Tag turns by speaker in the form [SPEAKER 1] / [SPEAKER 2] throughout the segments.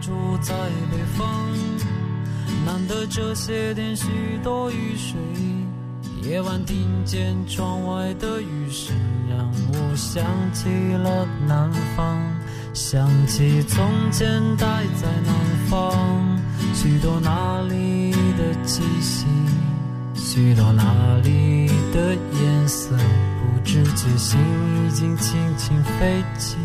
[SPEAKER 1] 住在北方，难得这些天许多雨水。夜晚听见窗外的雨声，让我想起了南方，想起从前待在南方，许多那里的气息，许多那里的颜色，不知觉心已经轻轻飞起。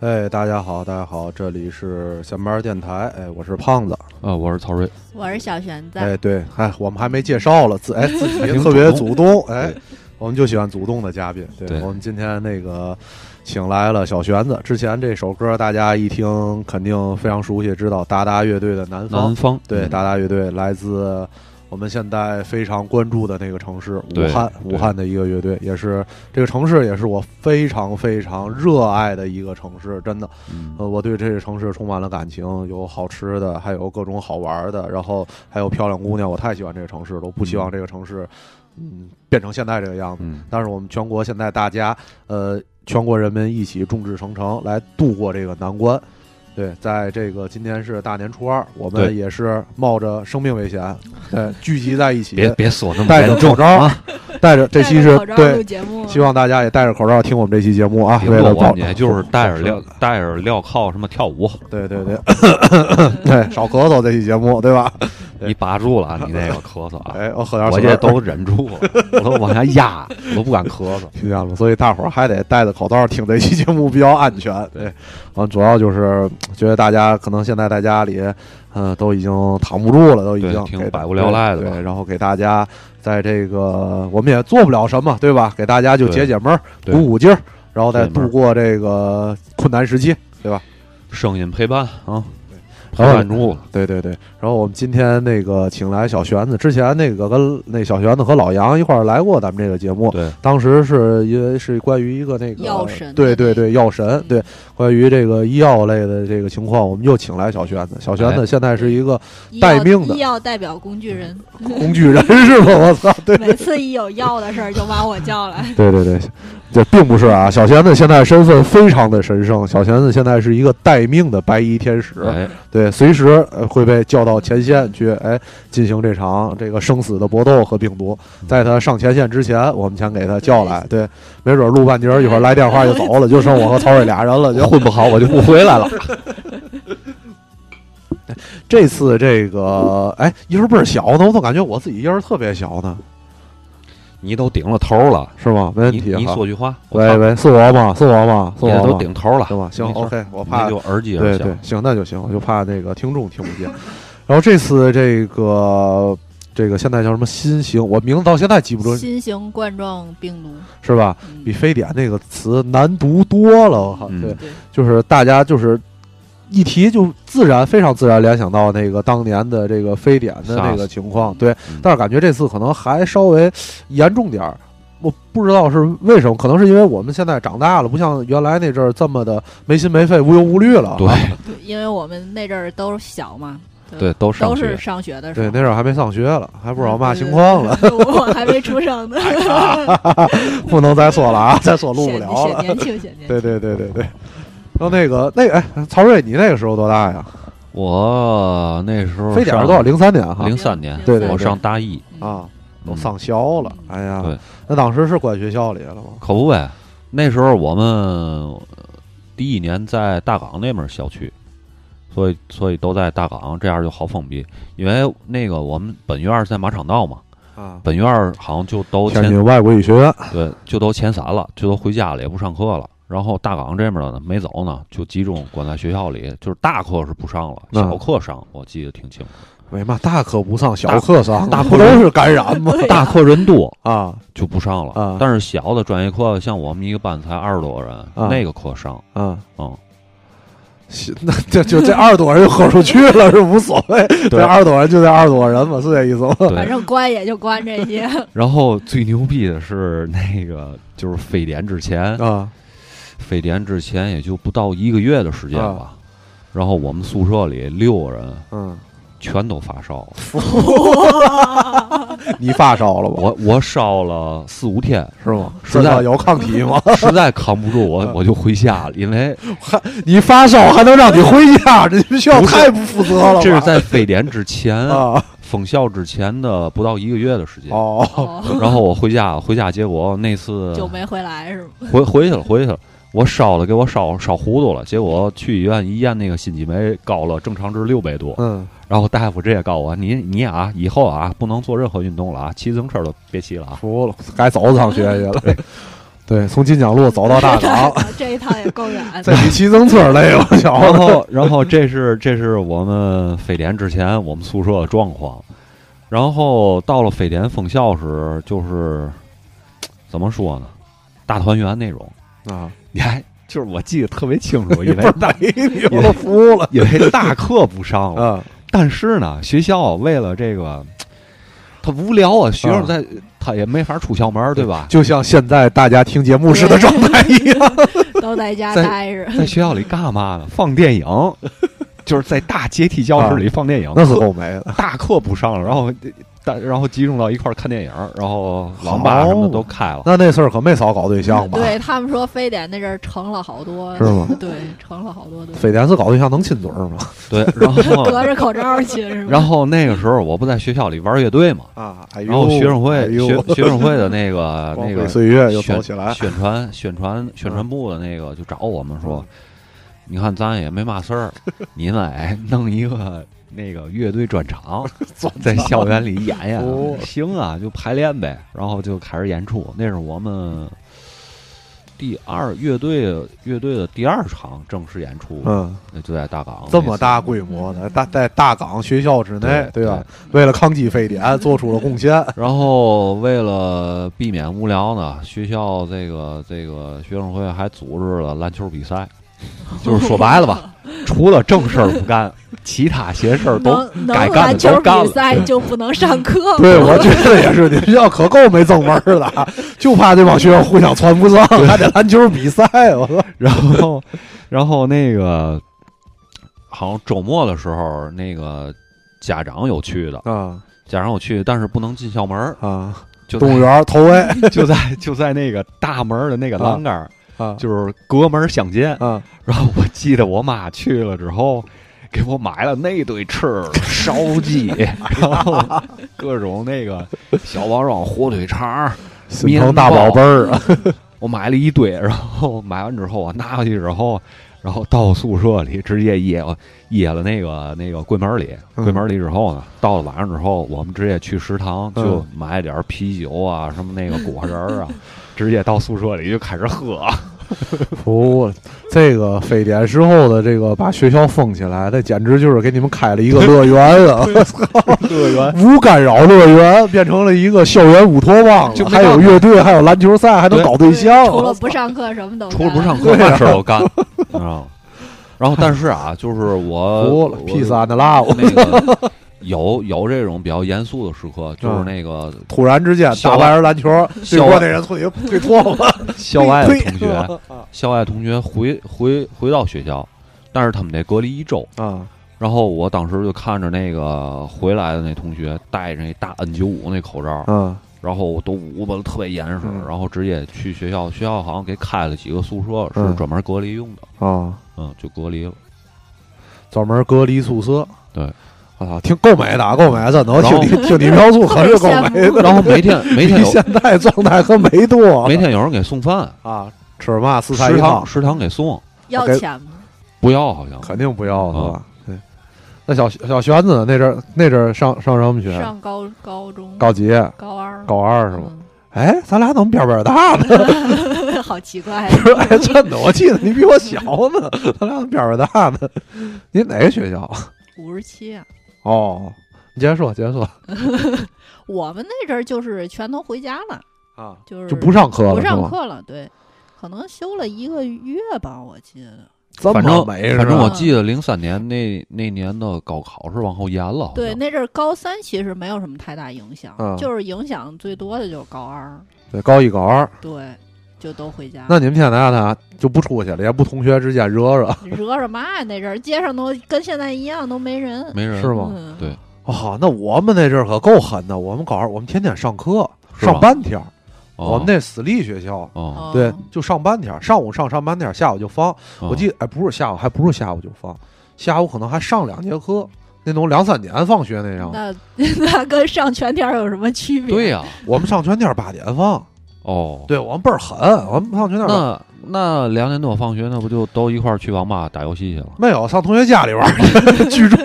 [SPEAKER 2] 哎，大家好，大家好，这里是下班电台，哎，我是胖子，
[SPEAKER 3] 啊，我是曹睿，
[SPEAKER 4] 我是小玄子，
[SPEAKER 2] 哎，对，哎，我们还没介绍了，自哎自己
[SPEAKER 3] 挺
[SPEAKER 2] 特别
[SPEAKER 3] 主
[SPEAKER 2] 主动，哎，我们就喜欢主动的嘉宾，对
[SPEAKER 3] 对
[SPEAKER 2] 我们今天那个请来了小玄子，之前这首歌大家一听肯定非常熟悉，知道达达乐队的《南方》
[SPEAKER 3] 南方
[SPEAKER 2] 对，
[SPEAKER 3] 嗯
[SPEAKER 2] 达达乐队来自我们现在非常关注的那个城市武
[SPEAKER 3] 对
[SPEAKER 2] 汉，
[SPEAKER 3] 对
[SPEAKER 2] 武汉的一个乐队，也是这个城市也是我非常非常热爱的一个城市，真的，
[SPEAKER 3] 嗯
[SPEAKER 2] 呃，我对这个城市充满了感情，有好吃的，还有各种好玩的，然后还有漂亮姑娘，我太喜欢这个城市了，我不希望这个城市，嗯，变成现在这个样子。
[SPEAKER 3] 嗯，
[SPEAKER 2] 但是我们全国现在大家，呃，全国人民一起众志成城来度过这个难关。对，在这个今天是大年初二，我们
[SPEAKER 3] 对
[SPEAKER 2] 也是冒着生命危险，对，聚集在一起，
[SPEAKER 3] 别别说那么
[SPEAKER 2] 戴着
[SPEAKER 3] 严重
[SPEAKER 2] 口罩
[SPEAKER 3] 啊，
[SPEAKER 2] 带着这期是
[SPEAKER 4] 戴着口罩录
[SPEAKER 2] 对，
[SPEAKER 4] 节目，
[SPEAKER 2] 希望大家也戴着口罩听我们这期节目啊。
[SPEAKER 3] 顶
[SPEAKER 2] 为了
[SPEAKER 3] 多
[SPEAKER 2] 保
[SPEAKER 3] 我，也就是戴着镣戴着镣铐什么跳舞，
[SPEAKER 2] 对对
[SPEAKER 3] 哦
[SPEAKER 2] 对， 对少咳嗽这期节目对吧？对
[SPEAKER 3] 你拔住了啊，你那个咳嗽啊，
[SPEAKER 2] 哎，我喝点
[SPEAKER 3] 我
[SPEAKER 2] 水，
[SPEAKER 3] 这都忍住了，我都往下压，我都不敢咳嗽。
[SPEAKER 2] 听见了，所以大伙儿还得戴着口罩听这期节目比较安全。
[SPEAKER 3] 对
[SPEAKER 2] 对，啊，主要就是觉得大家可能现在在家里，嗯、都已经扛不住了，都已
[SPEAKER 3] 对
[SPEAKER 2] 经
[SPEAKER 3] 挺
[SPEAKER 2] 给
[SPEAKER 3] 百无聊赖的
[SPEAKER 2] 对
[SPEAKER 3] 吧
[SPEAKER 2] 对，然后给大家在这个我们也做不了什么，对吧？给大家就
[SPEAKER 3] 对
[SPEAKER 2] 解解闷儿，
[SPEAKER 3] 对
[SPEAKER 2] 鼓鼓劲儿，然后再
[SPEAKER 3] 解闷
[SPEAKER 2] 度
[SPEAKER 3] 儿
[SPEAKER 2] 过这个困难时期。
[SPEAKER 3] 声音陪伴啊，陪
[SPEAKER 2] 然后
[SPEAKER 3] 伴住了，
[SPEAKER 2] 对对对，然后我们今天那个请来小玄子，之前那个跟那小玄子和老杨一块儿来过咱们这个节目，
[SPEAKER 3] 对，
[SPEAKER 2] 当时是因为是关于一个那个
[SPEAKER 4] 药神
[SPEAKER 2] 对
[SPEAKER 4] 的
[SPEAKER 2] 对
[SPEAKER 4] 那
[SPEAKER 2] 对，药神对，关于这个医药类的这个情况，我们又请来小玄子。小玄子
[SPEAKER 3] 哎
[SPEAKER 2] 现在是一个
[SPEAKER 4] 医
[SPEAKER 2] 待
[SPEAKER 4] 药
[SPEAKER 2] 命的
[SPEAKER 4] 医药代表工具人，
[SPEAKER 2] 工具人，是吧？我操， 对，
[SPEAKER 4] 每次一有药的事儿就把我叫来
[SPEAKER 2] 对对对，这并不是啊。小玄子现在身份非常的神圣，小玄子现在是一个待命的白衣天使，
[SPEAKER 3] 哎，
[SPEAKER 2] 对，随时呃会被叫到前线去，哎，进行这场这个生死的搏斗和病毒。在他上前线之前，我们先给他叫来，对，没准录半截儿，一会儿来电话就走了，就剩我和曹睿俩人了，就
[SPEAKER 3] 混不好我就不回来了。
[SPEAKER 2] 这次这个，哎，音儿倍儿小呢，我总感觉我自己音儿特别小呢，
[SPEAKER 3] 你都顶了头了，
[SPEAKER 2] 是吗？没问
[SPEAKER 3] 你
[SPEAKER 2] 题啊
[SPEAKER 3] 你
[SPEAKER 2] 哈。
[SPEAKER 3] 说句话，我
[SPEAKER 2] 喂
[SPEAKER 3] 操
[SPEAKER 2] 喂，是我吗？是我吗？是
[SPEAKER 3] 你这
[SPEAKER 2] 我
[SPEAKER 3] 都
[SPEAKER 2] 吗？
[SPEAKER 3] 顶头了，
[SPEAKER 2] 对吧？行
[SPEAKER 3] 没事儿
[SPEAKER 2] ，OK，我怕
[SPEAKER 3] 你就耳机
[SPEAKER 2] 对
[SPEAKER 3] 上响
[SPEAKER 2] 对，，行，那就行，我就怕那个听众听不见。然后这次这个这个现在叫什么新型，我名字到现在记不准，
[SPEAKER 4] 新型冠状病毒，
[SPEAKER 2] 是吧？
[SPEAKER 4] 嗯
[SPEAKER 2] 比非典那个词难读多了，我靠！
[SPEAKER 3] 嗯
[SPEAKER 2] 对，
[SPEAKER 4] 对，
[SPEAKER 2] 就是大家就是一提就自然非常自然联想到那个当年的这个非典的那个
[SPEAKER 3] SARS
[SPEAKER 2] 情况，对
[SPEAKER 3] 嗯。
[SPEAKER 2] 但是感觉这次可能还稍微严重点儿，我不知道是为什么，可能是因为我们现在长大了，不像原来那阵儿这么的没心没肺、无忧无虑了。
[SPEAKER 3] 对
[SPEAKER 2] 啊
[SPEAKER 4] 因为我们那阵儿都小嘛，
[SPEAKER 3] 对，都上
[SPEAKER 4] 都
[SPEAKER 3] 学
[SPEAKER 4] 是上学的时
[SPEAKER 2] 对，
[SPEAKER 4] 候，
[SPEAKER 2] 那阵儿还没上学了，还不知道嘛情况了，
[SPEAKER 4] 对，对对我还没出生呢，
[SPEAKER 2] 不能再说了 啊，再说录不了
[SPEAKER 4] 显
[SPEAKER 2] 了。
[SPEAKER 4] 年 轻，显年轻，
[SPEAKER 2] 对对对对对。然后那个那个，哎，曹睿，你那个时候多大呀？
[SPEAKER 3] 我那时候
[SPEAKER 2] 非典是
[SPEAKER 3] 上
[SPEAKER 2] 多少？零三年哈。
[SPEAKER 3] 零三年，
[SPEAKER 2] 对对
[SPEAKER 3] 我上大一，
[SPEAKER 4] 嗯，
[SPEAKER 2] 啊，都
[SPEAKER 3] 嗯
[SPEAKER 2] 上校了。哎呀
[SPEAKER 3] 对，
[SPEAKER 2] 那当时是关学校里了吗？
[SPEAKER 3] 可不呗。那时候我们呃第一年在大港那边校区，所以所以都在大港，这样就好封闭。因为那个我们本院是在马场道嘛，
[SPEAKER 2] 啊，
[SPEAKER 3] 本院好像就都
[SPEAKER 2] 天
[SPEAKER 3] 迁
[SPEAKER 2] 津外国语学院。
[SPEAKER 3] 对，就都遣散了，就都回家了，也不上课了。然后大港这边呢没走呢，就集中关在学校里，就是大课是不上了，
[SPEAKER 2] 嗯
[SPEAKER 3] 小课上，我记得挺清楚。
[SPEAKER 2] 为嘛哎大课不上，小
[SPEAKER 3] 大
[SPEAKER 2] 课上？
[SPEAKER 3] 大哦
[SPEAKER 2] 不
[SPEAKER 3] 课
[SPEAKER 2] 都
[SPEAKER 3] 上
[SPEAKER 2] 是感染吗？
[SPEAKER 4] 对呀
[SPEAKER 3] 大课人多，
[SPEAKER 2] 啊
[SPEAKER 3] 就不上了。
[SPEAKER 2] 啊
[SPEAKER 3] 但是小的专业课，像我们一个班才二十多个人，那个课上，
[SPEAKER 2] 啊。
[SPEAKER 3] 嗯，
[SPEAKER 2] 行，那这就这二十多人就豁出去了，是无所谓。这二十多人就这二十多人嘛，是这意思吗？
[SPEAKER 4] 反
[SPEAKER 3] 对。
[SPEAKER 4] 正关也就关这些，
[SPEAKER 3] 然后最牛逼的是那个，就是非典之前，
[SPEAKER 2] 啊
[SPEAKER 3] 非典之
[SPEAKER 2] 啊
[SPEAKER 3] 前也就不到一个月的时间吧。然后我们宿舍里六个人，
[SPEAKER 2] 嗯
[SPEAKER 3] 全都发烧了。
[SPEAKER 2] 你发烧了吧？
[SPEAKER 3] 我我烧了四五天，
[SPEAKER 2] 是吗？
[SPEAKER 3] 实在
[SPEAKER 2] 这叫有抗体 吗？
[SPEAKER 3] 实在扛不住我，我就回家了，因为
[SPEAKER 2] 啊你发烧还能让你回家，这学校
[SPEAKER 3] 不是
[SPEAKER 2] 太不负责了吧。
[SPEAKER 3] 这是在非典之前、
[SPEAKER 2] 啊
[SPEAKER 3] 封校之前的不到一个月的时间。
[SPEAKER 2] 哦，
[SPEAKER 4] 哦，
[SPEAKER 3] 然后我回家，回家结果那次
[SPEAKER 4] 就没回来是吗？
[SPEAKER 3] 回回去了，回去了。我烧了，给我烧烧糊涂了。结果去医院一验那个心肌酶高了正常值六百多，
[SPEAKER 2] 嗯，
[SPEAKER 3] 然后大夫直接告我：“你你啊，以后啊不能做任何运动了啊，骑自行车都别骑了啊。
[SPEAKER 2] 服了，该走上学去了。对，从金奖路走到 大港，
[SPEAKER 4] 这一趟也够远
[SPEAKER 2] 再
[SPEAKER 4] 的。
[SPEAKER 2] 比骑自行车累了，”小
[SPEAKER 3] 然
[SPEAKER 2] 子。
[SPEAKER 3] 后然后这是这是我们非典之前我们宿舍的状况。然后到了非典封校时，就是怎么说呢，大团圆那种。
[SPEAKER 2] 啊，
[SPEAKER 3] 你还就是我记得特别清 楚，因
[SPEAKER 2] 倍
[SPEAKER 3] 为
[SPEAKER 2] 儿大一米，我都服了。
[SPEAKER 3] 因为大课 不上了。
[SPEAKER 2] 啊，
[SPEAKER 3] 但是呢，学校为了这个，他无聊啊，学生在、他也没法出校门儿，对吧？
[SPEAKER 2] 就像现在大家听节目时的状态一 样。
[SPEAKER 4] 都在家
[SPEAKER 3] 在
[SPEAKER 4] 待着，
[SPEAKER 3] 在学校里干嘛呢？放电 影，就是在大阶梯教室里放电影，
[SPEAKER 2] 那是够没的。
[SPEAKER 3] 大课不上了，然后大然后集中到一块儿看电影，然后网吧什么的都开了。
[SPEAKER 2] 那那事儿可没少搞对象吧？
[SPEAKER 4] 对他们说非典那阵儿成了好多，
[SPEAKER 2] 是吗？
[SPEAKER 4] 对，成了好多对，
[SPEAKER 2] 非典哦是搞对象能亲嘴儿吗？
[SPEAKER 3] 对， 然
[SPEAKER 4] 隔
[SPEAKER 3] 后
[SPEAKER 4] 着口罩亲是吗？
[SPEAKER 3] 然后那个时候我不在学校里玩乐队嘛，
[SPEAKER 2] 啊，
[SPEAKER 3] 然后学生会
[SPEAKER 2] 哎呦
[SPEAKER 3] 学学生会的那个那
[SPEAKER 2] 光辉
[SPEAKER 3] 个
[SPEAKER 2] 岁月 又走
[SPEAKER 3] 宣
[SPEAKER 2] 起来，
[SPEAKER 3] 宣传宣传宣传部的那个就找我们
[SPEAKER 2] 嗯
[SPEAKER 3] 说，你看咱也没嘛事儿，您来弄一个那个乐队专 场，在校园里演
[SPEAKER 2] 哦
[SPEAKER 3] 演，行啊，就排练呗，然后就开始演出。那是我们第二乐队乐队的第二场正式演出，
[SPEAKER 2] 嗯，
[SPEAKER 3] 那就在大港。
[SPEAKER 2] 这么大规模的，大在大港学校之内，
[SPEAKER 3] 对
[SPEAKER 2] 对吧？为了抗击非典做出了贡 献，
[SPEAKER 3] 然后为了避免无聊呢，学校这个这个学生会还组织了篮球比赛， 就是说白了 吧，除了正事儿不干，其他闲事儿都
[SPEAKER 4] 能
[SPEAKER 3] 改干
[SPEAKER 4] 能
[SPEAKER 3] 的
[SPEAKER 4] 篮
[SPEAKER 3] 都
[SPEAKER 4] 球
[SPEAKER 3] 干了
[SPEAKER 4] 比赛就不能上课吗？
[SPEAKER 2] 对我觉得也是，你们学校可够没正门儿的， 就怕这帮学生互相传不上，还得篮球比赛，我操！
[SPEAKER 3] 然后然后那个好像周末的时候，那个家长有去的，
[SPEAKER 2] 啊
[SPEAKER 3] 家长有去，但是不能进校门儿，
[SPEAKER 2] 啊！
[SPEAKER 3] 就在
[SPEAKER 2] 动物园儿投喂
[SPEAKER 3] 就在就在那个大门儿的那个栏杆儿，
[SPEAKER 2] 啊
[SPEAKER 3] 就是隔门儿相见。
[SPEAKER 2] 啊！
[SPEAKER 3] 然后我记得我妈去了之后，给我买了那堆吃的，烧鸡， 然后各种那个小王庄火腿肠儿，
[SPEAKER 2] 心疼大宝贝儿 啊！
[SPEAKER 3] 我买了一堆。然后买完之后啊，拿回去之后，然后到宿舍里直接掖了掖了那个那个柜门里，
[SPEAKER 2] 嗯
[SPEAKER 3] 柜门里之后呢，到了晚上之后，我们直接去食堂就
[SPEAKER 2] 嗯
[SPEAKER 3] 买点儿啤酒啊，什么那个果仁 儿啊，直接到宿舍里就开始喝。
[SPEAKER 2] 不、这个非典时候的这个把学校封起来，那简直就是给你们开了一个乐园啊！
[SPEAKER 3] 乐园
[SPEAKER 2] 无干扰乐园变成了一个校园乌托邦
[SPEAKER 3] 就
[SPEAKER 2] 了，
[SPEAKER 3] 没
[SPEAKER 2] 还有乐队，还有篮球赛，还能
[SPEAKER 3] 对
[SPEAKER 2] 搞对象。
[SPEAKER 4] 除了不上课什么都
[SPEAKER 3] 除了不
[SPEAKER 4] 干
[SPEAKER 3] 上课，嘛事儿都 干，你知道吗？然后，但是啊，就是
[SPEAKER 2] 服
[SPEAKER 3] 我
[SPEAKER 2] 了
[SPEAKER 3] 我
[SPEAKER 2] ，peace and love。
[SPEAKER 3] 那个有有这种比较严肃的时刻，就是
[SPEAKER 2] 嗯
[SPEAKER 3] 那个
[SPEAKER 2] 突然之间，
[SPEAKER 3] 校
[SPEAKER 2] 打
[SPEAKER 3] 外
[SPEAKER 2] 完人篮球，对
[SPEAKER 3] 校
[SPEAKER 2] 过
[SPEAKER 3] 外
[SPEAKER 2] 那人退退脱了，
[SPEAKER 3] 校外的同
[SPEAKER 2] 退
[SPEAKER 3] 学， 校外同学回回回到学校，但是他们得隔离一周。
[SPEAKER 2] 啊，
[SPEAKER 3] 然后我当时就看着那个回来的那同学戴着那大 N 九五那口罩，
[SPEAKER 2] 嗯
[SPEAKER 3] 然后我都捂巴了特别严实
[SPEAKER 2] 嗯，
[SPEAKER 3] 然后直接去学校，学校好像给开了几个宿舍是
[SPEAKER 2] 嗯
[SPEAKER 3] 专门隔离用的，
[SPEAKER 2] 啊，
[SPEAKER 3] 嗯，就隔 离了。
[SPEAKER 2] 专门隔离宿舍。
[SPEAKER 3] 对，
[SPEAKER 2] 我操，挺够美的啊，够美的，真的。我听
[SPEAKER 3] 然后
[SPEAKER 2] 你听你描述可是够美
[SPEAKER 4] 羡
[SPEAKER 2] 的。
[SPEAKER 3] 然后每天每天
[SPEAKER 2] 你
[SPEAKER 3] 有
[SPEAKER 2] 现在状态可没多
[SPEAKER 3] 每天有人给送饭，
[SPEAKER 2] 啊，吃嘛四菜
[SPEAKER 3] 食
[SPEAKER 2] 一
[SPEAKER 3] 堂
[SPEAKER 2] 汤，
[SPEAKER 3] 食堂给送，
[SPEAKER 4] 要
[SPEAKER 2] 给
[SPEAKER 4] 钱吗？
[SPEAKER 3] 不要好像
[SPEAKER 2] 肯定不要
[SPEAKER 3] 啊
[SPEAKER 2] 是吧？对。那小小玄子那阵儿那阵儿上上什么学？啊
[SPEAKER 4] 上高高中
[SPEAKER 2] 高级、
[SPEAKER 4] 高二
[SPEAKER 2] 高二是吗？
[SPEAKER 4] 吗？
[SPEAKER 2] 哎，咱俩怎么边边大呢？
[SPEAKER 4] 嗯 好奇怪啊，
[SPEAKER 2] 不 是，哎，真的，我记得你比我小呢，咱俩怎么边边大呢？你哪个学校？
[SPEAKER 4] 五十七啊！
[SPEAKER 2] 哦，你接着说，接着说
[SPEAKER 4] 我们那阵儿就是全都回家了，
[SPEAKER 2] 啊，
[SPEAKER 4] 就是
[SPEAKER 2] 就不上课了，
[SPEAKER 4] 不
[SPEAKER 2] 是
[SPEAKER 4] 上
[SPEAKER 2] 吗？
[SPEAKER 4] 课了，对，可能休了一个月吧，我记得。
[SPEAKER 2] 这
[SPEAKER 3] 反
[SPEAKER 2] 么
[SPEAKER 3] 正
[SPEAKER 2] 美是吧，
[SPEAKER 3] 反正我记得零三年那那年的高考是往后延了，好像
[SPEAKER 4] 对，那阵儿高三其实没有什么太大影响，
[SPEAKER 2] 嗯
[SPEAKER 4] 就是影响最多的就是高二。
[SPEAKER 2] 对高一高二
[SPEAKER 4] 对，就都回家。
[SPEAKER 2] 那你们现在呢就不出去了，也不同学之间惹惹，
[SPEAKER 4] 惹惹嘛呀？那阵儿街上都跟现在一样，都没人。
[SPEAKER 3] 没人
[SPEAKER 2] 是吗？
[SPEAKER 4] 嗯，
[SPEAKER 3] 对
[SPEAKER 2] 啊，那我们那阵儿可够狠的，我们搞我们天天上课，
[SPEAKER 3] 是吧
[SPEAKER 2] 上半天儿，
[SPEAKER 3] 哦
[SPEAKER 2] 我们那私立学校。
[SPEAKER 3] 哦，
[SPEAKER 4] 哦
[SPEAKER 2] 对，就上半天儿，上午上上半天儿，下午就放。我记
[SPEAKER 3] 得
[SPEAKER 2] 得，哎，不是下午，还不是下午就放，下午可能还上两节课，那种两三点放学那样。
[SPEAKER 3] 嗯
[SPEAKER 4] 那 那跟上全天儿有什么区别？
[SPEAKER 3] 对呀，
[SPEAKER 2] 我们上全天儿八点放，
[SPEAKER 3] 哦，
[SPEAKER 2] 对我们倍儿狠，我们上全天儿
[SPEAKER 3] 那那两点多放学，那不就都一块儿去网吧打游戏去了？
[SPEAKER 2] 没有上同学家里玩儿 去聚众，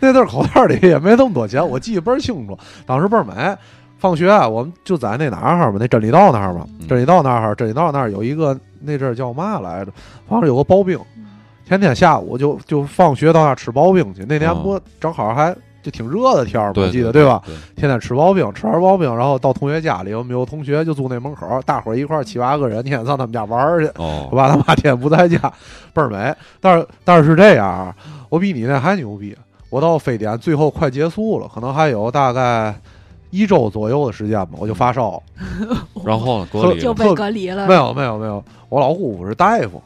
[SPEAKER 2] 那阵儿口袋里也没那么多钱，我记得倍儿清楚，当时倍儿美。放学啊我们就在那哪儿嘛，那真理道那儿嘛，
[SPEAKER 3] 嗯
[SPEAKER 2] 真理道那儿，真理道那儿有一个那阵儿叫嘛来着，反正有个刨冰，
[SPEAKER 4] 嗯
[SPEAKER 2] 天天下午就就放学到那儿吃刨冰去。那年
[SPEAKER 3] 哦
[SPEAKER 2] 不正好还就挺热的天儿嘛，
[SPEAKER 3] 对
[SPEAKER 2] 我记得
[SPEAKER 3] 对
[SPEAKER 2] 吧？
[SPEAKER 3] 对
[SPEAKER 2] 天天吃刨冰，吃完刨冰，然后到同学家里，我们有同学就住那门口，大伙儿一块儿七八个人，天天上他们家玩儿去。
[SPEAKER 3] 哦
[SPEAKER 2] 我，爸他妈天天不在家，倍儿美。但是但是是这样，啊，我比你那还牛逼。我到非典最后快结束了，可能还有大概一周左右的时间吧，我就发烧了。
[SPEAKER 3] 然后呢隔离
[SPEAKER 4] 就
[SPEAKER 3] 了
[SPEAKER 4] 被隔离了。
[SPEAKER 2] 没有没有没有，我老姑父是大夫，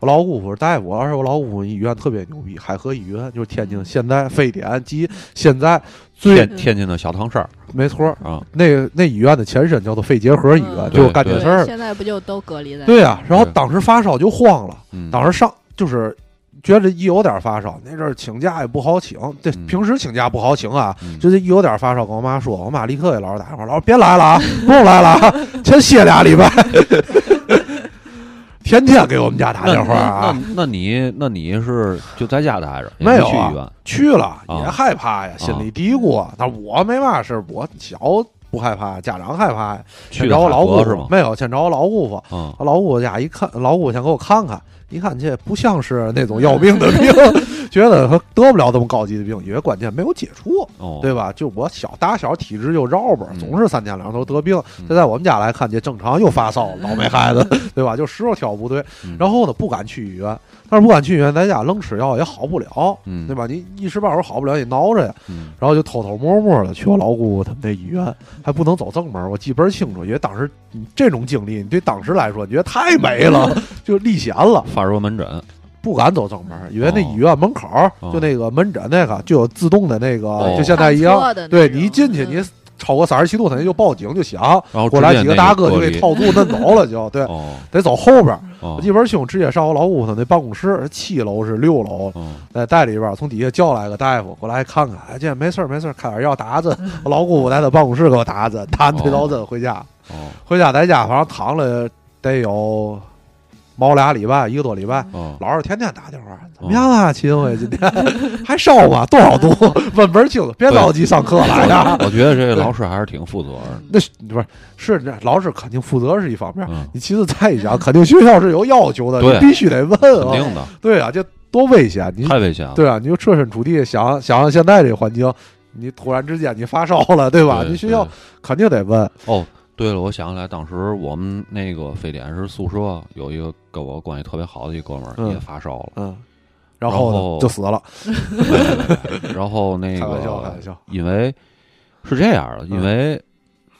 [SPEAKER 2] 我老姑父是大夫，而且我老姑父医院特别牛逼，海河医院就是天津现在非典及现在最
[SPEAKER 3] 天天津的小唐山儿
[SPEAKER 2] 没错儿，
[SPEAKER 3] 啊，
[SPEAKER 2] 那那医院的前身叫做肺结核医院，
[SPEAKER 4] 嗯
[SPEAKER 2] 就是干这
[SPEAKER 3] 对
[SPEAKER 2] 事儿
[SPEAKER 4] 对，
[SPEAKER 2] 的。
[SPEAKER 4] 现在不就都隔离在？
[SPEAKER 2] 对呀、啊然后
[SPEAKER 3] 对
[SPEAKER 2] 当时发烧就慌了，
[SPEAKER 3] 嗯，
[SPEAKER 2] 当时上就是。觉得一有点发烧，那阵儿请假也不好请，这
[SPEAKER 3] 嗯
[SPEAKER 2] 平时请假不好请啊，
[SPEAKER 3] 嗯
[SPEAKER 2] 就这一有点发烧，跟我妈说，我妈立刻给老师打电话，老师别来了啊，不用来了啊，先歇俩礼拜。 天天给我们家打
[SPEAKER 3] 那
[SPEAKER 2] 电话啊，
[SPEAKER 3] 那那你那你是就在家待着，也
[SPEAKER 2] 没有啊
[SPEAKER 3] 去医院？
[SPEAKER 2] 去了
[SPEAKER 3] 啊
[SPEAKER 2] 也害怕呀，心里嘀咕啊。但我没嘛事儿，我小不害怕，家长害怕呀。
[SPEAKER 3] 去
[SPEAKER 2] 先找我
[SPEAKER 3] 海
[SPEAKER 2] 老
[SPEAKER 3] 河
[SPEAKER 2] 姑
[SPEAKER 3] 是
[SPEAKER 2] 父
[SPEAKER 3] 吗，？
[SPEAKER 2] 没有，先找我老姑父。
[SPEAKER 3] 啊，
[SPEAKER 2] 我老姑父家一看，老姑父想给我看看，一看这不像是那
[SPEAKER 3] 嗯
[SPEAKER 2] 种要命的病， 觉得得不了这么高级的病，因为关键没有接触。
[SPEAKER 3] 哦，
[SPEAKER 2] 对吧？就我小打小体质就绕吧，
[SPEAKER 3] 嗯
[SPEAKER 2] 总是三天两头得病。
[SPEAKER 3] 嗯
[SPEAKER 2] 这在我们家来看，这正常又发烧，老没孩子，对吧？就时候挑不对
[SPEAKER 3] 嗯。
[SPEAKER 2] 然后呢，不敢去医院，但是不敢去医院，在家愣吃药也好不了，
[SPEAKER 3] 嗯，
[SPEAKER 2] 对吧？你一时半会儿好不了，你挠着呀。
[SPEAKER 3] 嗯？
[SPEAKER 2] 然后就偷偷摸摸的去我老姑姑他们那医院，还不能走正门，我记倍儿清楚，因为当时你这种经历，你对当时来说，你觉得太没了， 就历险了，
[SPEAKER 3] 发热门诊
[SPEAKER 2] 不敢走正门，因为那
[SPEAKER 3] 哦
[SPEAKER 2] 医院门口儿
[SPEAKER 3] 哦
[SPEAKER 2] 就那个门诊那个就有自动的那个，
[SPEAKER 3] 哦
[SPEAKER 2] 就现在一样
[SPEAKER 4] 上，车的那
[SPEAKER 2] 对
[SPEAKER 4] 种
[SPEAKER 2] 你一进去，
[SPEAKER 4] 嗯
[SPEAKER 2] 你超过三十七度，肯定就报警就响，
[SPEAKER 3] 然后
[SPEAKER 2] 过
[SPEAKER 3] 直
[SPEAKER 2] 来
[SPEAKER 3] 接
[SPEAKER 2] 几个
[SPEAKER 3] 那
[SPEAKER 2] 大
[SPEAKER 3] 隔
[SPEAKER 2] 哥就给
[SPEAKER 3] 离
[SPEAKER 2] 套路摁走了，就对，
[SPEAKER 3] 哦
[SPEAKER 2] 得走后边儿。
[SPEAKER 3] 哦
[SPEAKER 2] 我记得兄直接上我老姑父那办公室，七楼是六楼，
[SPEAKER 3] 哦
[SPEAKER 2] 在带里边儿从底下叫来个大夫过来看看，哎，这没事儿没事儿，开点药打针。我老姑父在他办公室给我打针，打完退烧针回家，
[SPEAKER 3] 哦
[SPEAKER 2] 回家在家反正躺了得有毛俩礼拜，一个多礼拜。
[SPEAKER 3] 哦，
[SPEAKER 2] 老是天天打电话，怎么样啊，秦伟今天还烧吗？多少度？问门清楚，别着急上课来呀。
[SPEAKER 3] 我觉得这个老师还是挺负责任
[SPEAKER 2] 那是不是是这老师肯定负责是一方面，
[SPEAKER 3] 的，嗯，
[SPEAKER 2] 你其次再一讲，肯定学校是有要求的，
[SPEAKER 3] 对
[SPEAKER 2] 你必须得问
[SPEAKER 3] 嗯肯
[SPEAKER 2] 啊。
[SPEAKER 3] 定的，
[SPEAKER 2] 对啊，这多危险！你
[SPEAKER 3] 太危险了。
[SPEAKER 2] 对啊，你就设身处地想想想现在这环境，你突然之间你发烧了，对吧？
[SPEAKER 3] 对
[SPEAKER 2] 你学校
[SPEAKER 3] 对
[SPEAKER 2] 肯定得问。
[SPEAKER 3] 哦，对了，我想起来，当时我们那个非典是宿舍有一个跟我关系特别好的一哥们儿
[SPEAKER 2] 嗯
[SPEAKER 3] 也发烧了，
[SPEAKER 2] 嗯，然
[SPEAKER 3] 然
[SPEAKER 2] 后
[SPEAKER 3] 后
[SPEAKER 2] 呢就死了，
[SPEAKER 3] 然后那
[SPEAKER 2] 开玩笑，开
[SPEAKER 3] 个
[SPEAKER 2] 玩笑。
[SPEAKER 3] 因为是这样的，因
[SPEAKER 2] 嗯
[SPEAKER 3] 为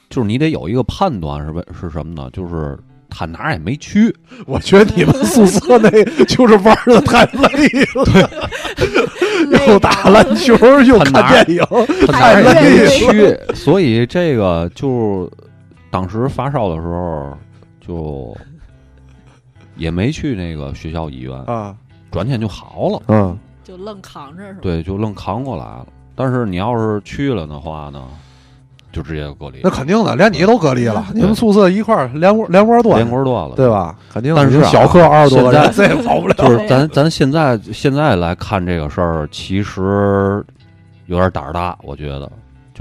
[SPEAKER 3] 就是你得有一个判断是为是什么呢？就是他哪儿也没去，
[SPEAKER 2] 我觉得你们 宿舍那就是玩的太累了，又打篮球又看 电影，
[SPEAKER 3] 他哪儿
[SPEAKER 2] 太
[SPEAKER 3] 也
[SPEAKER 2] 累了。
[SPEAKER 3] 没去， 所以这个就当时发烧的时候就也没去那个学校医院，
[SPEAKER 2] 啊，
[SPEAKER 3] 转天就好了。
[SPEAKER 2] 嗯，
[SPEAKER 4] 就愣扛着是 吧？
[SPEAKER 3] 对，就愣扛过来了。但是你要是去了的话呢，就直接隔离
[SPEAKER 2] 那，肯定的，连你都隔离了，你们宿舍一块儿连窝连窝
[SPEAKER 3] 连
[SPEAKER 2] 断，
[SPEAKER 3] 锅断了，
[SPEAKER 2] 对？吧？肯定的，
[SPEAKER 3] 但是啊
[SPEAKER 2] 你小课二十多个人，
[SPEAKER 3] 现
[SPEAKER 2] 这也跑不了。
[SPEAKER 3] 就是咱咱现在现在来看这个事儿，其实有点胆儿大，我觉得。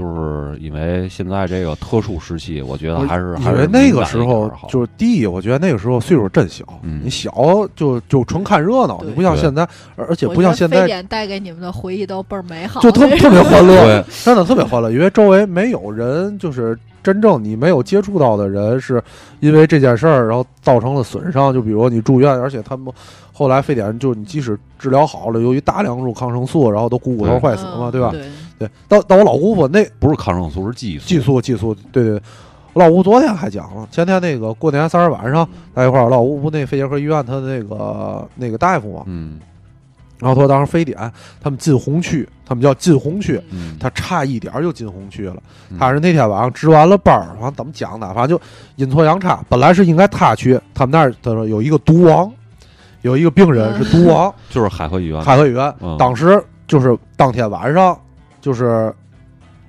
[SPEAKER 3] 就是因为现在这个特殊时期，我觉得还是还
[SPEAKER 2] 因
[SPEAKER 3] 是
[SPEAKER 2] 为那个时
[SPEAKER 3] 敏
[SPEAKER 2] 候
[SPEAKER 3] 感一点好
[SPEAKER 2] 就是第一，我觉得那个时候岁数真小，
[SPEAKER 3] 嗯
[SPEAKER 2] 你小就就纯看热闹，
[SPEAKER 4] 对
[SPEAKER 2] 你不像
[SPEAKER 3] 对
[SPEAKER 2] 现在，而而且
[SPEAKER 4] 我
[SPEAKER 2] 不像
[SPEAKER 4] 觉得
[SPEAKER 2] 现
[SPEAKER 4] 非
[SPEAKER 2] 在
[SPEAKER 4] 典带给你们的回忆都倍儿美好，
[SPEAKER 2] 就特
[SPEAKER 4] 那
[SPEAKER 2] 特别欢乐
[SPEAKER 3] 对，
[SPEAKER 2] 真的特别欢乐，因为周围没有人，就是真正你没有接触到的人，是因为这件事儿然后造成了损伤，就比如你住院，而且他们后来非典，就你即使治疗好了，由于大量入抗生素，然后都股骨头
[SPEAKER 3] 对
[SPEAKER 2] 坏死了嘛，
[SPEAKER 4] 嗯
[SPEAKER 2] 对吧？
[SPEAKER 4] 对，
[SPEAKER 2] 对，到到我老姑父那
[SPEAKER 3] 不是抗生素，是激素。
[SPEAKER 2] 寄宿寄宿，对对对，老吴昨天还讲了，前天那个过年三十晚上在一块儿，老吴不那肺结核医院他那个那个大夫嘛，
[SPEAKER 3] 嗯
[SPEAKER 2] 然后他当时非典，他们进红区，他们叫进红区，
[SPEAKER 3] 嗯，
[SPEAKER 2] 他差一点儿就进红区了
[SPEAKER 3] 嗯。
[SPEAKER 2] 他是那天晚上值完了班儿，好像怎么讲的，反正就阴错阳差，本来是应该他去，他们那儿他说有一个毒王，有一个病人是毒王，
[SPEAKER 3] 就是海河医院，
[SPEAKER 2] 海河医院
[SPEAKER 3] 嗯，
[SPEAKER 2] 当时就是当天晚上，就是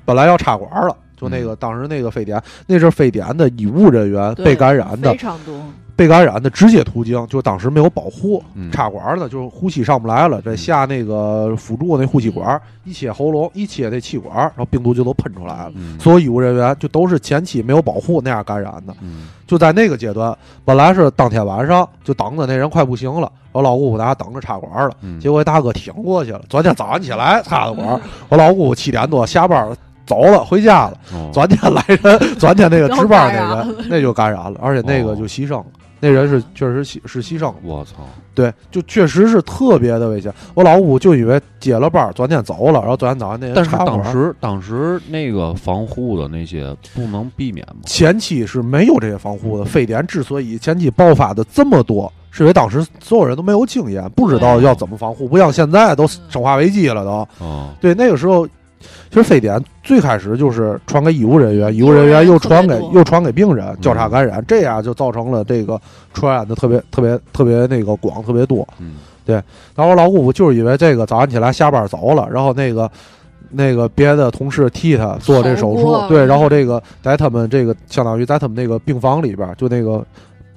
[SPEAKER 2] 本来要插管了，就那
[SPEAKER 3] 嗯
[SPEAKER 2] 个当时那个非典，那是非典的医务人员
[SPEAKER 4] 对
[SPEAKER 2] 被感染的
[SPEAKER 4] 非，常多，
[SPEAKER 2] 被感染的直接途径就当时没有保护，
[SPEAKER 3] 嗯
[SPEAKER 2] 插管了，就是呼吸上不来了，这下那个辅助那呼吸管，一切喉咙，一切这气管，然后病毒就都喷出来了。
[SPEAKER 3] 嗯
[SPEAKER 2] 所有医务人员就都是前期没有保护那样感染的，
[SPEAKER 3] 嗯
[SPEAKER 2] 就在那个阶段，本来是当天晚上就等着那人快不行了，然后老姑父在那等着插管了，
[SPEAKER 3] 嗯，
[SPEAKER 2] 结果大哥挺过去了，昨天早上起来插的管，我老姑父七点多下班了走了回家了，
[SPEAKER 3] 哦
[SPEAKER 2] 昨天来人， 昨天那个值班那
[SPEAKER 4] 都感染
[SPEAKER 2] 人那就感染了，而且
[SPEAKER 3] 哦
[SPEAKER 2] 那个就牺牲了，那人是确实牺是牺牲了。
[SPEAKER 3] 我操，
[SPEAKER 2] 对，就确实是特别的危险。我老五就以为接了班儿，昨天走了，然后昨天早上那人
[SPEAKER 3] 但是
[SPEAKER 2] 插
[SPEAKER 3] 当
[SPEAKER 2] 管儿
[SPEAKER 3] 时当时那个防护的那些不能避免吗？
[SPEAKER 2] 前期是没有这些防护的。非典之所以前期爆发的这么多，是因为当时所有人都没有经验，不知道要怎么防护，不像现在都生化危机了都。
[SPEAKER 3] 哦，
[SPEAKER 2] 对，那个时候。其实非典最开始就是传给医务人员，医务人员又传给
[SPEAKER 4] 特别多
[SPEAKER 2] 又传给病人，交叉感染，这样就造成了这个传染的特别特别特别那个广，特别多。
[SPEAKER 3] 嗯
[SPEAKER 2] 然后我老姑父就是因为这个早上起来下班走了，然后那个那个别的同事替他做这手
[SPEAKER 4] 好
[SPEAKER 2] 术
[SPEAKER 4] 过，嗯
[SPEAKER 2] 对，然后这个在他们这个相当于在他们那个病房里边儿，就那个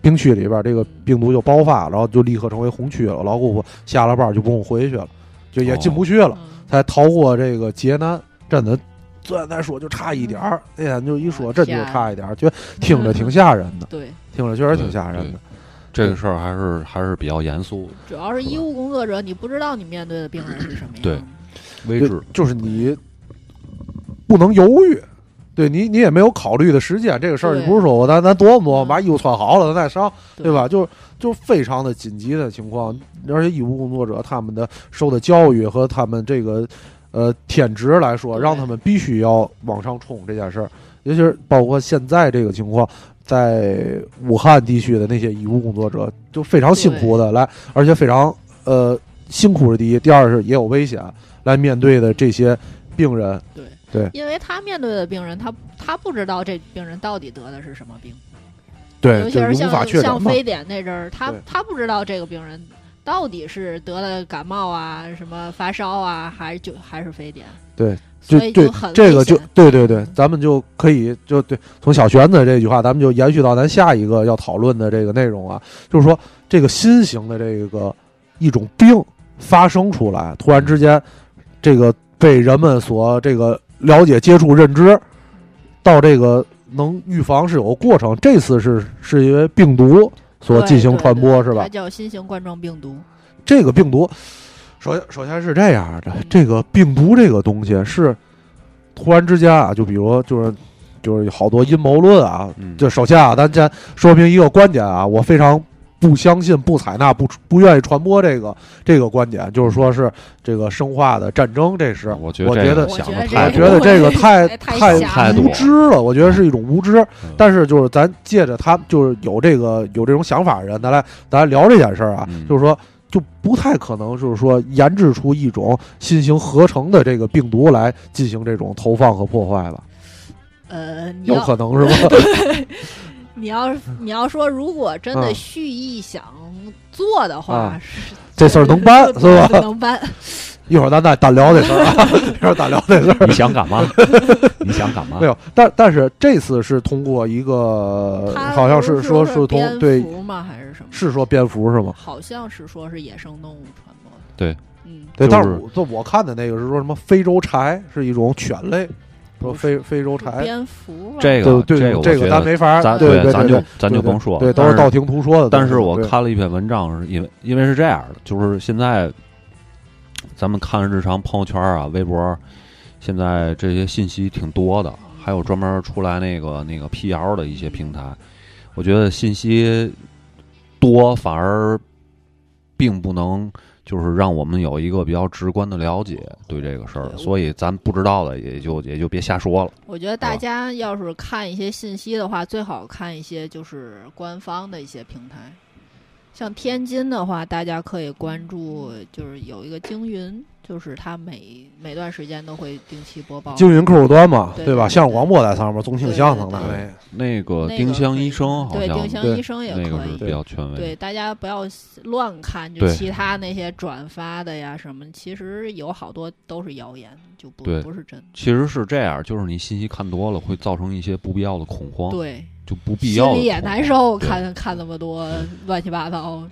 [SPEAKER 2] 病区里边儿，这个病毒就爆发，然后就立刻成为红区了。我老姑父下了班儿就不用回去了，就也 进不去了，
[SPEAKER 4] 嗯
[SPEAKER 2] 才逃过这个劫难。真的，昨天咱说就差一点儿，那
[SPEAKER 4] 嗯
[SPEAKER 2] 天就一说真就差一点儿，觉得听着挺吓人的，
[SPEAKER 4] 对，
[SPEAKER 2] 听着确实挺吓人的。
[SPEAKER 3] 这个事儿还是还是比较严肃的，
[SPEAKER 4] 主要是医务工作者，你不知道你面对的病人是什么样。
[SPEAKER 3] 对危
[SPEAKER 2] 对，
[SPEAKER 3] 至。
[SPEAKER 2] 就是你不能犹豫，对你你也没有考虑的时间，这个事儿
[SPEAKER 4] 对
[SPEAKER 2] 你不是说我咱咱多么多
[SPEAKER 4] 嗯
[SPEAKER 2] 把衣服穿好了咱再上，
[SPEAKER 4] 对
[SPEAKER 2] 对吧？就就非常的紧急的情况，而且医务工作者他们的受的教育和他们这个呃天职来说，
[SPEAKER 4] 对
[SPEAKER 2] 让他们必须要往上冲这件事儿，尤其是包括现在这个情况。在武汉地区的那些医务工作者就非常辛苦的来，而且非常呃辛苦是第一，第二是也有危险来面对的这些病人，
[SPEAKER 4] 对
[SPEAKER 2] 对
[SPEAKER 4] 因为他面对的病人，他他不知道这病人到底得的是什么病，
[SPEAKER 2] 对
[SPEAKER 4] 尤其
[SPEAKER 2] 就是是无法
[SPEAKER 4] 像
[SPEAKER 2] 确诊
[SPEAKER 4] 像
[SPEAKER 2] 嘛。
[SPEAKER 4] 非典那阵儿，他
[SPEAKER 2] 对
[SPEAKER 4] 他不知道这个病人到底是得了感冒啊、什么发烧啊，还是就还是非典，
[SPEAKER 2] 对，就
[SPEAKER 4] 所以
[SPEAKER 2] 对
[SPEAKER 4] 就很
[SPEAKER 2] 这个
[SPEAKER 4] 危
[SPEAKER 2] 就
[SPEAKER 4] 险
[SPEAKER 2] 对对对，咱们就可以就对从小玄子这句话，咱们就延续到咱下一个要讨论的这个内容啊，就是说这个新型的这个一种病发生出来，突然之间，这个被人们所这个了解、接触、认知，到这个能预防是有个过程。这次是是因为病毒所
[SPEAKER 4] 对
[SPEAKER 2] 进行
[SPEAKER 4] 对
[SPEAKER 2] 传播，
[SPEAKER 4] 对
[SPEAKER 2] 是吧
[SPEAKER 4] 它？叫新型冠状病毒，
[SPEAKER 2] 这个病毒，首首先是这样的，这个病毒这个东西是突然之间啊，就比如就是就是有好多阴谋论啊，
[SPEAKER 3] 嗯，
[SPEAKER 2] 就首先啊，咱先说明一个观点啊，我非常不相信、不采纳、不不愿意传播这个这个观点，就是说是这个生化的战争，这是
[SPEAKER 3] 嗯我觉
[SPEAKER 2] 我
[SPEAKER 3] 这
[SPEAKER 2] 觉得
[SPEAKER 3] 个想的
[SPEAKER 4] 我
[SPEAKER 2] 我
[SPEAKER 3] 太
[SPEAKER 2] 觉
[SPEAKER 3] 多了
[SPEAKER 2] 得这个太
[SPEAKER 4] 太
[SPEAKER 2] 太
[SPEAKER 4] 狭
[SPEAKER 3] 隘
[SPEAKER 2] 无
[SPEAKER 3] 了
[SPEAKER 2] 知了，我觉得是一种无知
[SPEAKER 3] 嗯。
[SPEAKER 2] 但是就是咱借着他就是有这个有这种想法的人，咱来咱来聊这件事儿啊
[SPEAKER 3] 嗯，
[SPEAKER 2] 就是说就不太可能就是说研制出一种新型合成的这个病毒来进行这种投放和破坏吧？
[SPEAKER 4] 呃，你
[SPEAKER 2] 有
[SPEAKER 4] 要
[SPEAKER 2] 可能是吧？
[SPEAKER 4] 你要你要说，如果真的
[SPEAKER 2] 嗯
[SPEAKER 4] 蓄意想做的话
[SPEAKER 2] 啊，
[SPEAKER 4] 是
[SPEAKER 2] 这事儿能办是吧？
[SPEAKER 4] 能搬，
[SPEAKER 2] 一会儿咱再单聊这事儿啊，一会儿单聊这事儿。
[SPEAKER 3] 你想干嘛？你想 干嘛
[SPEAKER 2] 没？有，但但是这次是通过一个，
[SPEAKER 4] 它
[SPEAKER 2] 呃好像
[SPEAKER 4] 不是
[SPEAKER 2] 说
[SPEAKER 4] 是
[SPEAKER 2] 是
[SPEAKER 4] 蝙
[SPEAKER 2] 通对，
[SPEAKER 4] 蝠吗？还是什么？
[SPEAKER 2] 是说蝙蝠是吗？
[SPEAKER 4] 好像是说是野生动物传播的。
[SPEAKER 3] 对，
[SPEAKER 4] 嗯，
[SPEAKER 2] 对，
[SPEAKER 3] 就
[SPEAKER 2] 但
[SPEAKER 3] 是
[SPEAKER 2] 是我就我看的那个是说什么非洲柴是一种犬类，说非非洲
[SPEAKER 4] 是
[SPEAKER 2] 柴，
[SPEAKER 4] 蝙蝠吧
[SPEAKER 3] 这
[SPEAKER 2] 对
[SPEAKER 3] 个
[SPEAKER 2] 对，
[SPEAKER 3] 个我
[SPEAKER 2] 这
[SPEAKER 3] 觉
[SPEAKER 2] 咱
[SPEAKER 3] 得
[SPEAKER 2] 没法，
[SPEAKER 3] 咱
[SPEAKER 2] 对
[SPEAKER 4] 对
[SPEAKER 2] 对
[SPEAKER 3] 咱
[SPEAKER 2] 对
[SPEAKER 3] 就咱就
[SPEAKER 2] 对
[SPEAKER 3] 甭说，
[SPEAKER 2] 对，都
[SPEAKER 3] 但
[SPEAKER 2] 是道听途说的。
[SPEAKER 3] 但是我
[SPEAKER 2] 对，
[SPEAKER 3] 看了一篇文章，是因为因为是这样的，就是现在咱们看日常朋友圈啊、微博，现在这些信息挺多的，还有专门出来那个那个辟谣的一些平台，我觉得信息多反而并不能就是让我们有一个比较直观的了解对这个事儿，所以咱不知道的也就也就别瞎说了。
[SPEAKER 4] 我觉得大家要是看一些信息的话，最好看一些就是官方的一些平台。像天津的话，大家可以关注，就是有一个京云，就是它每每段时间都会定期播报。
[SPEAKER 2] 京云客户端嘛，
[SPEAKER 4] 对
[SPEAKER 2] 对吧？
[SPEAKER 4] 对对
[SPEAKER 2] 相声广播在上面，宗庆相声在
[SPEAKER 4] 对
[SPEAKER 2] 那。
[SPEAKER 3] 那个
[SPEAKER 4] 那个
[SPEAKER 3] 丁香
[SPEAKER 4] 可以
[SPEAKER 3] 医生好
[SPEAKER 4] 对
[SPEAKER 3] 像
[SPEAKER 4] 丁香
[SPEAKER 2] 对
[SPEAKER 4] 医生也
[SPEAKER 3] 那个
[SPEAKER 4] 可
[SPEAKER 3] 是
[SPEAKER 4] 以
[SPEAKER 3] 比。较权威，
[SPEAKER 4] 对，大家不要乱看，就
[SPEAKER 3] 对
[SPEAKER 4] 其他那些转发的呀什么，其实有好多都是谣言，就不
[SPEAKER 3] 对
[SPEAKER 4] 不是真的。
[SPEAKER 3] 其实是这样，就是你信息看多了会造成一些不必要的恐慌，
[SPEAKER 4] 对，
[SPEAKER 3] 就不哦必要的
[SPEAKER 4] 心里也
[SPEAKER 3] 恐慌
[SPEAKER 4] 难受，
[SPEAKER 3] 对
[SPEAKER 4] 看看那 么多乱七八糟。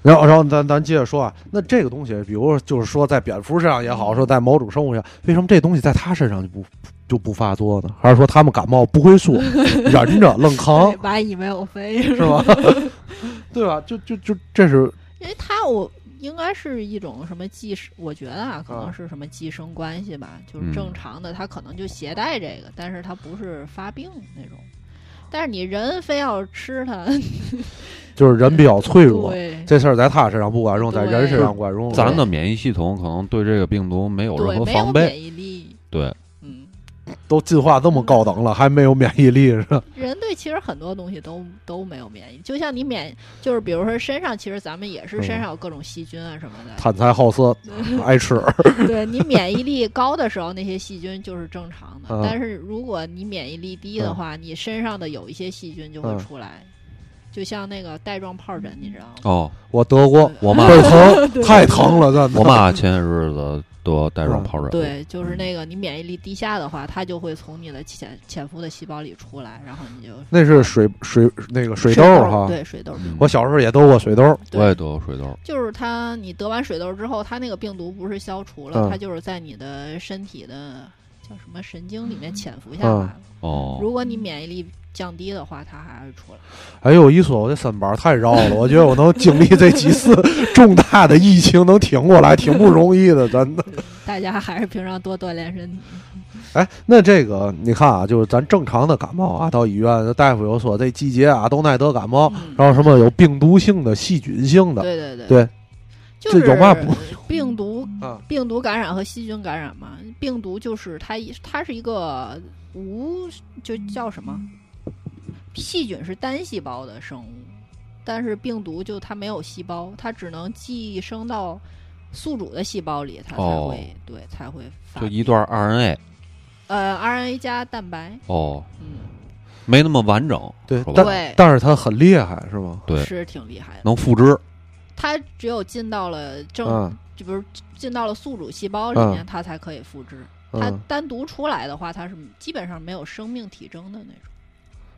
[SPEAKER 2] 然后，然后咱咱接着说啊，那这个东西，比如就是说在蝙蝠身上也好，说在某种生物上，为什么这东西在他身上就不就不发作呢？还是说他们感冒不会 说，忍着愣扛
[SPEAKER 3] 哦
[SPEAKER 4] 对，蚂蚁没有飞，
[SPEAKER 2] 是吧？对吧？就就就这是
[SPEAKER 4] 因为它我应该是一种什么寄生，我觉得啊，可
[SPEAKER 2] 啊
[SPEAKER 4] 能是什么寄生关系吧，就
[SPEAKER 3] 嗯
[SPEAKER 4] 是正常的，它可能就携带这个，但是它不是发病那种。但是你人非要吃 它，
[SPEAKER 2] 就是人比较脆弱，
[SPEAKER 4] 对
[SPEAKER 2] 这事儿在他身上不管用，在
[SPEAKER 4] 对
[SPEAKER 2] 人身上管用。
[SPEAKER 3] 咱的免疫系统可能对这个病毒没有任
[SPEAKER 4] 对，
[SPEAKER 3] 何
[SPEAKER 4] 没有
[SPEAKER 3] 防备，
[SPEAKER 4] 免疫力，
[SPEAKER 3] 对，
[SPEAKER 4] 嗯。
[SPEAKER 2] 都进化这么高等了，还没有免疫力是吧？
[SPEAKER 4] 人对其实很多东西都都没有免疫，就像你免，就是比如说身上，其实咱们也是
[SPEAKER 2] 嗯
[SPEAKER 4] 身上有各种细菌啊什么的。
[SPEAKER 2] 贪财好色，爱吃，
[SPEAKER 4] 对你免疫力高的时候，那些细菌就是正常的
[SPEAKER 2] 嗯；
[SPEAKER 4] 但是如果你免疫力低的话，你身上的有一些细菌就会
[SPEAKER 2] 嗯
[SPEAKER 4] 出来，就像那个带状疱疹，你知道吗？
[SPEAKER 3] 哦，
[SPEAKER 2] 我得过，
[SPEAKER 3] 我 妈
[SPEAKER 2] 倍儿疼，太疼了，真的。
[SPEAKER 3] 我妈前些日子得带
[SPEAKER 2] 嗯
[SPEAKER 3] 状疱疹，，
[SPEAKER 4] 对，就是那个你免疫力低下的话，它就会从你的潜潜伏的细胞里出来，然后你就
[SPEAKER 2] 那是水水那个水痘
[SPEAKER 4] 儿
[SPEAKER 2] 儿哈。
[SPEAKER 4] 对水痘儿，
[SPEAKER 2] 我小时候也得过水痘儿，
[SPEAKER 3] 嗯
[SPEAKER 4] 对
[SPEAKER 3] 我也得过水痘，
[SPEAKER 4] 就是它，你得完水痘之后，它那个病毒不是消除了，
[SPEAKER 2] 嗯
[SPEAKER 4] 它就是在你的身体的叫什么神经里面潜伏下来了。
[SPEAKER 3] 哦，
[SPEAKER 4] 如果你免疫力降低的话，它还会出来。
[SPEAKER 2] 哎呦，一说我这身板儿太绕了，我觉得我能经历这几次 重大的疫情能挺过来，挺不容易的，真的。
[SPEAKER 4] 大家还是平常多锻炼身体。
[SPEAKER 2] 哎，那这个你看啊，就是咱正常的感冒啊，到医院大夫有说这季节啊都耐得感冒，
[SPEAKER 4] 嗯
[SPEAKER 2] 然后什么有病毒性的、细菌性的，
[SPEAKER 4] 对对对
[SPEAKER 2] 对
[SPEAKER 4] 就
[SPEAKER 2] 这
[SPEAKER 4] 是
[SPEAKER 2] 有嘛不
[SPEAKER 4] 病毒
[SPEAKER 2] 啊，
[SPEAKER 4] 病毒感染和细菌感染嘛。病毒就是它一，它是一个无，就叫什么？细菌是单细胞的生物，但是病毒就它没有细胞，它只能寄生到宿主的细胞里，它才会、
[SPEAKER 3] 哦
[SPEAKER 4] 对才会发
[SPEAKER 3] 就。一段 RNA，
[SPEAKER 4] 呃，RNA 加蛋白，
[SPEAKER 3] 哦，
[SPEAKER 4] 嗯，
[SPEAKER 3] 没那么完整，
[SPEAKER 2] 对
[SPEAKER 3] 说，白了
[SPEAKER 2] 但
[SPEAKER 4] 对
[SPEAKER 2] 但是它很厉害，是吗？
[SPEAKER 3] 对
[SPEAKER 4] 是挺厉害的。
[SPEAKER 3] 能复制，
[SPEAKER 4] 它只有进到了正，
[SPEAKER 2] 嗯
[SPEAKER 4] 就比如进到了宿主细胞里面，它才可以复制。它
[SPEAKER 2] 嗯，
[SPEAKER 4] 单独出来的话，它是基本上没有生命体征的那种，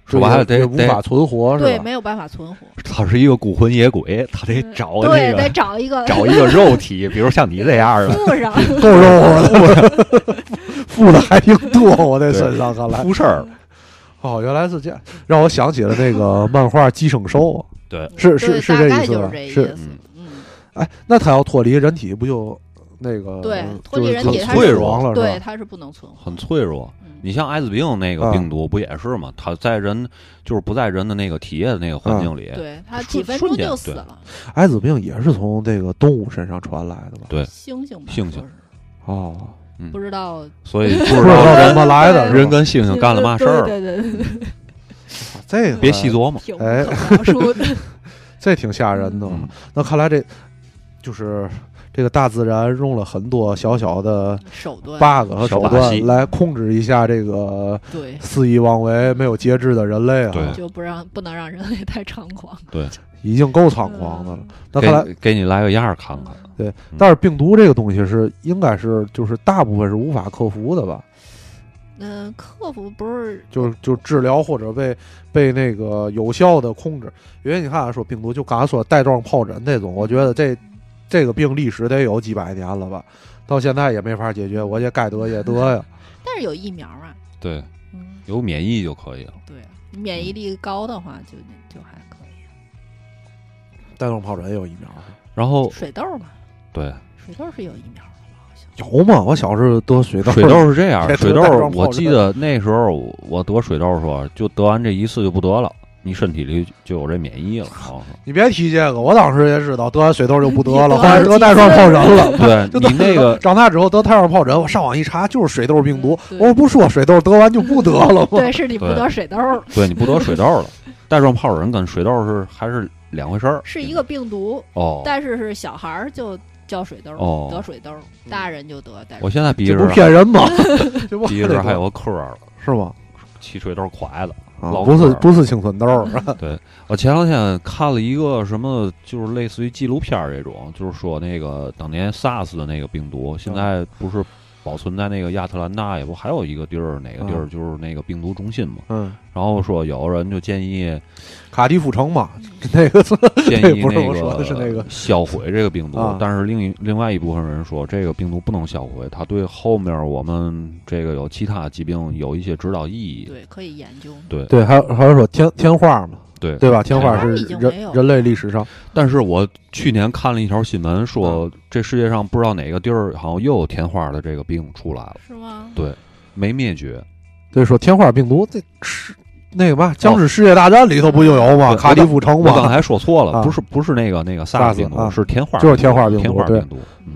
[SPEAKER 2] 就
[SPEAKER 3] 说白了
[SPEAKER 2] 也
[SPEAKER 3] 得
[SPEAKER 2] 也无
[SPEAKER 3] 得
[SPEAKER 2] 法存
[SPEAKER 3] 哦
[SPEAKER 2] 活，是
[SPEAKER 4] 对，
[SPEAKER 2] 吧？
[SPEAKER 4] 没有办法存 活。嗯
[SPEAKER 3] 他是一个孤魂野鬼，他得找
[SPEAKER 4] 对，
[SPEAKER 3] 那
[SPEAKER 4] 得
[SPEAKER 3] 个
[SPEAKER 4] 找一个
[SPEAKER 3] 找一个肉体，比如像你这样的，
[SPEAKER 4] 附 上，
[SPEAKER 2] 够肉了， 付的还挺多，我这身上看来。
[SPEAKER 3] 出事儿，
[SPEAKER 2] 哦，原来是这样，让我想起了那个漫画《寄生兽》啊。
[SPEAKER 3] 对，
[SPEAKER 2] 是
[SPEAKER 4] 对
[SPEAKER 2] 是是
[SPEAKER 4] 大
[SPEAKER 2] 这
[SPEAKER 4] 概
[SPEAKER 2] 意思
[SPEAKER 4] 就是
[SPEAKER 2] 吧
[SPEAKER 4] 这意
[SPEAKER 2] 是
[SPEAKER 4] 思
[SPEAKER 3] 嗯。
[SPEAKER 4] 嗯，
[SPEAKER 2] 哎，那它要脱离人体，不就那个
[SPEAKER 4] 对
[SPEAKER 2] 嗯
[SPEAKER 4] 脱离
[SPEAKER 2] 就是
[SPEAKER 4] 人
[SPEAKER 2] 很
[SPEAKER 4] 体它
[SPEAKER 2] 脆
[SPEAKER 3] 是
[SPEAKER 2] 弱了，
[SPEAKER 4] 对，
[SPEAKER 2] 是吧？
[SPEAKER 4] 它是不能存活。
[SPEAKER 3] 很脆弱。
[SPEAKER 4] 嗯
[SPEAKER 3] 你像艾滋病那个
[SPEAKER 2] 啊
[SPEAKER 3] 病毒不也是吗？它在人就是不在人的那个体液的那个
[SPEAKER 2] 嗯
[SPEAKER 3] 环境里，
[SPEAKER 4] 对，它
[SPEAKER 3] 瞬
[SPEAKER 4] 几分钟
[SPEAKER 3] 瞬间
[SPEAKER 4] 就死
[SPEAKER 3] 对
[SPEAKER 4] 了。
[SPEAKER 2] 艾滋病也是从这个动物身上传来的吧？
[SPEAKER 3] 对
[SPEAKER 4] 猩猩吧，
[SPEAKER 3] 猩猩
[SPEAKER 4] 说是
[SPEAKER 2] 哦，
[SPEAKER 4] 不知道
[SPEAKER 3] 所 以不
[SPEAKER 2] 不
[SPEAKER 3] 知
[SPEAKER 2] 知道
[SPEAKER 3] 道
[SPEAKER 2] 怎
[SPEAKER 3] 人
[SPEAKER 2] 么来的，跟
[SPEAKER 3] 人跟猩猩干了嘛事儿了，
[SPEAKER 4] 对对对对，对
[SPEAKER 2] 这个
[SPEAKER 3] 别细琢磨。
[SPEAKER 4] 挺不
[SPEAKER 2] 哎
[SPEAKER 4] 可描 述的。
[SPEAKER 2] 这挺吓人的。
[SPEAKER 3] 嗯
[SPEAKER 2] 那看来这就是这个大自然用了很多小小的
[SPEAKER 4] 手段
[SPEAKER 2] bug 和手
[SPEAKER 3] 小把戏
[SPEAKER 2] 段来控制一下这个
[SPEAKER 4] 对，
[SPEAKER 2] 肆意妄为、没有节制的人类啊，
[SPEAKER 3] 对
[SPEAKER 4] 就不让不能让人类太猖狂。
[SPEAKER 2] 已经够猖狂的了。那看来，
[SPEAKER 3] 给给你来个样儿看看，
[SPEAKER 2] 但是病毒这个东西是应该是就是大部分是无法克服的吧？
[SPEAKER 4] 嗯，克服不是
[SPEAKER 2] 就是就治疗或者被被那个有效的控制。因为你看啊说病毒，就刚才说带状疱疹这种，我觉得这这个病历史得有几百年了吧，到现在也没法解决，我也该得也得呀。
[SPEAKER 4] 但是有疫苗啊。
[SPEAKER 3] 对，
[SPEAKER 4] 嗯，
[SPEAKER 3] 有免疫就可以了。
[SPEAKER 4] 对，啊免疫力高的话就就还可以。
[SPEAKER 2] 带状疱疹也有疫苗
[SPEAKER 3] 然后
[SPEAKER 4] 水痘嘛，
[SPEAKER 3] 对
[SPEAKER 4] 水痘是有疫苗的吧？好像
[SPEAKER 2] 有吗？我小时候得水痘，
[SPEAKER 3] 水痘是这样，
[SPEAKER 2] 这
[SPEAKER 3] 水
[SPEAKER 2] 都
[SPEAKER 3] 痘
[SPEAKER 2] 带状疱疹
[SPEAKER 3] 我记得那时候我得水痘的时候，就得完这一次就不得了，你身体里就有这免疫了，好像是。
[SPEAKER 2] 你别提这个，我当时也知道得完水痘就不得了，
[SPEAKER 4] 你得了
[SPEAKER 2] 后来得带状疱疹了。 就
[SPEAKER 3] 对
[SPEAKER 2] 得
[SPEAKER 3] 你那个
[SPEAKER 2] 长大之后得带状疱疹，我上网一查就是水痘病毒。
[SPEAKER 4] 对
[SPEAKER 2] 我不说水痘得完就不得了吗？
[SPEAKER 4] 对，是你不得水痘儿，
[SPEAKER 3] 对你不得水痘了，带状疱疹跟水痘是还是两回事儿。
[SPEAKER 4] 是一个病毒，
[SPEAKER 3] 哦，
[SPEAKER 4] 但是是小孩儿就叫水痘儿，
[SPEAKER 3] 哦
[SPEAKER 4] 得水痘儿，大人就得带。
[SPEAKER 3] 我现在鼻
[SPEAKER 2] 这
[SPEAKER 3] 子
[SPEAKER 2] 不
[SPEAKER 3] 上
[SPEAKER 2] 骗人吗？ 这不
[SPEAKER 3] 鼻子上还有个坑儿了，
[SPEAKER 2] 是吗？
[SPEAKER 3] 起水痘垮了。
[SPEAKER 2] 啊，
[SPEAKER 3] 老
[SPEAKER 2] 不是
[SPEAKER 3] 壳儿
[SPEAKER 2] 不是青春痘儿，
[SPEAKER 3] 我前两天看了一个什么，就是类似于纪录片儿这种，就是说那个当年 SARS 的那个病毒，现
[SPEAKER 2] 嗯
[SPEAKER 3] 在不是保存在那个亚特兰大，也不还有一个地儿，哪个地儿就是那个病毒中心嘛。
[SPEAKER 2] 嗯，
[SPEAKER 3] 然后说有人就 建议
[SPEAKER 2] 卡迪夫城嘛，
[SPEAKER 4] 嗯
[SPEAKER 2] 那个是
[SPEAKER 3] 建
[SPEAKER 2] 对
[SPEAKER 3] 议
[SPEAKER 2] 不是
[SPEAKER 3] 那
[SPEAKER 2] 我说的是那
[SPEAKER 3] 个
[SPEAKER 2] 个
[SPEAKER 3] 销毁这个病毒
[SPEAKER 2] 啊，
[SPEAKER 3] 但是另一另外一部分人说这个病毒不能销毁，它对后面我们这个有其他疾病有一些指导意义。
[SPEAKER 4] 对，可以研究。
[SPEAKER 3] 对，
[SPEAKER 2] 对，还有还有说天天花嘛，
[SPEAKER 3] 对
[SPEAKER 2] 对吧？天花
[SPEAKER 4] 天花
[SPEAKER 2] 是
[SPEAKER 4] 已经没
[SPEAKER 2] 人
[SPEAKER 4] 有了
[SPEAKER 2] 人类历史上
[SPEAKER 3] 但是我去年看了一条新闻，
[SPEAKER 2] 嗯
[SPEAKER 3] 说这世界上不知道哪个地儿好像又有天花的这个病出来了，
[SPEAKER 4] 是吗？
[SPEAKER 3] 对没灭绝。
[SPEAKER 2] 对说天花病毒，这是那个嘛，僵尸世界大战里头不就有吗？
[SPEAKER 3] 对
[SPEAKER 2] 卡迪夫城
[SPEAKER 3] 我刚
[SPEAKER 2] 嘛，
[SPEAKER 3] 才说错了，
[SPEAKER 2] 啊
[SPEAKER 3] 不是不是那个那个
[SPEAKER 2] SARS
[SPEAKER 3] 病
[SPEAKER 2] 啊
[SPEAKER 3] 毒，是天花，
[SPEAKER 2] 就是天花病毒
[SPEAKER 3] 天花
[SPEAKER 2] 对
[SPEAKER 3] 病毒。嗯，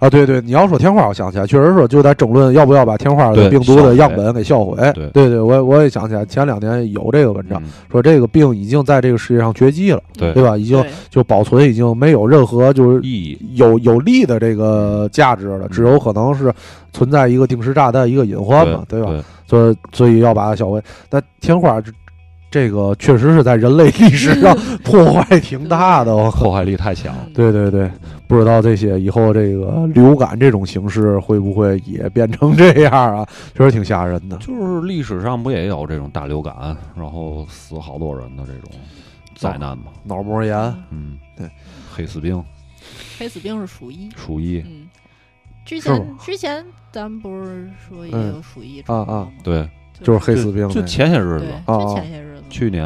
[SPEAKER 2] 啊，对对，你要说天花，我想起来，确实是就在争论要不要把天花的
[SPEAKER 3] 对
[SPEAKER 2] 病毒的
[SPEAKER 3] 销毁
[SPEAKER 2] 样本给销毁。
[SPEAKER 3] 对
[SPEAKER 2] 对对，我我也想起来，前两年有这个文章，
[SPEAKER 3] 嗯
[SPEAKER 2] 说这个病已经在这个世界上绝迹了，
[SPEAKER 3] 对
[SPEAKER 2] 对吧？已经
[SPEAKER 4] 对
[SPEAKER 2] 就保存已经没有任何就是
[SPEAKER 3] 意义
[SPEAKER 2] 有有利的这个价值了，
[SPEAKER 3] 嗯
[SPEAKER 2] 只有可能是存在一个定时炸弹、一个隐患嘛，对吧？
[SPEAKER 3] 对
[SPEAKER 2] 所以所以要把它销毁。但天花这这个确实是在人类历史上破坏挺大的，我靠！
[SPEAKER 3] 破坏力太强。
[SPEAKER 4] 嗯
[SPEAKER 2] 对对对，不知道这些以后这个流感这种形式会不会也变成这样 啊？确实挺吓人的。
[SPEAKER 3] 就是历史上不也有这种大流感，然后死好多人的这种灾难吗？
[SPEAKER 2] 脑膜炎，
[SPEAKER 3] 嗯，
[SPEAKER 2] 对，
[SPEAKER 3] 黑死病、
[SPEAKER 4] 黑死病是鼠疫。
[SPEAKER 3] 鼠疫，
[SPEAKER 4] 嗯，之
[SPEAKER 2] 是吗
[SPEAKER 4] 前之前咱们不是说也
[SPEAKER 2] 嗯
[SPEAKER 4] 有鼠疫
[SPEAKER 2] 啊
[SPEAKER 4] 传
[SPEAKER 2] 啊
[SPEAKER 4] 播吗？
[SPEAKER 3] 对，
[SPEAKER 2] 就是黑死病那
[SPEAKER 3] 就
[SPEAKER 2] 个，
[SPEAKER 3] 前些日
[SPEAKER 4] 对，
[SPEAKER 3] 子，
[SPEAKER 2] 啊
[SPEAKER 4] 就前些日子嘛。
[SPEAKER 3] 去年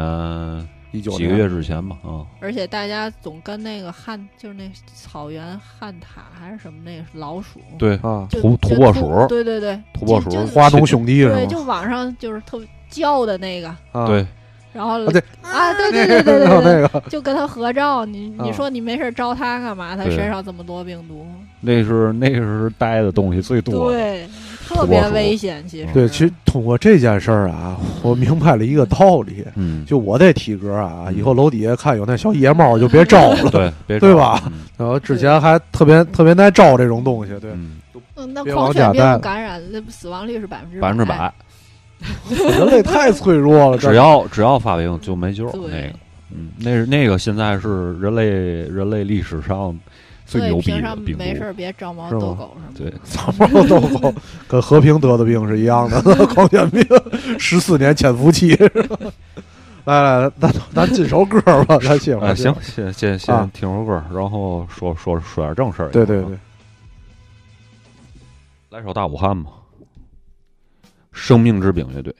[SPEAKER 2] 一九
[SPEAKER 3] 几个月之前吧，啊，
[SPEAKER 4] 而且大家总跟那个旱，就是那草原旱獭还是什么那个老鼠，
[SPEAKER 3] 对，
[SPEAKER 2] 啊，
[SPEAKER 4] 就
[SPEAKER 3] 土
[SPEAKER 4] 就
[SPEAKER 3] 土拨鼠
[SPEAKER 4] 对对对，
[SPEAKER 3] 土拨
[SPEAKER 4] 就
[SPEAKER 3] 鼠
[SPEAKER 4] 就
[SPEAKER 2] 花东兄弟
[SPEAKER 4] 对，
[SPEAKER 2] 是
[SPEAKER 4] 就
[SPEAKER 2] 吗？
[SPEAKER 4] 网上就是特别叫的那个，
[SPEAKER 2] 啊，
[SPEAKER 3] 对，哦
[SPEAKER 4] 然后
[SPEAKER 2] 啊对
[SPEAKER 4] 啊，对对
[SPEAKER 2] 那个
[SPEAKER 4] 对对对对，
[SPEAKER 2] 那个
[SPEAKER 4] 就跟他合照，你
[SPEAKER 2] 啊
[SPEAKER 4] 你说你没事招他干嘛？他
[SPEAKER 3] 对
[SPEAKER 4] 身上这么多病毒，
[SPEAKER 3] 那是那是带的东西最多的，
[SPEAKER 4] 对，特
[SPEAKER 3] 土拨
[SPEAKER 4] 别
[SPEAKER 3] 鼠
[SPEAKER 4] 危险，其实
[SPEAKER 2] 对，其实通过这件事儿啊，我明白了一个道理，
[SPEAKER 3] 嗯，
[SPEAKER 2] 就我这体格啊，
[SPEAKER 3] 嗯
[SPEAKER 2] 以后楼底下看有那小野猫就别招了。
[SPEAKER 3] 对，别
[SPEAKER 2] 对
[SPEAKER 3] 找
[SPEAKER 2] 吧？
[SPEAKER 3] 嗯
[SPEAKER 2] 然后之前还特别特别爱招这种东 西，对，
[SPEAKER 3] 嗯，
[SPEAKER 4] 嗯，那
[SPEAKER 2] 别
[SPEAKER 4] 狂
[SPEAKER 2] 往
[SPEAKER 4] 犬
[SPEAKER 2] 假
[SPEAKER 4] 病
[SPEAKER 2] 带
[SPEAKER 4] 感染那死亡率是百分之
[SPEAKER 3] 百分之百，
[SPEAKER 2] 人类太脆弱了，这
[SPEAKER 3] 只要只要发病就没救
[SPEAKER 4] 对
[SPEAKER 3] 那个，嗯，那是那个现在是人类人类历史上最
[SPEAKER 4] 所以
[SPEAKER 3] 牛逼
[SPEAKER 4] 平
[SPEAKER 3] 的
[SPEAKER 4] 常
[SPEAKER 3] 病
[SPEAKER 4] 没事
[SPEAKER 3] 毒，
[SPEAKER 4] 儿别招猫
[SPEAKER 2] 是吗
[SPEAKER 4] 逗狗什么的。
[SPEAKER 3] 对，
[SPEAKER 2] 草帽豆狗跟和平得的病是一样的， 狂犬病十四年潜伏期。 是吧来来，来咱咱进首歌吧，咱歇会
[SPEAKER 3] 啊，
[SPEAKER 2] 儿。
[SPEAKER 3] 行，先先
[SPEAKER 2] 啊
[SPEAKER 3] 先听首歌，然后说说说点正事儿。
[SPEAKER 2] 对对对，
[SPEAKER 3] 来首大武汉吧，《生命之饼》乐队。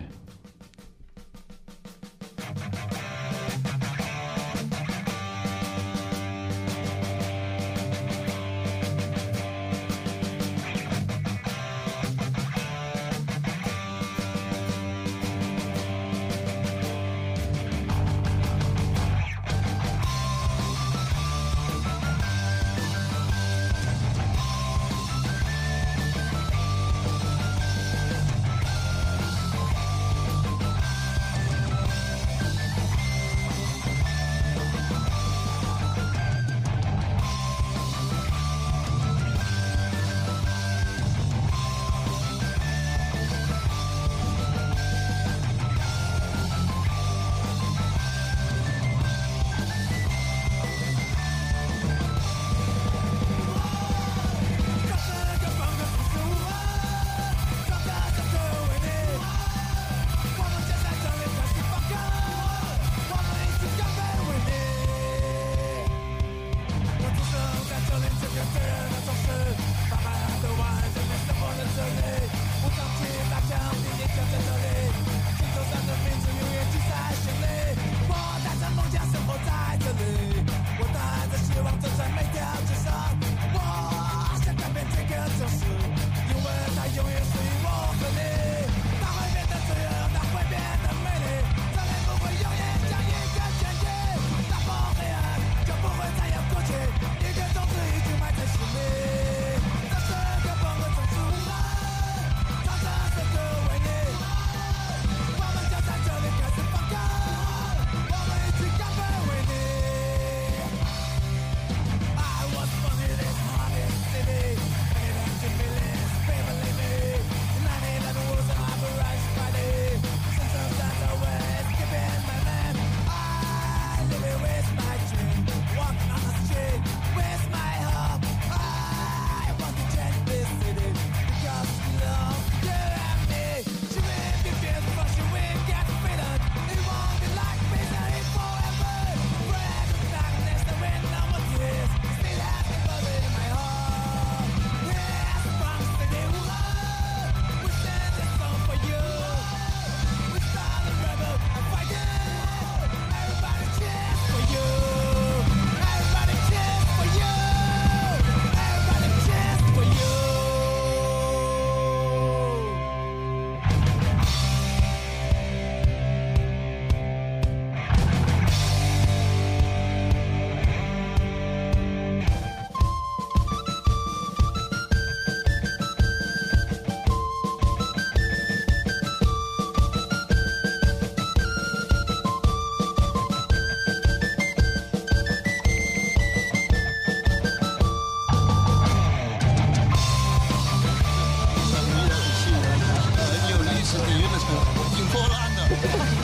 [SPEAKER 5] 生命之饼乐队，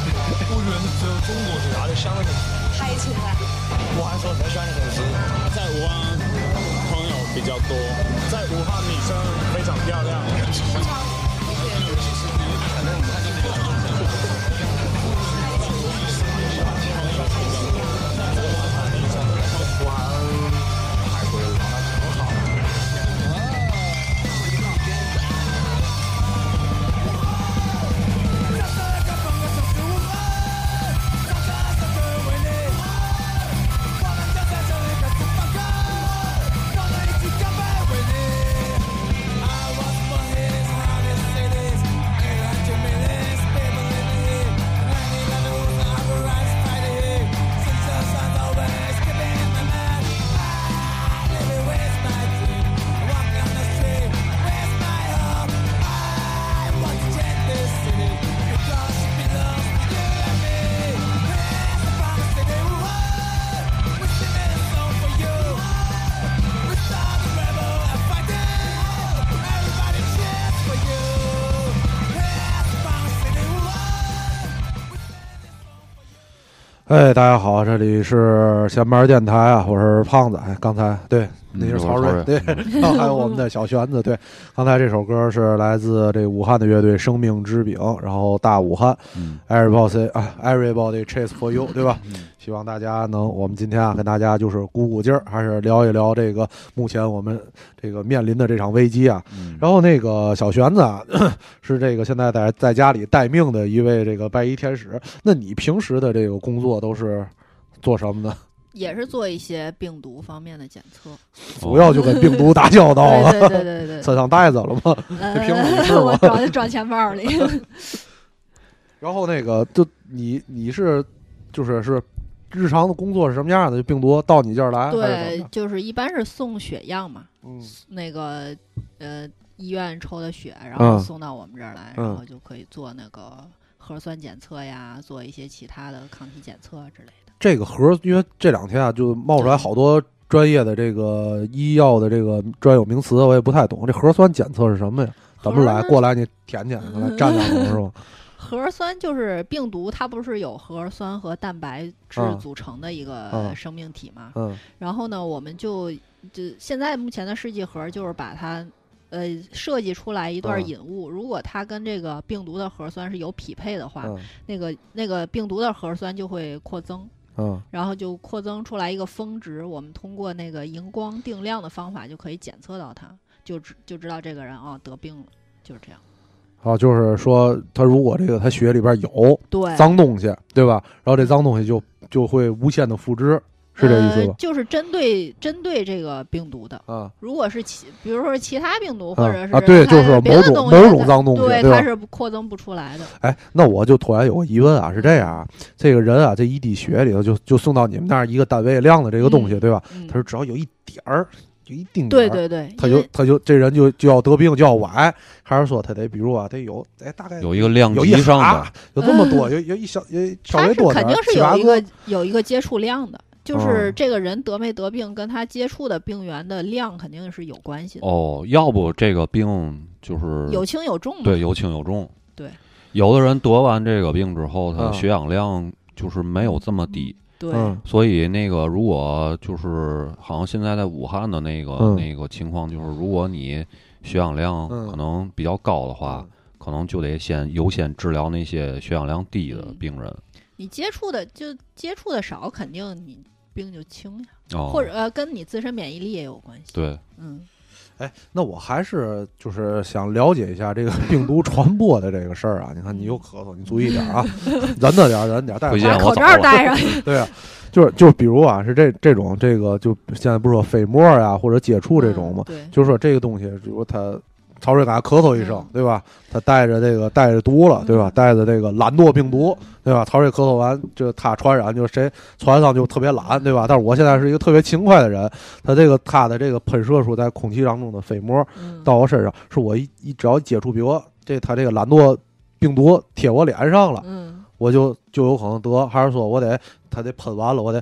[SPEAKER 5] 中国警察就相当于
[SPEAKER 6] 拍起来。
[SPEAKER 5] 我还说你在宣传粉丝，
[SPEAKER 7] 在武汉朋友比较多，
[SPEAKER 5] 在武汉女生非常漂亮。武汉海归文化很好。
[SPEAKER 2] 哎，大家好，这里是闲班电台啊，我是胖子。哎，刚才对，那是曹睿，
[SPEAKER 3] 我是
[SPEAKER 2] 对
[SPEAKER 3] 曹睿，
[SPEAKER 2] 然后还有我们的小玄子，对，刚才这首歌是来自这武汉的乐队生命之饼，然后大武汉
[SPEAKER 3] 嗯，
[SPEAKER 2] ，everybody 啊，everybody chase for you，对吧？希望大家能，我们今天啊，跟大家就是鼓鼓劲儿，还是聊一聊这个目前我们这个面临的这场危机啊。
[SPEAKER 3] 嗯
[SPEAKER 2] 然后那个小玄子啊， 是这个现在在在家里待命的一位这个白衣天使。那你平时的这个工作都是做什么呢？
[SPEAKER 4] 也是做一些病毒方面的检测。
[SPEAKER 3] 哦
[SPEAKER 2] 主要就跟病毒打交道啊，
[SPEAKER 4] 对对对对对，
[SPEAKER 2] 扯上袋子了嘛。
[SPEAKER 4] 呃
[SPEAKER 2] 平时是吗
[SPEAKER 4] 我装装钱 包里。
[SPEAKER 2] 然后那个，就你你是就是是日常的工作是什么样的？就病毒到你这儿来，还是怎么
[SPEAKER 4] 对
[SPEAKER 2] 着，
[SPEAKER 4] 就是一般是送血样嘛，
[SPEAKER 2] 嗯，
[SPEAKER 4] 那个呃医院抽的血，然
[SPEAKER 2] 嗯
[SPEAKER 4] 后送到我们这儿来，
[SPEAKER 2] 嗯
[SPEAKER 4] 然后就可以做那个核酸检测呀，做一些其他的抗体检测之类的。
[SPEAKER 2] 这个核，因为这两天啊，就冒出来好多专业的这个医药的这个专有名词，我也不太懂。这核酸检测是什么呀？咱们来
[SPEAKER 4] 核
[SPEAKER 2] 过来，你舔舔，来蘸 蘸我是吗？
[SPEAKER 4] 核酸就是病毒，它不是有核酸和蛋白质
[SPEAKER 2] 嗯
[SPEAKER 4] 组成的一个
[SPEAKER 2] 嗯
[SPEAKER 4] 生命体嘛？
[SPEAKER 2] 嗯
[SPEAKER 4] 然后呢，我们就就现在目前的试剂盒就是把它。呃，设计出来一段
[SPEAKER 2] 嗯
[SPEAKER 4] 引物，如果它跟这个病毒的核酸是有匹配的话，
[SPEAKER 2] 嗯
[SPEAKER 4] 那个那个病毒的核酸就会扩增，
[SPEAKER 2] 嗯
[SPEAKER 4] 然后就扩增出来一个峰值，我们通过那个荧光定量的方法就可以检测到它，就知就知道这个人啊、得病了，就是这样。
[SPEAKER 2] 啊，就是说，他如果这个他血里边有
[SPEAKER 4] 对，
[SPEAKER 2] 脏东西，对吧？然后这脏东西就就会无限的复制，是这意思
[SPEAKER 4] 呃
[SPEAKER 2] 吧？？
[SPEAKER 4] 就是针对针对这个病毒的，
[SPEAKER 2] 啊
[SPEAKER 4] 如果是其比如说是其他病毒
[SPEAKER 2] 啊
[SPEAKER 4] 或者是
[SPEAKER 2] 啊，对，就是
[SPEAKER 4] 它别
[SPEAKER 2] 某
[SPEAKER 4] 的
[SPEAKER 2] 种
[SPEAKER 4] 东西
[SPEAKER 2] 某
[SPEAKER 4] 它
[SPEAKER 2] 种脏东西，
[SPEAKER 4] 对，
[SPEAKER 2] 对吧
[SPEAKER 4] 它？是扩增不出来的。
[SPEAKER 2] 哎，那我就突然有个疑问啊，是这样啊，这个人啊，这一滴血里头就就送到你们那儿一个单位量的这个东西，对吧？
[SPEAKER 4] 嗯
[SPEAKER 2] 他，说只要有一点儿，有一丁点
[SPEAKER 4] 对
[SPEAKER 2] 儿，
[SPEAKER 4] 对对，
[SPEAKER 2] 他
[SPEAKER 4] 因
[SPEAKER 2] 就
[SPEAKER 4] 为
[SPEAKER 2] 他就这人就就要得病就要崴，还是说他得比如啊，得有哎大概
[SPEAKER 3] 有一个量
[SPEAKER 2] 有
[SPEAKER 3] 级
[SPEAKER 2] 一
[SPEAKER 3] 上
[SPEAKER 2] 哈有
[SPEAKER 3] 的，
[SPEAKER 2] 这么多，有有一小有稍
[SPEAKER 4] 它
[SPEAKER 2] 微
[SPEAKER 4] 嗯是
[SPEAKER 2] 多点
[SPEAKER 4] 肯
[SPEAKER 2] 儿，
[SPEAKER 4] 定是
[SPEAKER 2] 七
[SPEAKER 4] 有
[SPEAKER 2] 八
[SPEAKER 4] 一个有一个接触量的。就
[SPEAKER 2] 哦
[SPEAKER 4] 是这个人得没得病，跟他接触的病源的量肯定是有关系的，
[SPEAKER 3] 哦，要不这个病就是
[SPEAKER 4] 有轻有重嘛。
[SPEAKER 3] 对有轻有重，
[SPEAKER 4] 对，
[SPEAKER 3] 有的人得完这个病之后，他
[SPEAKER 2] 嗯
[SPEAKER 3] 血氧量就是没有这么低，
[SPEAKER 4] 对，
[SPEAKER 2] 嗯
[SPEAKER 3] 所以那个如果就是好像现在在武汉的那个、
[SPEAKER 2] 嗯
[SPEAKER 3] 那个情况，就是如果你血氧量
[SPEAKER 2] 嗯
[SPEAKER 3] 可能比较高的话，
[SPEAKER 2] 嗯
[SPEAKER 3] 可能就得先优先治疗那些血氧量低的
[SPEAKER 4] 嗯
[SPEAKER 3] 病人。
[SPEAKER 4] 你接触的就接触的少，肯定你病就轻呀，
[SPEAKER 3] 哦，
[SPEAKER 4] 或者呃跟你自身免疫力也有关系。，
[SPEAKER 3] 对，
[SPEAKER 4] 嗯，
[SPEAKER 2] 哎，那我还是就是想了解一下这个 病毒传播的这个事儿啊。你看，你又咳嗽，你注意点 儿啊，忍着点儿，忍着点儿，戴
[SPEAKER 3] 回
[SPEAKER 2] 着
[SPEAKER 3] 见
[SPEAKER 4] 把
[SPEAKER 2] 口
[SPEAKER 3] 我
[SPEAKER 4] 口
[SPEAKER 3] 走
[SPEAKER 4] 罩
[SPEAKER 3] 了
[SPEAKER 4] 戴上。
[SPEAKER 2] 罩对啊，就是就是，比如啊，是这这种这个，就现在不是说飞沫呀、或者接触这种嘛，
[SPEAKER 4] 嗯
[SPEAKER 2] 就是说这个东西，比如他曹瑞嘎咳嗽一声
[SPEAKER 4] 嗯，
[SPEAKER 2] 对吧？他带着这个带着毒了，对吧？
[SPEAKER 4] 嗯
[SPEAKER 2] 带着这个懒惰病毒，对吧？曹瑞咳嗽完，就他传染，就谁传上就特别懒，对吧？但是我现在是一个特别勤快的人，他这个他的这个喷射出在空气当中的飞沫。
[SPEAKER 4] 对，嗯
[SPEAKER 2] 到我身上，是我一一只要接触，比如说这他这个懒惰病毒贴我脸上了，
[SPEAKER 4] 嗯，
[SPEAKER 2] 我就就有可能得，还是说我得他得喷完了，我得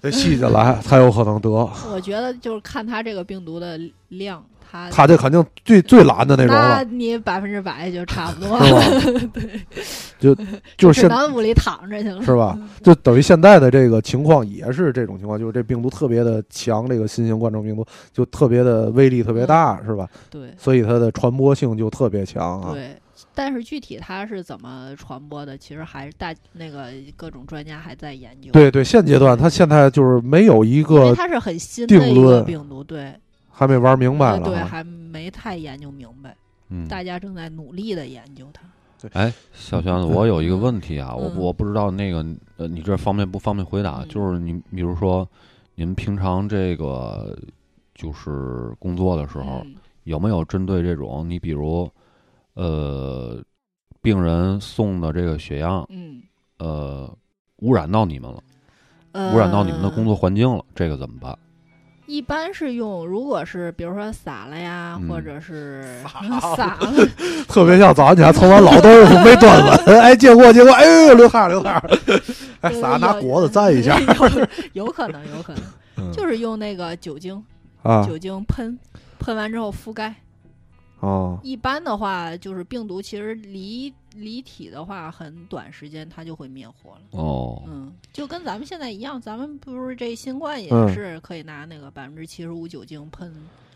[SPEAKER 2] 得吸进来才有可能得。
[SPEAKER 4] 我觉得就是看他这个病毒的量，他
[SPEAKER 2] 他这肯定最最蓝的那种
[SPEAKER 4] 那
[SPEAKER 2] 了，
[SPEAKER 4] 你百分之百就差不多
[SPEAKER 2] 是
[SPEAKER 4] 了，
[SPEAKER 2] 吧？就就是
[SPEAKER 4] 指
[SPEAKER 2] 现
[SPEAKER 4] 南屋里躺着去了。
[SPEAKER 2] 是吧？就等于现在的这个情况也是这种情况，就是这病毒特别的强，这个新型冠状病毒就特别的威力特别大，是吧？
[SPEAKER 4] 对
[SPEAKER 2] 所以它的传播性就特别强啊。
[SPEAKER 4] 嗯对，但是具体它是怎么传播的，其实还是大那个各种专家还在研究。，
[SPEAKER 2] 对对，现阶段它现在就是没有一
[SPEAKER 4] 因为
[SPEAKER 2] 个
[SPEAKER 4] 它是很新
[SPEAKER 2] 定
[SPEAKER 4] 的一个
[SPEAKER 2] 论
[SPEAKER 4] 病毒，对
[SPEAKER 2] 还没玩明白
[SPEAKER 4] 呃
[SPEAKER 2] 了
[SPEAKER 4] 对，
[SPEAKER 2] 啊。
[SPEAKER 4] 还没太研究明白，
[SPEAKER 3] 嗯，
[SPEAKER 4] 大家正在努力的研究它。
[SPEAKER 3] 哎，小强子，我有一个问题啊，我
[SPEAKER 4] 嗯
[SPEAKER 3] 我不知道那个呃，你这方便不方便回答？
[SPEAKER 4] 嗯
[SPEAKER 3] 就是你比如说，你们平常这个就是啊工作的时候，
[SPEAKER 4] 嗯
[SPEAKER 3] 有没有针对这种你比如呃病人送的这个血样
[SPEAKER 4] 嗯，
[SPEAKER 3] 呃污染到你们了，
[SPEAKER 4] 呃
[SPEAKER 3] 污染到你们的工作环境了，这个怎么办？
[SPEAKER 4] 一般是用，如果是比如说撒了呀，
[SPEAKER 3] 嗯
[SPEAKER 4] 或者是
[SPEAKER 2] 撒
[SPEAKER 4] 撒了，
[SPEAKER 2] 特别像早上起来搓完老豆腐没端稳，哎，结果结果，哎呦，流汗流 汗，哎，撒拿果子蘸一下，
[SPEAKER 4] 有有可能，有可 能，
[SPEAKER 2] 嗯
[SPEAKER 4] 就是用那个酒精，
[SPEAKER 2] 啊
[SPEAKER 4] 酒精喷，喷完之后覆盖。
[SPEAKER 2] 哦
[SPEAKER 4] 一般的话，就是病毒其实离离体的话，很短时间它就会灭活了。
[SPEAKER 3] 哦，
[SPEAKER 4] 嗯，就跟咱们现在一样，咱们不是这新冠也
[SPEAKER 2] 嗯
[SPEAKER 4] 是可以拿那个百分之七十五酒精喷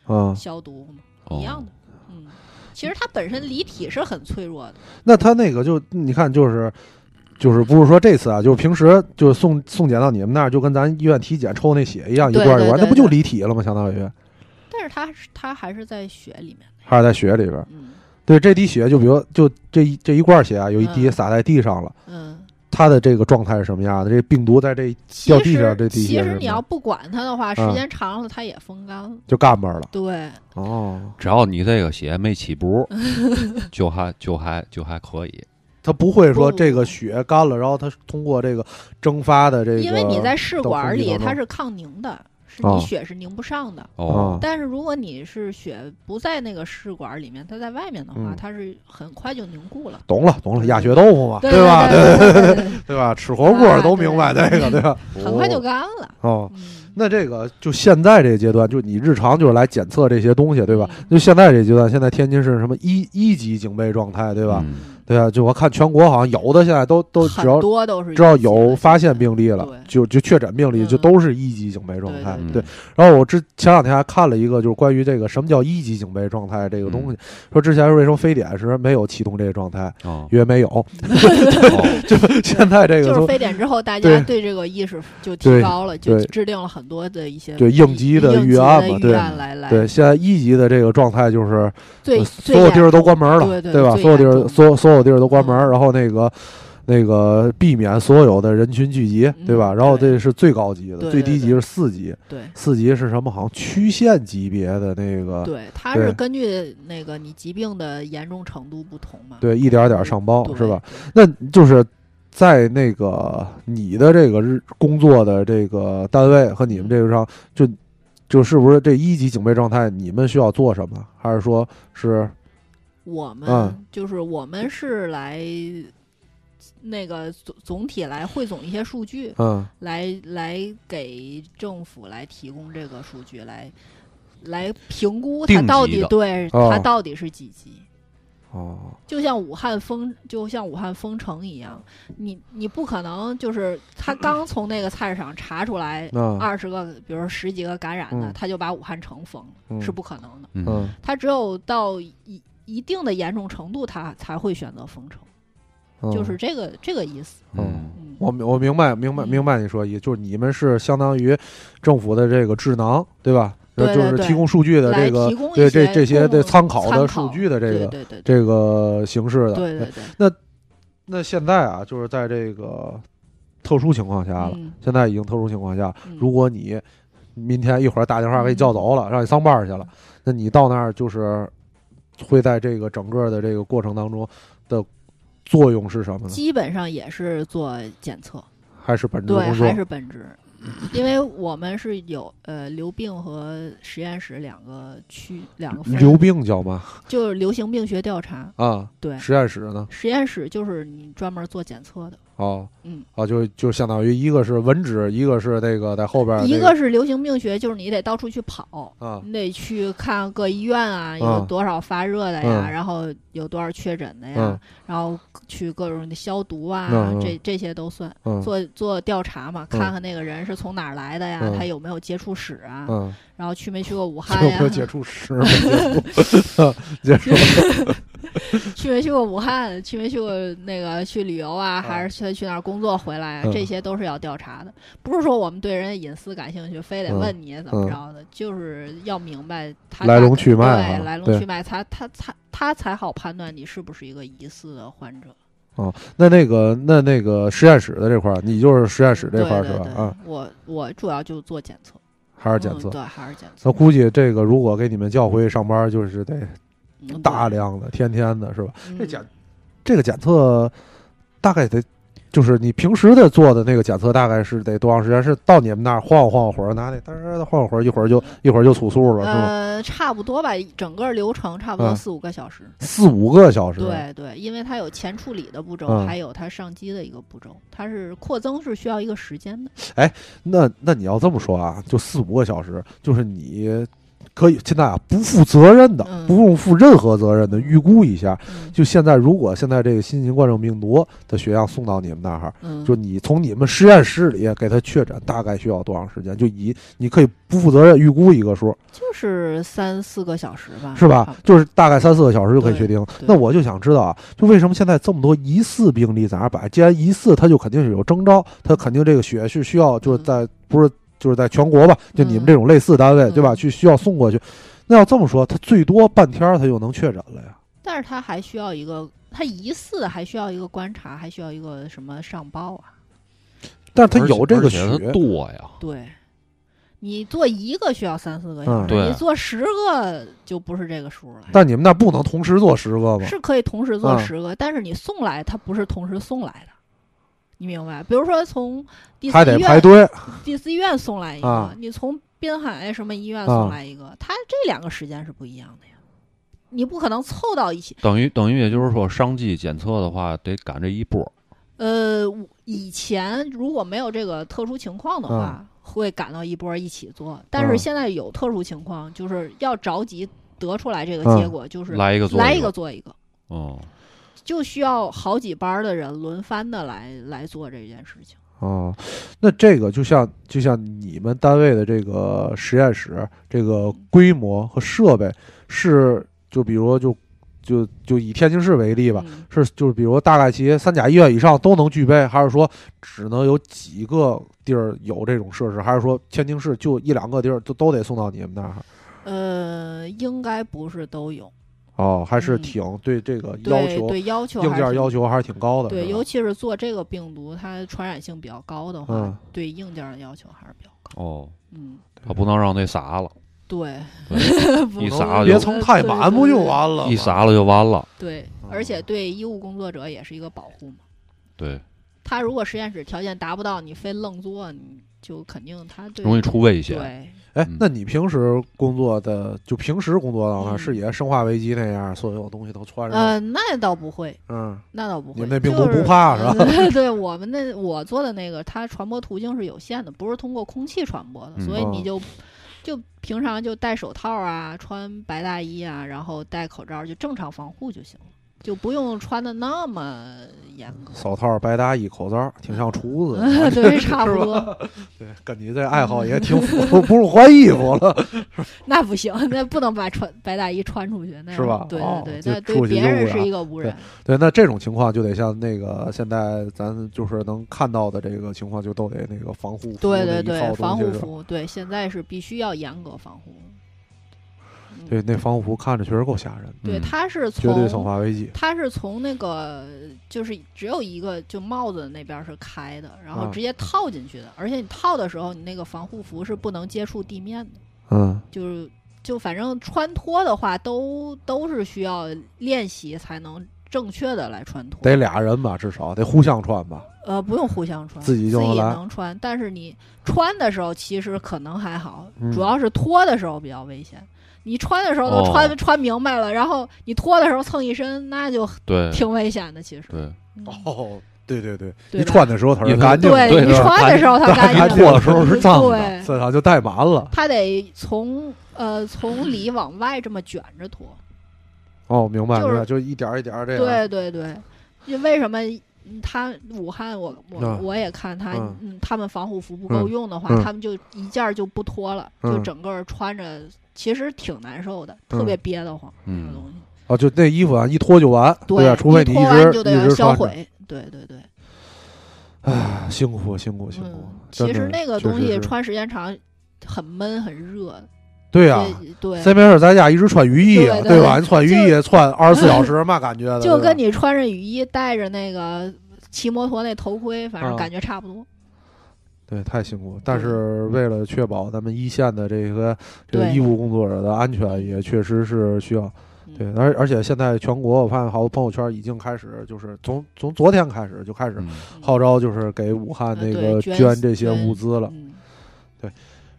[SPEAKER 2] 啊。
[SPEAKER 4] 消毒吗？
[SPEAKER 3] 哦
[SPEAKER 4] 一样的，嗯。其实它本身离体是很脆弱的，
[SPEAKER 2] 那他那个就你看就是。就是不是说这次啊，就是平时就是送送检到你们那儿，就跟咱医院体检抽那血一样，一
[SPEAKER 4] 对
[SPEAKER 2] 罐一罐，
[SPEAKER 4] 对
[SPEAKER 2] 那不就
[SPEAKER 4] 对对
[SPEAKER 2] 离体了吗？相当于
[SPEAKER 4] 但是它是它还是在血里面的，
[SPEAKER 2] 还是在血里边儿。
[SPEAKER 4] 嗯
[SPEAKER 2] 对，这滴血就比如就这一这一罐血啊，有一滴
[SPEAKER 4] 嗯
[SPEAKER 2] 洒在地上了，
[SPEAKER 4] 嗯。
[SPEAKER 2] 它的这个状态是什么样的？这病毒在这
[SPEAKER 4] 其
[SPEAKER 2] 掉
[SPEAKER 4] 实
[SPEAKER 2] 地上这滴
[SPEAKER 4] 其
[SPEAKER 2] 血是
[SPEAKER 4] 实
[SPEAKER 2] 什么
[SPEAKER 4] 你
[SPEAKER 2] 样
[SPEAKER 4] 要不管它的话，时
[SPEAKER 2] 啊
[SPEAKER 4] 间长了它也风干了。
[SPEAKER 2] 就干巴儿了。
[SPEAKER 4] 对，
[SPEAKER 2] 哦，
[SPEAKER 3] 只要你这个血没起 步，就还就还就还可以。
[SPEAKER 2] 它不会说
[SPEAKER 4] 不
[SPEAKER 2] 这个血干了，然后它通过这个蒸发的这个，
[SPEAKER 4] 因为你在试管
[SPEAKER 2] 到空气
[SPEAKER 4] 里
[SPEAKER 2] 当中
[SPEAKER 4] 它是抗凝的，是
[SPEAKER 2] 哦
[SPEAKER 4] 你血是凝不上的。
[SPEAKER 3] 哦，
[SPEAKER 2] 啊
[SPEAKER 4] 但是如果你是血不在那个试管里面，它在外面的话，
[SPEAKER 2] 嗯
[SPEAKER 4] 它是很快就凝固了，
[SPEAKER 2] 懂了懂了，鸭血豆腐嘛，吧？啊对
[SPEAKER 4] 对对对对
[SPEAKER 2] 对吧？吃火锅
[SPEAKER 4] 啊
[SPEAKER 2] 都明白
[SPEAKER 4] 对
[SPEAKER 2] 这个，对吧？
[SPEAKER 4] 对很快就干了。
[SPEAKER 2] 哦。
[SPEAKER 4] 嗯，
[SPEAKER 2] 那这个就现在这阶段，就你日常就是来检测这些东西，对吧？
[SPEAKER 4] 嗯
[SPEAKER 2] 就现在这阶段，现在天津是什么一一级警备状态，对吧？
[SPEAKER 3] 嗯
[SPEAKER 2] 对啊，就我看全国好像有的现在都都只
[SPEAKER 4] 嗯很
[SPEAKER 2] 要
[SPEAKER 4] 多都是
[SPEAKER 2] 只要有发现病例了
[SPEAKER 4] 对，
[SPEAKER 2] 就就确诊病例
[SPEAKER 4] 嗯
[SPEAKER 2] 就都是一级警备状态。
[SPEAKER 4] 对
[SPEAKER 2] 对，然后我之前两天还看了一个，就是关于这个什么叫一级警备状态这个东西，说之前为什么非典时没有启动这个状态，
[SPEAKER 3] 哦
[SPEAKER 2] 因为没有，嗯
[SPEAKER 3] 哦
[SPEAKER 2] 就现在这个
[SPEAKER 4] 就是
[SPEAKER 2] 都
[SPEAKER 4] 非典之后，大
[SPEAKER 2] 对
[SPEAKER 4] 家对这个意识就提
[SPEAKER 2] 对
[SPEAKER 4] 高了，就
[SPEAKER 2] 对
[SPEAKER 4] 制定了很多的一些
[SPEAKER 2] 对应急的
[SPEAKER 4] 应
[SPEAKER 2] 预案嘛
[SPEAKER 4] 预
[SPEAKER 2] 对
[SPEAKER 4] 案来来
[SPEAKER 2] 对，现在一级的这个状态就是呃
[SPEAKER 4] 最
[SPEAKER 2] 所有地儿都关门了，
[SPEAKER 4] 对对
[SPEAKER 2] 吧？
[SPEAKER 4] 最
[SPEAKER 2] 所有地
[SPEAKER 4] 严
[SPEAKER 2] 儿
[SPEAKER 4] 重
[SPEAKER 2] 所有所有地儿都关门，
[SPEAKER 4] 嗯
[SPEAKER 2] 然后那个。那个避免所有的人群聚集，
[SPEAKER 4] 嗯
[SPEAKER 2] 对吧？然后
[SPEAKER 4] 对
[SPEAKER 2] 这是最高级的，
[SPEAKER 4] 对
[SPEAKER 2] 最
[SPEAKER 4] 对
[SPEAKER 2] 低级
[SPEAKER 4] 对
[SPEAKER 2] 是四级，
[SPEAKER 4] 对
[SPEAKER 2] 四级是什么？好像区县级别的那个，
[SPEAKER 4] 对，它
[SPEAKER 2] 啊对
[SPEAKER 4] 是根据那个你疾病的严重程度不同嘛，
[SPEAKER 2] 对，一点儿点儿上报
[SPEAKER 4] 对
[SPEAKER 2] 是吧？？那就是在那个你的这个日工作的这个单位和你们这个上，就就是不是这一级警备状态，你们需要做什么？还是说是
[SPEAKER 4] 我们、
[SPEAKER 2] 嗯
[SPEAKER 4] 就是我们是来那个总总体来汇总一些数据，
[SPEAKER 2] 嗯
[SPEAKER 4] 来来给政府来提供这个数据，来来评估它
[SPEAKER 3] 定
[SPEAKER 4] 到
[SPEAKER 3] 级
[SPEAKER 4] 底
[SPEAKER 3] 的
[SPEAKER 4] 对、
[SPEAKER 2] 哦
[SPEAKER 4] 它到底是几级。
[SPEAKER 2] 哦
[SPEAKER 4] 就像武汉封，就像武汉封城一样，你你不可能就是他刚从那个菜市场查出来
[SPEAKER 2] 那
[SPEAKER 4] 二十个，比如说十几个感染的，
[SPEAKER 2] 嗯
[SPEAKER 4] 他就把武汉城封了，
[SPEAKER 2] 嗯
[SPEAKER 4] 是不可能的。
[SPEAKER 3] 嗯
[SPEAKER 2] 嗯
[SPEAKER 4] 他只有到一一定的严重程度，他才会选择封城，
[SPEAKER 2] 嗯
[SPEAKER 4] 就是这个这个意思。
[SPEAKER 3] 嗯
[SPEAKER 4] 嗯，
[SPEAKER 2] 我明我明白明白
[SPEAKER 4] 嗯
[SPEAKER 2] 明白你说的意思，就是你们是相当于政府的这个智囊，对吧？
[SPEAKER 4] 对对
[SPEAKER 2] 就是
[SPEAKER 4] 对
[SPEAKER 2] 提供数据的
[SPEAKER 4] 来
[SPEAKER 2] 这个
[SPEAKER 4] 提供一
[SPEAKER 2] 对
[SPEAKER 4] 些
[SPEAKER 2] 这这些
[SPEAKER 4] 供
[SPEAKER 2] 的参考的
[SPEAKER 4] 参
[SPEAKER 2] 数据的这个
[SPEAKER 4] 对对对
[SPEAKER 2] 这个哎形式的。
[SPEAKER 4] 对对对，
[SPEAKER 2] 那现在啊，就是在这个特殊情况下了，
[SPEAKER 4] 嗯
[SPEAKER 2] 现在已经特殊情况下，
[SPEAKER 4] 嗯
[SPEAKER 2] 如果你明天一会儿打电话给你叫走了，让你上班去了，那你到那儿就是会在这个整个的这个过程当中的作用是什么呢？
[SPEAKER 4] 基本上也是做检测，
[SPEAKER 2] 还是本职
[SPEAKER 4] 对，
[SPEAKER 2] 工作
[SPEAKER 4] 还？是本职，因为我们是有呃流病和实验室两个区两个分
[SPEAKER 2] 流病叫嘛
[SPEAKER 4] 就是流行病学调查，
[SPEAKER 2] 啊，
[SPEAKER 4] 对，
[SPEAKER 2] 实验室呢
[SPEAKER 4] 实验室就是你专门做检测的，
[SPEAKER 2] 啊、啊
[SPEAKER 4] 嗯
[SPEAKER 2] 啊，就就相当于一个是文职，一个是那个在后边儿啊那
[SPEAKER 4] 一
[SPEAKER 2] 个
[SPEAKER 4] 个是流行病学，就是你得到处去跑，
[SPEAKER 2] 啊
[SPEAKER 4] 你得去看各医院啊，有
[SPEAKER 2] 嗯
[SPEAKER 4] 多少发热的呀，
[SPEAKER 2] 嗯
[SPEAKER 4] 然后有多少确诊的呀，
[SPEAKER 2] 嗯
[SPEAKER 4] 然后去各种的消毒啊，
[SPEAKER 2] 嗯嗯
[SPEAKER 4] 这这些都算。
[SPEAKER 2] 嗯
[SPEAKER 4] 做做调查嘛，
[SPEAKER 2] 嗯
[SPEAKER 4] 看看那个人是从哪儿来的呀，
[SPEAKER 2] 嗯
[SPEAKER 4] 他有没有接触史啊，
[SPEAKER 2] 嗯，
[SPEAKER 4] 然后去没去过武汉
[SPEAKER 2] 有没
[SPEAKER 4] 呀，
[SPEAKER 2] 有接触史？没接触，接触
[SPEAKER 4] 去没去过武汉，去没去过那个去旅游啊，
[SPEAKER 2] 啊
[SPEAKER 4] 还是去去那儿工作回来啊，
[SPEAKER 2] 嗯
[SPEAKER 4] 这些都是要调查的。不是说我们对人家隐私感兴趣，非得问你怎么着的，就是要明白他
[SPEAKER 2] 嗯来龙去脉啊
[SPEAKER 4] 对来龙
[SPEAKER 2] 对
[SPEAKER 4] 去脉，他他他他才好判断你是不是一个疑似的患者。
[SPEAKER 2] 那那个那那个实验室的这块儿，你就是实验室这
[SPEAKER 4] 对
[SPEAKER 2] 块儿
[SPEAKER 4] 对
[SPEAKER 2] 是吧
[SPEAKER 4] 对？
[SPEAKER 2] 啊，
[SPEAKER 4] 我我主要就做检测，
[SPEAKER 2] 还是检测
[SPEAKER 4] 嗯、？对，还是检测
[SPEAKER 2] 那，估计这个如果给你们叫回去上班，就是得
[SPEAKER 4] 嗯
[SPEAKER 2] 大量的、天天的，是吧？这
[SPEAKER 4] 对嗯
[SPEAKER 2] 检这个检测大概得就是你平时的做的那个检测，大概是得多长时间？是到你们那儿晃悠晃悠会儿，拿那嘚儿的晃悠会儿，一会儿就一会儿就出数了，是吗？
[SPEAKER 4] 嗯呃，差不多吧，整个流程差不多
[SPEAKER 2] 嗯
[SPEAKER 4] 四五个小时。
[SPEAKER 2] 四五个小时，
[SPEAKER 4] 对对，因为它有前处理的步骤，
[SPEAKER 2] 嗯
[SPEAKER 4] 还有它上机的一个步骤，它是扩增是需要一个时间 的。
[SPEAKER 2] 那那你要这么说啊，就四五个小时，就是你可以现在啊不负责任的，
[SPEAKER 4] 嗯
[SPEAKER 2] 不用负任何责任的预估一下。
[SPEAKER 4] 嗯
[SPEAKER 2] 就现在，如果现在这个新型冠状病毒的血样送到你们那儿，
[SPEAKER 4] 嗯，
[SPEAKER 2] 就你从你们实验室里给它确诊，大概需要多长时间？就以你可以不负责任预估一个数，
[SPEAKER 4] 啊就是三四个小时吧，
[SPEAKER 2] 是
[SPEAKER 4] 差
[SPEAKER 2] 吧
[SPEAKER 4] 不？多
[SPEAKER 2] 就是大概三四个小时就可以确定。
[SPEAKER 4] 啊对
[SPEAKER 2] 那我就想知道啊，就为什么现在这么多疑似病例在那儿摆？既然疑似，它就肯定是有征兆，它肯定这个血是需要就是在、不是就是在全国吧？就你们这种类似单位、
[SPEAKER 4] 嗯
[SPEAKER 2] 对吧？去需要送过去。那要这么说，它最多半天儿它就能确诊了呀？
[SPEAKER 4] 但是它还需要一个，它疑似还需要一个观察，还需要一个什么上报啊？
[SPEAKER 2] 但是它有这
[SPEAKER 3] 而
[SPEAKER 2] 个
[SPEAKER 3] 且
[SPEAKER 2] 血，
[SPEAKER 3] 而且它多呀，
[SPEAKER 4] 对。你做一个需要三四个小
[SPEAKER 2] 嗯
[SPEAKER 4] 时，
[SPEAKER 3] 对啊
[SPEAKER 4] 你做十个就不是这个数了。
[SPEAKER 2] 但你们那不能同时做十个吧？
[SPEAKER 4] 是可以同时做
[SPEAKER 2] 嗯
[SPEAKER 4] 十个，但是你送来它不是同时送来的，你明白？比如说从第
[SPEAKER 2] 还
[SPEAKER 4] 四
[SPEAKER 2] 得
[SPEAKER 4] 医
[SPEAKER 2] 排
[SPEAKER 4] 院，
[SPEAKER 2] 队。
[SPEAKER 4] 第四医院送来一个，
[SPEAKER 2] 啊
[SPEAKER 4] 你从滨海什么医院
[SPEAKER 2] 啊
[SPEAKER 4] 送来一个，它这两个时间是不一样的呀，你不可能凑到一起。
[SPEAKER 3] 等于等于也就是说，商机检测的话，得赶这一波儿。
[SPEAKER 4] 呃，我以前如果没有这个特殊情况的话，
[SPEAKER 2] 啊
[SPEAKER 4] 会赶到一波一起做，但是
[SPEAKER 2] 啊
[SPEAKER 4] 现在有特殊情况，就是要着急得出来这个
[SPEAKER 2] 啊
[SPEAKER 4] 结果，就是
[SPEAKER 3] 来一个做
[SPEAKER 4] 来
[SPEAKER 3] 一
[SPEAKER 4] 一
[SPEAKER 3] 个
[SPEAKER 4] 个做一个。
[SPEAKER 3] 嗯，
[SPEAKER 4] 就需要好几班儿的人轮番的来来做这件事情。
[SPEAKER 2] 哦，那这个就像就像你们单位的这个实验室，这个规模和设备是就比如就就就以天津市为例吧，
[SPEAKER 4] 嗯
[SPEAKER 2] 是就是比如大概其三甲医院以上都能具备，还是说只能有几个地儿有这种设施，还是说天津市就一两个地儿都都得送到你们那儿？
[SPEAKER 4] 呃，应该不是都有，
[SPEAKER 2] 哦，还是
[SPEAKER 4] 嗯
[SPEAKER 2] 挺对这个要
[SPEAKER 4] 对
[SPEAKER 2] 求
[SPEAKER 4] 对要求
[SPEAKER 2] 硬
[SPEAKER 4] 还是
[SPEAKER 2] 件
[SPEAKER 4] 挺
[SPEAKER 2] 要求还是挺高的，
[SPEAKER 4] 对，
[SPEAKER 2] 是吧
[SPEAKER 4] 尤其是做这个病毒，它传染性比较高的话，
[SPEAKER 2] 啊嗯
[SPEAKER 4] 对硬件的要求还是比较高。
[SPEAKER 3] 哦，
[SPEAKER 4] 嗯，
[SPEAKER 3] 它不能让那撒 了，
[SPEAKER 4] 对
[SPEAKER 3] 一撒
[SPEAKER 2] 别
[SPEAKER 3] 就
[SPEAKER 2] 层太
[SPEAKER 4] 哎
[SPEAKER 2] 满不就完了吗？
[SPEAKER 3] 一撒了就完了。
[SPEAKER 4] 对
[SPEAKER 2] 哦，
[SPEAKER 4] 而且对医务工作者也是一个保护嘛。
[SPEAKER 3] 对，
[SPEAKER 4] 他如果实验室条件达不到，你非愣做，你就肯定他对
[SPEAKER 3] 容易出危险。
[SPEAKER 4] 对
[SPEAKER 2] 哎
[SPEAKER 3] 嗯，
[SPEAKER 2] 那你平时工作的就平时工作的话，
[SPEAKER 4] 嗯
[SPEAKER 2] 是也《生化危机》那样，所有东西都穿上？
[SPEAKER 4] 呃，那倒不会，
[SPEAKER 2] 嗯，
[SPEAKER 4] 那倒不
[SPEAKER 2] 你
[SPEAKER 4] 会，
[SPEAKER 2] 们那病
[SPEAKER 4] 就
[SPEAKER 2] 毒不怕啊是吧？
[SPEAKER 4] 呃 对我们那我做的那个，它传播途径是有限的，不是通过空气传播的，
[SPEAKER 3] 嗯
[SPEAKER 4] 所以你
[SPEAKER 2] 哦
[SPEAKER 4] 就就平常就戴手套啊，穿白大衣啊，然后戴口罩，就正常防护就行了，就不用穿的那么严格。
[SPEAKER 2] 手套、白大衣、口罩，挺像厨 子。
[SPEAKER 4] 对，差不多。
[SPEAKER 2] 对，跟你这爱好也挺符合，不用换衣服了，
[SPEAKER 4] 那不行，那不能把穿白大衣穿出去，那
[SPEAKER 2] 是吧
[SPEAKER 4] 对
[SPEAKER 2] 哦
[SPEAKER 4] 对
[SPEAKER 2] 就
[SPEAKER 4] 对，那对
[SPEAKER 2] 出去
[SPEAKER 4] 别
[SPEAKER 2] 就
[SPEAKER 4] 人
[SPEAKER 2] 污
[SPEAKER 4] 是
[SPEAKER 2] 染
[SPEAKER 4] 一个污
[SPEAKER 2] 对
[SPEAKER 4] 染。
[SPEAKER 2] 对，那这种情况就得像那个现在咱就是能看到的这个情况，就都得那个防护服
[SPEAKER 4] 对
[SPEAKER 2] 那
[SPEAKER 4] 对
[SPEAKER 2] 一套
[SPEAKER 4] 对，防护
[SPEAKER 2] 东西是吧。
[SPEAKER 4] 服，对，现在是必须要严格防护。嗯
[SPEAKER 2] 对，那防护服看着确实够吓人的，
[SPEAKER 4] 对，
[SPEAKER 3] 嗯
[SPEAKER 4] 它是
[SPEAKER 2] 绝
[SPEAKER 4] 从
[SPEAKER 2] 对生化危机。
[SPEAKER 4] 它是从那个就是只有一个，就帽子那边是开的，然后
[SPEAKER 2] 啊
[SPEAKER 4] 直接套进去的。而且你套的时候，你那个防护服是不能接触地面的，
[SPEAKER 2] 嗯，
[SPEAKER 4] 就是就反正穿脱的话，都都是需要练习才能正确的来穿脱。
[SPEAKER 2] 得俩人吧，至少得互相穿吧。
[SPEAKER 4] 呃，不用互相穿，
[SPEAKER 2] 自
[SPEAKER 4] 自
[SPEAKER 2] 己就能来
[SPEAKER 4] 能穿。但是你穿的时候其实可能还好，
[SPEAKER 2] 嗯
[SPEAKER 4] 主要是脱的时候比较危险。你穿的时候
[SPEAKER 3] 哦
[SPEAKER 4] 都穿、穿明白了，然后你脱的时候蹭一身，那就
[SPEAKER 3] 对
[SPEAKER 4] 挺危险的。其实，
[SPEAKER 3] 对，
[SPEAKER 4] 嗯
[SPEAKER 2] 哦，对对对，
[SPEAKER 4] 对
[SPEAKER 2] 你
[SPEAKER 4] 吧
[SPEAKER 2] 穿的时候它是
[SPEAKER 3] 因为
[SPEAKER 2] 干净的，
[SPEAKER 3] 对
[SPEAKER 4] 你
[SPEAKER 3] 是吧
[SPEAKER 4] 穿的时候它
[SPEAKER 2] 它
[SPEAKER 4] 干
[SPEAKER 2] 它
[SPEAKER 4] 净，
[SPEAKER 2] 脱的时候是脏的，
[SPEAKER 4] 对，
[SPEAKER 2] 身上就带满了。
[SPEAKER 4] 它得从呃从里往外这么卷着 脱。
[SPEAKER 2] 哦，明白
[SPEAKER 4] 就
[SPEAKER 2] 明
[SPEAKER 4] 是
[SPEAKER 2] 白，就一点儿一点儿这样。
[SPEAKER 3] 啊
[SPEAKER 4] 对对对，就为什么嗯他武汉我我、
[SPEAKER 2] 嗯
[SPEAKER 4] 我也看他
[SPEAKER 2] 嗯
[SPEAKER 4] 嗯他们防护服不
[SPEAKER 2] 嗯
[SPEAKER 4] 够用的话，
[SPEAKER 2] 嗯
[SPEAKER 4] 他们就一件儿就不脱了，就
[SPEAKER 2] 嗯
[SPEAKER 4] 整个儿穿着其实挺难受的，特别憋得慌。这个
[SPEAKER 3] 嗯
[SPEAKER 4] 东西，
[SPEAKER 2] 哦，就那衣服啊，一脱就完，对吧？除非你
[SPEAKER 4] 脱
[SPEAKER 2] 直
[SPEAKER 4] 完
[SPEAKER 2] 一
[SPEAKER 4] 就得
[SPEAKER 2] 直
[SPEAKER 4] 销
[SPEAKER 2] 穿着。
[SPEAKER 4] 毁。对对对，
[SPEAKER 2] 哎，辛苦辛苦辛苦
[SPEAKER 4] 嗯，，
[SPEAKER 2] 真
[SPEAKER 4] 其实
[SPEAKER 2] 的
[SPEAKER 4] 那个
[SPEAKER 2] 确
[SPEAKER 4] 东
[SPEAKER 2] 实
[SPEAKER 4] 西
[SPEAKER 2] 是
[SPEAKER 4] 穿时间长，很闷很热。
[SPEAKER 2] 对啊呀，
[SPEAKER 4] 对对，
[SPEAKER 2] 谁没事在家一直穿雨衣啊，
[SPEAKER 4] 对对
[SPEAKER 2] 吧？你穿雨衣穿二十四小时，嘛感觉的？
[SPEAKER 4] 就跟
[SPEAKER 2] 你
[SPEAKER 4] 你穿着雨衣戴着那个骑摩托那头盔，反正
[SPEAKER 2] 啊
[SPEAKER 4] 感觉差不多。
[SPEAKER 2] 对太辛苦，但是为了确保咱们一线的这个这个
[SPEAKER 4] 对
[SPEAKER 2] 医务工作者的安全，也确实是需要。
[SPEAKER 4] 嗯
[SPEAKER 2] 对，而而且现在全国，我发现好多朋友圈已经开始，就是从从昨天开始就开始
[SPEAKER 3] 嗯
[SPEAKER 2] 号召，就是给武汉那
[SPEAKER 4] 啊
[SPEAKER 2] 个
[SPEAKER 4] 对捐
[SPEAKER 2] 捐这些物资了。
[SPEAKER 4] 嗯，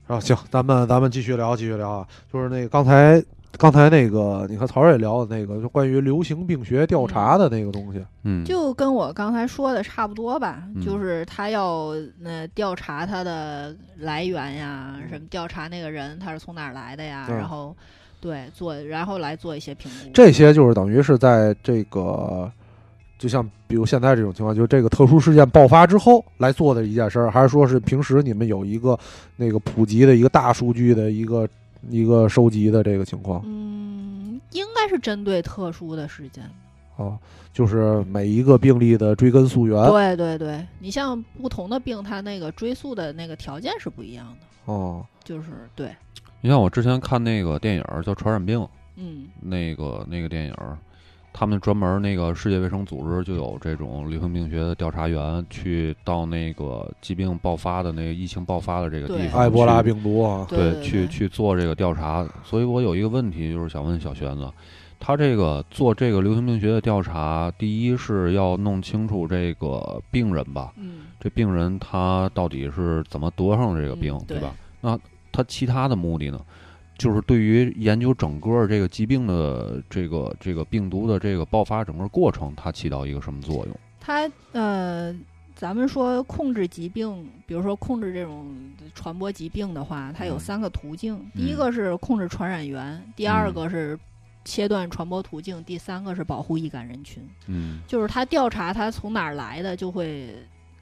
[SPEAKER 2] 啊，行，咱们咱们继续聊，继续聊啊，就是那个刚才刚才那个你和曹睿聊的那个，就关于流行病学调查的那个东西。
[SPEAKER 3] 嗯，
[SPEAKER 4] 就跟我刚才说的差不多吧，
[SPEAKER 3] 嗯
[SPEAKER 4] 就是他要呃调查他的来源呀，
[SPEAKER 2] 嗯
[SPEAKER 4] 什么调查那个人他是从哪儿来的呀，
[SPEAKER 2] 对
[SPEAKER 4] 然后对做，然后来做一些评估。
[SPEAKER 2] 嗯这些就是等于是在这个，就像比如现在这种情况，就这个特殊事件爆发之后来做的一件事儿，还是说是平时你们有一个那个普及的一个大数据的一个一个收集的这个情况
[SPEAKER 4] 嗯，应该是针对特殊的事件。
[SPEAKER 2] 啊？就是每一个病例的追根溯源
[SPEAKER 4] 对对对，你像不同的病，它那个追溯的那个条件是不一样的，
[SPEAKER 2] 哦，
[SPEAKER 4] 就是对，
[SPEAKER 3] 你像我之前看那个电影儿叫《传染病》，
[SPEAKER 4] 嗯
[SPEAKER 3] 那个那个电影儿，他们专门那个世界卫生组织就有这种流行病学的调查员去到那个疾病爆发的那个疫情爆发的这个地
[SPEAKER 4] 对
[SPEAKER 3] 方，
[SPEAKER 2] 埃博拉。病毒啊，
[SPEAKER 4] 对对
[SPEAKER 3] 去去做这个调查。所以我有一个问题，就是想问小玄子，他这个做这个流行病学的调查，第一是要弄清楚这个病人吧，
[SPEAKER 4] 嗯。
[SPEAKER 3] 这病人他到底是怎么得上这个病，
[SPEAKER 4] 嗯
[SPEAKER 3] 对
[SPEAKER 4] 对
[SPEAKER 3] 吧？那他其他的目的呢？就是对于研究整个这个疾病的这个这个病毒的这个爆发整个过程，它起到一个什么作用？
[SPEAKER 4] 它呃，咱们说控制疾病，比如说控制这种传播疾病的话，它有
[SPEAKER 3] 嗯
[SPEAKER 4] 三个途径，第一
[SPEAKER 3] 嗯
[SPEAKER 4] 个是控制传染源，第二
[SPEAKER 3] 嗯
[SPEAKER 4] 个是。切断传播途径，第三个是保护易感人群，
[SPEAKER 3] 嗯
[SPEAKER 4] 就是它调查它从哪儿来的，就会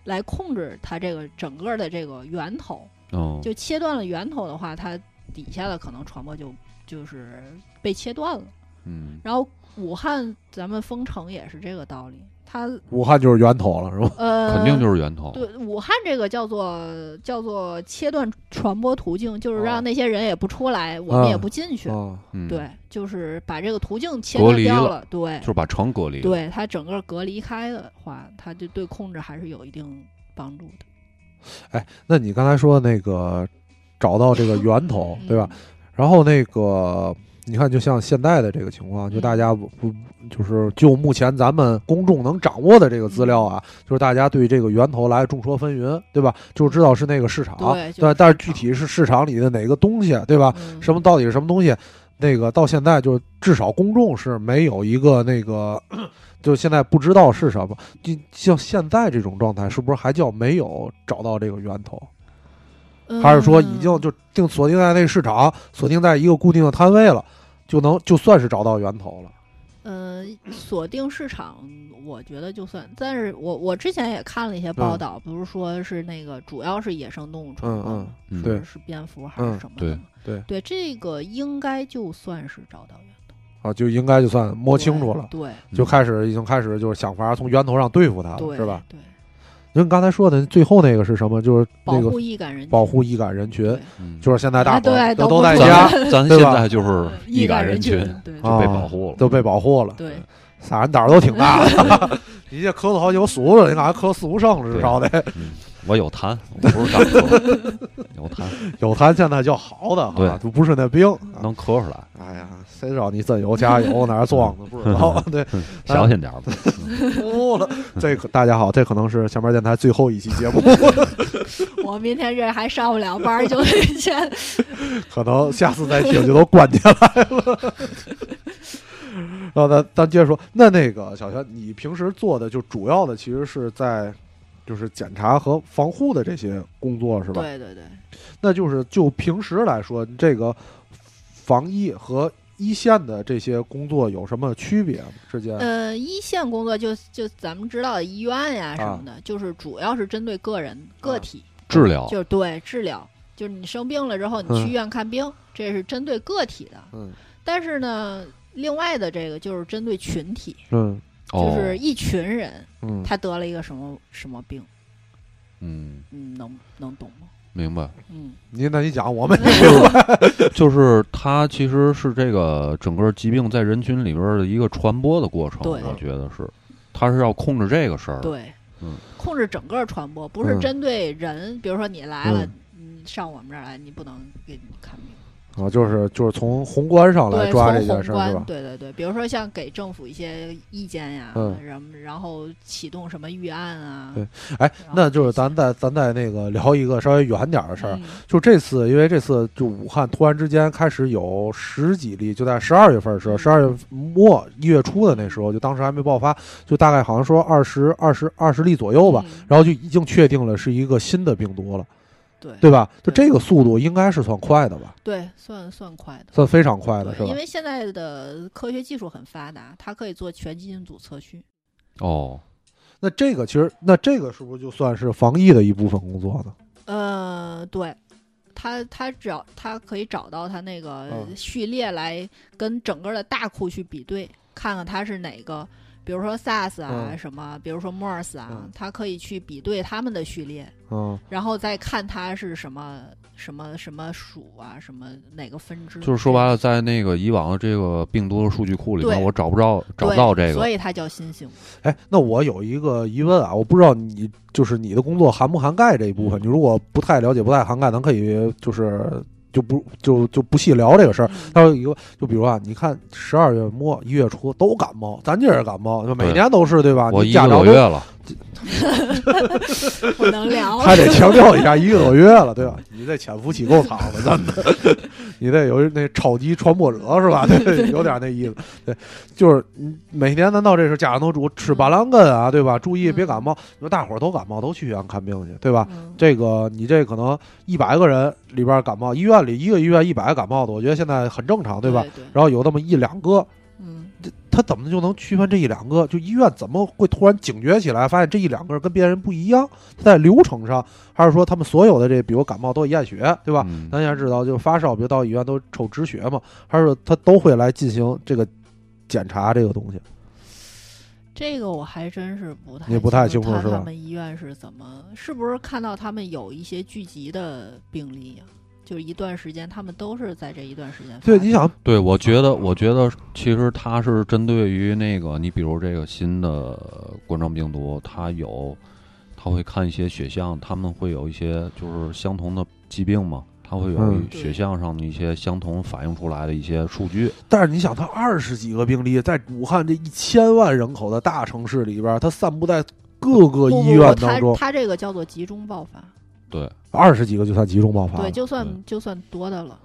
[SPEAKER 4] 来控制它这个整个的这个源头。
[SPEAKER 3] 哦，
[SPEAKER 4] 就切断了源头的话，它底下的可能传播就就是被切断了。
[SPEAKER 3] 嗯
[SPEAKER 4] 然后武汉咱们封城也是这个道理，它
[SPEAKER 2] 武汉就是源头了，是吧？
[SPEAKER 4] 呃
[SPEAKER 3] 肯定就是源头。
[SPEAKER 4] 对，武汉这个叫做叫做切断传播途径，就是
[SPEAKER 2] 哦
[SPEAKER 4] 让那些人也不出来，我们也不进去。
[SPEAKER 2] 啊，
[SPEAKER 3] 嗯，
[SPEAKER 4] 对，就是把这个途径切
[SPEAKER 3] 隔
[SPEAKER 4] 断
[SPEAKER 3] 离
[SPEAKER 4] 掉
[SPEAKER 3] 了
[SPEAKER 4] 对
[SPEAKER 3] 就，是把城隔离。，
[SPEAKER 4] 对，它整个隔离开的话，它就对控制还是有一定帮助的，
[SPEAKER 2] 哎那你刚才说那个找到这个源头，对吧？
[SPEAKER 4] 嗯？
[SPEAKER 2] 然后那个你看，就像现在的这个情况，就
[SPEAKER 4] 嗯
[SPEAKER 2] 大家不不就是就目前咱们公众能掌握的这个资料啊，
[SPEAKER 4] 嗯
[SPEAKER 2] 就是大家对这个源头来众说纷纭，对吧？就知道是那个市场，啊
[SPEAKER 4] 对就是
[SPEAKER 2] 但但是具
[SPEAKER 4] 市场
[SPEAKER 2] 体是市场里的哪个东西，啊对吧？
[SPEAKER 4] 嗯
[SPEAKER 2] 什么到底是什么东西？那个到现在就至少公众是没有一个那个， 就现在不知道是什么。就像现在这种状态，是不是还叫没有找到这个源头？
[SPEAKER 4] 嗯
[SPEAKER 2] 还是说已经就定锁定在那个市场，锁定在一个固定的摊位了，就能就算是找到源头了？
[SPEAKER 4] 呃，锁定市场，我觉得就算，但是我我之前也看了一些报
[SPEAKER 2] 嗯
[SPEAKER 4] 道，比如说是那个主要是野生动物传
[SPEAKER 2] 嗯
[SPEAKER 4] 播嘛，
[SPEAKER 2] 嗯，
[SPEAKER 3] 嗯
[SPEAKER 2] 对
[SPEAKER 4] 是蝙蝠还是
[SPEAKER 2] 嗯
[SPEAKER 4] 什么
[SPEAKER 3] 对
[SPEAKER 4] 的嘛、
[SPEAKER 2] 对
[SPEAKER 4] 对，这个应该就算是找到源头，
[SPEAKER 2] 啊，就应该就算摸清楚了，
[SPEAKER 4] 对
[SPEAKER 2] 就开始已经开始就是想法从源头上对付它了，
[SPEAKER 4] 对
[SPEAKER 2] 啊是吧？？
[SPEAKER 4] 对，
[SPEAKER 2] 因为刚才说的最后那个是什么？就是
[SPEAKER 4] 保
[SPEAKER 2] 那个
[SPEAKER 4] 护易感人群，
[SPEAKER 2] 保护易感人群，
[SPEAKER 4] 对
[SPEAKER 3] 嗯，
[SPEAKER 2] 就是现在大伙
[SPEAKER 4] 哎对
[SPEAKER 2] 都
[SPEAKER 4] 都
[SPEAKER 2] 都在
[SPEAKER 4] 不
[SPEAKER 3] 咱
[SPEAKER 4] 错
[SPEAKER 2] 家
[SPEAKER 4] 对
[SPEAKER 3] 咱
[SPEAKER 2] 对
[SPEAKER 3] 现
[SPEAKER 2] 吧
[SPEAKER 3] 在就是易
[SPEAKER 4] 感
[SPEAKER 3] 感人
[SPEAKER 4] 群
[SPEAKER 3] 群，
[SPEAKER 4] 对
[SPEAKER 2] 啊
[SPEAKER 3] 就被保护了。
[SPEAKER 2] 都被保护了，
[SPEAKER 4] 对，
[SPEAKER 2] 仨人胆儿都挺大的。 你这咳嗽好久数了，你感觉咳四五声至少得
[SPEAKER 3] 嗯我有痰，我不是干咳， 有痰
[SPEAKER 2] 有痰，现在叫好的哈，
[SPEAKER 3] 对嗯
[SPEAKER 2] 就不是那病。 啊
[SPEAKER 3] 能咳出来，
[SPEAKER 2] 哎呀，谁知道你真有假有，哪儿装的不知道。对，
[SPEAKER 3] 小心点儿吧。
[SPEAKER 2] 哭了。 这可大家好，这可能是前面电台最后一期节目，
[SPEAKER 4] 我明天这还上不了班儿，就得先
[SPEAKER 2] 可能下次再听就都关起来了。 然后咱咱接着说，那那个小泉，你平时做的就主要的其实是在就是检查和防护的这些工作是吧？
[SPEAKER 4] 对对对，
[SPEAKER 2] 那就是就平时来说，这个防疫和一线的这些工作有什么区别吗之间？
[SPEAKER 4] 呃，一线工作就就咱们知道的医院呀什
[SPEAKER 2] 啊
[SPEAKER 4] 么的，就是主要是针对个人个体，
[SPEAKER 3] 治疗
[SPEAKER 4] 就是对治疗，就是你生病了之后你去
[SPEAKER 2] 嗯
[SPEAKER 4] 医院看病，这是针对个体的。
[SPEAKER 2] 嗯
[SPEAKER 4] 但是呢，另外的这个就是针对群体，
[SPEAKER 2] 嗯
[SPEAKER 3] 哦
[SPEAKER 4] 就是一群人
[SPEAKER 2] 嗯，
[SPEAKER 4] 他得了一个什么什么病，
[SPEAKER 3] 嗯，
[SPEAKER 4] 嗯，能能懂吗？
[SPEAKER 3] 明白，
[SPEAKER 4] 嗯，
[SPEAKER 2] 你那你讲，我 们
[SPEAKER 3] 就是它其实是这个整个疾病在人群里边的一个传播的过程，
[SPEAKER 4] 对
[SPEAKER 3] 我觉得是，它是要控制这个事儿，，
[SPEAKER 4] 对，
[SPEAKER 3] 嗯
[SPEAKER 4] 控制整个传播，不是
[SPEAKER 2] 嗯
[SPEAKER 4] 针对人，比如说你来了
[SPEAKER 2] 嗯，
[SPEAKER 4] 你上我们这儿来，你不能给你看病。
[SPEAKER 2] 啊，就是就是从宏观上来
[SPEAKER 4] 对，
[SPEAKER 2] 抓
[SPEAKER 4] 从
[SPEAKER 2] 这件
[SPEAKER 4] 宏
[SPEAKER 2] 事儿
[SPEAKER 4] 观
[SPEAKER 2] 是吧？
[SPEAKER 4] 对对对，比如说像给政府一些意见呀，
[SPEAKER 2] 嗯
[SPEAKER 4] 然后然后启动什么预案啊，
[SPEAKER 2] 对哎，
[SPEAKER 4] 然后
[SPEAKER 2] 那就是咱再咱再那个聊一个稍微远点儿的事儿，
[SPEAKER 4] 嗯
[SPEAKER 2] 就这次，因为这次就武汉突然之间开始有十几例，就在十二月份的时候，十二月
[SPEAKER 4] 嗯
[SPEAKER 2] 末一月初的那时候，就当时还没爆发，就大概好像说二十二十二十例左右吧，
[SPEAKER 4] 嗯
[SPEAKER 2] 然后就已经确定了是一个新的病毒了，
[SPEAKER 4] 对
[SPEAKER 2] 对吧？就
[SPEAKER 4] 对
[SPEAKER 2] 这个速度应该是算快的吧，
[SPEAKER 4] 对，算算快的。
[SPEAKER 2] 算非常快的是
[SPEAKER 4] 对，
[SPEAKER 2] 吧
[SPEAKER 4] 因？为现在的科学技术很发达，它可以做全基因组测序。
[SPEAKER 3] 哦，
[SPEAKER 2] 那这个其实，那这个是不是就算是防疫的一部分工作呢？
[SPEAKER 4] 呃，对，它它只要它可以找到它那个
[SPEAKER 2] 嗯
[SPEAKER 4] 序列来跟整个的大库去比对，看看它是哪个，比如说 SARS 啊、
[SPEAKER 2] 嗯
[SPEAKER 4] 什么，比如说 MERS 啊，
[SPEAKER 2] 嗯
[SPEAKER 4] 它可以去比对它们的序列。
[SPEAKER 2] 嗯，
[SPEAKER 4] 然后再看它是什么什么什么属啊，什么哪个分支。
[SPEAKER 3] 就是说白了，在那个以往的这个病毒的数据库里面，
[SPEAKER 4] 对
[SPEAKER 3] 我找不着找不
[SPEAKER 4] 对，
[SPEAKER 3] 到这个
[SPEAKER 4] 所，以它叫新型。
[SPEAKER 2] 哎，那我有一个疑问啊，我不知道你就是你的工作涵不涵盖这一部分。你如果不太了解、不太涵盖，咱可以就是就不就就不细聊这个事儿。
[SPEAKER 4] 嗯
[SPEAKER 2] 但是有一个，就比如啊，你看十二月末、一月初都感冒，咱这也是感冒，就每
[SPEAKER 3] 对
[SPEAKER 2] 年都是对吧？
[SPEAKER 3] 我
[SPEAKER 2] 啊你
[SPEAKER 3] 一
[SPEAKER 2] 家
[SPEAKER 3] 个
[SPEAKER 2] 长
[SPEAKER 3] 多
[SPEAKER 2] 都
[SPEAKER 3] 月了，
[SPEAKER 4] 我能聊了。
[SPEAKER 2] 还得强调一下，一个多月了，对吧？你这潜伏期够长的，咱们， 你这有那超级传播者是吧？对，有点那意思。对，就是嗯每年难道这是家长都嘱吃板蓝根啊，对吧？注意别感冒。你说大伙儿都感冒，都去医院看病去，对吧？
[SPEAKER 4] 嗯
[SPEAKER 2] 这个你这可能一百个人里边感冒，医院里一个医院一百个感冒的，我觉得现在很正常，对吧？？
[SPEAKER 4] 对，
[SPEAKER 2] 然后有那么一两个，
[SPEAKER 4] 嗯，
[SPEAKER 2] 他怎么就能区分这一两个？就医院怎么会突然警觉起来，发现这一两个人跟别人不一样？他在流程上，还是说他们所有的这，比如感冒都验血，对吧？
[SPEAKER 3] 嗯
[SPEAKER 2] 咱也知道，就发烧，比如到医院都抽止血嘛，还是说他都会来进行这个检查这个东西？
[SPEAKER 4] 这个我还真是不太
[SPEAKER 2] 你不太清楚
[SPEAKER 4] 他
[SPEAKER 2] 是吧
[SPEAKER 4] 他们医院是怎么，是不是看到他们有一些聚集的病例呀、就是一段时间，他们都是在这一段时间发
[SPEAKER 2] 对，
[SPEAKER 4] 的。
[SPEAKER 2] 你想，
[SPEAKER 3] 对，我觉得，我觉得其实它是针对于那个，你比如这个新的冠状病毒，它有，它会看一些血象，他们会有一些就是相同的疾病嘛，它会有
[SPEAKER 2] 嗯
[SPEAKER 3] 血象上的一些相同反映出来的一些数据。
[SPEAKER 2] 但是你想，他二十几个病例在武汉这一千万人口的大城市里边，它散布在各个
[SPEAKER 4] 不不
[SPEAKER 2] 医
[SPEAKER 4] 不
[SPEAKER 2] 院当中
[SPEAKER 4] 他，他这个叫做集中爆发，
[SPEAKER 3] 对，
[SPEAKER 2] 二十几个就算集中爆发
[SPEAKER 4] 对，
[SPEAKER 2] 了，
[SPEAKER 4] 就
[SPEAKER 3] 对
[SPEAKER 4] 算就算多的了。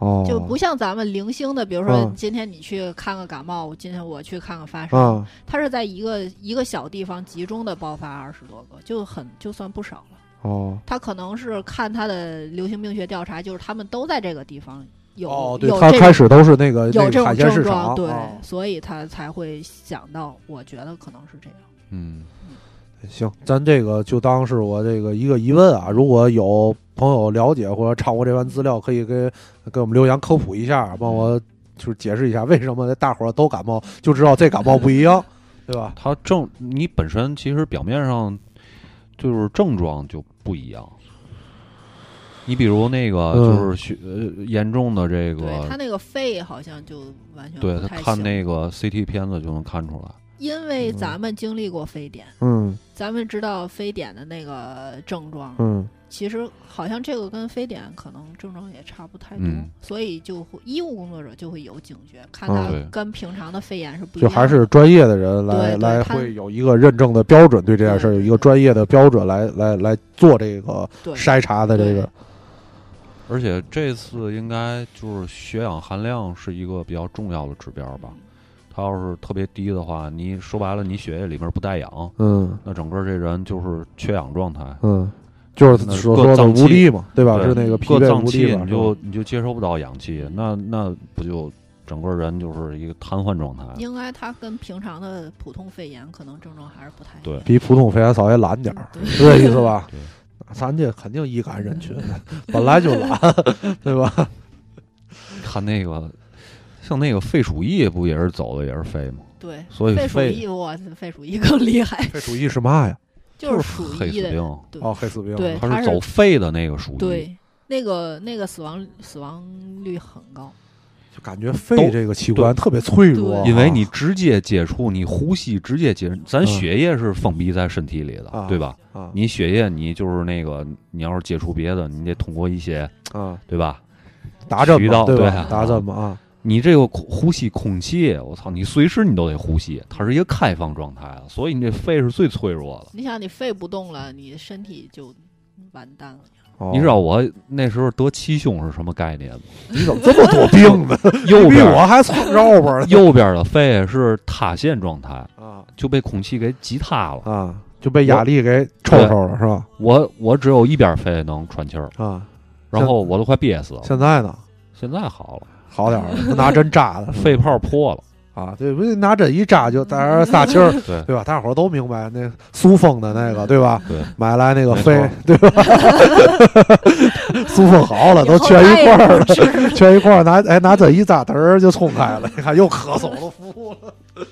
[SPEAKER 2] 哦，
[SPEAKER 4] 就不像咱们零星的，比如说
[SPEAKER 2] 嗯
[SPEAKER 4] 今天你去看个感冒，今天我去看个发烧，
[SPEAKER 2] 啊。
[SPEAKER 4] 它是在一个一个小地方集中的爆发二十多个，就很就算不少了。
[SPEAKER 2] 哦，
[SPEAKER 4] 它可能是看它的流行病学调查，就是他们都在这个地方有、
[SPEAKER 2] 哦，对，
[SPEAKER 4] 有
[SPEAKER 2] 他
[SPEAKER 4] 这
[SPEAKER 2] 开
[SPEAKER 4] 种
[SPEAKER 2] 始都是那个
[SPEAKER 4] 有
[SPEAKER 2] 那个
[SPEAKER 4] 这种
[SPEAKER 2] 海鲜市
[SPEAKER 4] 症
[SPEAKER 2] 场，
[SPEAKER 4] 状，对，
[SPEAKER 2] 哦
[SPEAKER 4] 所以他才会想到，我觉得可能是这样。
[SPEAKER 3] 嗯，
[SPEAKER 2] 行，咱这个就当是我这个一个疑问啊。如果有朋友了解或者掌握这番资料，可以给给我们留言科普一下，
[SPEAKER 4] 嗯
[SPEAKER 2] 帮我就是解释一下为什么大伙儿都感冒，就知道这感冒不一样，对 吧？
[SPEAKER 3] 它症你本身其实表面上就是症状就不一样。你比如那个
[SPEAKER 2] 嗯
[SPEAKER 3] 就是血、呃严重的这
[SPEAKER 4] 对
[SPEAKER 3] 个，
[SPEAKER 4] 他那个肺好像就完全
[SPEAKER 3] 对
[SPEAKER 4] 不
[SPEAKER 3] 他
[SPEAKER 4] 太
[SPEAKER 3] 看
[SPEAKER 4] 行，
[SPEAKER 3] 那个 CT 片子就能看出来。
[SPEAKER 4] 因为
[SPEAKER 2] 嗯
[SPEAKER 4] 咱们经历过非典，
[SPEAKER 2] 嗯
[SPEAKER 4] 咱们知道非典的那个症状，
[SPEAKER 2] 嗯
[SPEAKER 4] 其实好像这个跟非典可能症状也差不太多，
[SPEAKER 3] 嗯哦
[SPEAKER 4] 所以就会医务工作者就会有警觉，看
[SPEAKER 2] 嗯
[SPEAKER 4] 它
[SPEAKER 3] 对
[SPEAKER 4] 跟平常的肺炎是不一
[SPEAKER 2] 就
[SPEAKER 4] 样的。
[SPEAKER 2] 还是专业的人来
[SPEAKER 4] 对对
[SPEAKER 2] 来
[SPEAKER 4] 他
[SPEAKER 2] 会有一个认证的标准，对这件事儿有一个专业的标准来来来做这个
[SPEAKER 4] 对
[SPEAKER 2] 筛查的这个，
[SPEAKER 3] 而且这次应该就是血氧含量是一个比较重要的指标吧？他要是特别低的话，你说白了，你血液里面不带氧，
[SPEAKER 2] 嗯
[SPEAKER 3] 那整个这人就是缺氧状态。
[SPEAKER 2] 嗯，就是
[SPEAKER 3] 那
[SPEAKER 2] 所
[SPEAKER 3] 各
[SPEAKER 2] 说的
[SPEAKER 3] 脏器
[SPEAKER 2] 无力嘛，对吧？
[SPEAKER 3] 对
[SPEAKER 2] 是那个疲
[SPEAKER 3] 各
[SPEAKER 2] 惫
[SPEAKER 3] 脏
[SPEAKER 2] 无力
[SPEAKER 3] 器
[SPEAKER 2] 嘛，
[SPEAKER 3] 你就你就接收不到氧气，那那不就整个人就是一个瘫痪状态？
[SPEAKER 4] 应该它跟平常的普通肺炎可能症状还是不太一样。
[SPEAKER 3] 对
[SPEAKER 2] 比普通肺炎稍微懒点儿，
[SPEAKER 4] 嗯对
[SPEAKER 2] 是这意思吧
[SPEAKER 3] 对？
[SPEAKER 2] 咱这肯定易感人群，本来就懒， 对 吧？
[SPEAKER 3] 看那个，像那个肺鼠疫不也是走的也是肺吗？
[SPEAKER 4] 对，
[SPEAKER 3] 所以
[SPEAKER 4] 肺鼠疫，我肺鼠疫更 厉害，
[SPEAKER 2] 这鼠疫是嘛呀？
[SPEAKER 4] 就是鼠
[SPEAKER 3] 黑
[SPEAKER 4] 疫
[SPEAKER 3] 死
[SPEAKER 4] 的
[SPEAKER 3] 病，
[SPEAKER 4] 对
[SPEAKER 2] 哦，黑死病。
[SPEAKER 4] 对
[SPEAKER 3] 它
[SPEAKER 4] 它
[SPEAKER 3] 是
[SPEAKER 4] 是
[SPEAKER 3] 走肺的那个鼠疫，
[SPEAKER 4] 对，那个那个死亡死亡率很高，
[SPEAKER 2] 就感觉肺这个器官特别脆弱，啊
[SPEAKER 4] 对
[SPEAKER 3] 因为你直接接触，你呼吸直接接，咱
[SPEAKER 2] 嗯
[SPEAKER 3] 血液是封闭在身体里的，
[SPEAKER 2] 啊
[SPEAKER 3] 对吧？
[SPEAKER 2] 啊
[SPEAKER 3] 你血液，你就是那个，你要是接触别的，你得通过一些，
[SPEAKER 2] 啊
[SPEAKER 3] 对吧？
[SPEAKER 2] 打针
[SPEAKER 3] 渠
[SPEAKER 2] 嘛，
[SPEAKER 3] 道
[SPEAKER 2] 对
[SPEAKER 3] 对
[SPEAKER 2] 吧
[SPEAKER 3] 啊？
[SPEAKER 2] 打针嘛啊，
[SPEAKER 3] 你这个空呼吸空气，我操，你随时你都得呼吸，它是一个开放状态了，所以你这肺是最脆弱的。
[SPEAKER 4] 你想你肺不动了，你身体就完蛋了。
[SPEAKER 2] 哦
[SPEAKER 3] 你知道我那时候得气胸是什么 概念吗？
[SPEAKER 2] 你怎么这么多病 呢？
[SPEAKER 3] 右
[SPEAKER 2] 比
[SPEAKER 3] 边
[SPEAKER 2] 我还苍绕 吧呢
[SPEAKER 3] 右边的肺是塌陷状态，
[SPEAKER 2] 啊
[SPEAKER 3] 就被空气给挤塌了。
[SPEAKER 2] 啊，就被压力给抽抽了是吧？
[SPEAKER 3] 我我只有一边肺能喘气儿，
[SPEAKER 2] 啊，
[SPEAKER 3] 然后我都快憋死了。
[SPEAKER 2] 现在呢
[SPEAKER 3] 现在好了，
[SPEAKER 2] 好 点儿了，不拿针扎的
[SPEAKER 3] 肺泡破了。
[SPEAKER 2] 啊，对，不是拿针一扎就在那儿撒气儿，
[SPEAKER 3] 嗯 对
[SPEAKER 2] 对吧？大伙儿都明白那苏风的那个对吧？
[SPEAKER 3] 对，
[SPEAKER 2] 买来那个
[SPEAKER 3] 没
[SPEAKER 2] 肺
[SPEAKER 3] 错
[SPEAKER 2] 对吧？ 苏风好了，都全一块儿了。
[SPEAKER 4] 了。
[SPEAKER 2] 全一块儿拿，哎，拿这一扎嘚儿就冲开了，你看又咳嗽都服了。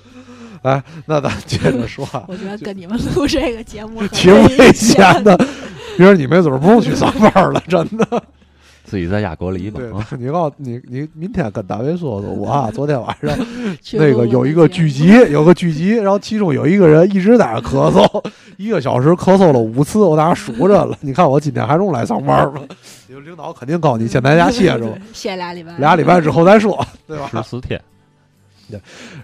[SPEAKER 2] 哎，那咱接着说啊，
[SPEAKER 4] 我觉得跟你们录这个节目很
[SPEAKER 2] 挺危险的。明儿你没准儿不用去上班了，真的。
[SPEAKER 3] 自己在家隔离吧。
[SPEAKER 2] 对
[SPEAKER 3] 啊，
[SPEAKER 2] 你告诉你，你明天跟单位说说，我 啊，昨天晚上
[SPEAKER 4] 去
[SPEAKER 2] 那个
[SPEAKER 4] 录我
[SPEAKER 2] 有
[SPEAKER 4] 的
[SPEAKER 2] 一个
[SPEAKER 4] 节目
[SPEAKER 2] 聚集， 有个聚集，然后其中有一个人一直在那儿咳嗽，一个小时咳嗽了五次，我在那儿数着了。你看我今天还用来上班吗？你们领导肯定告诉你，先在家歇着吧，
[SPEAKER 4] 对歇俩礼拜，
[SPEAKER 2] 俩礼拜之后再说，对吧？
[SPEAKER 3] 十四天，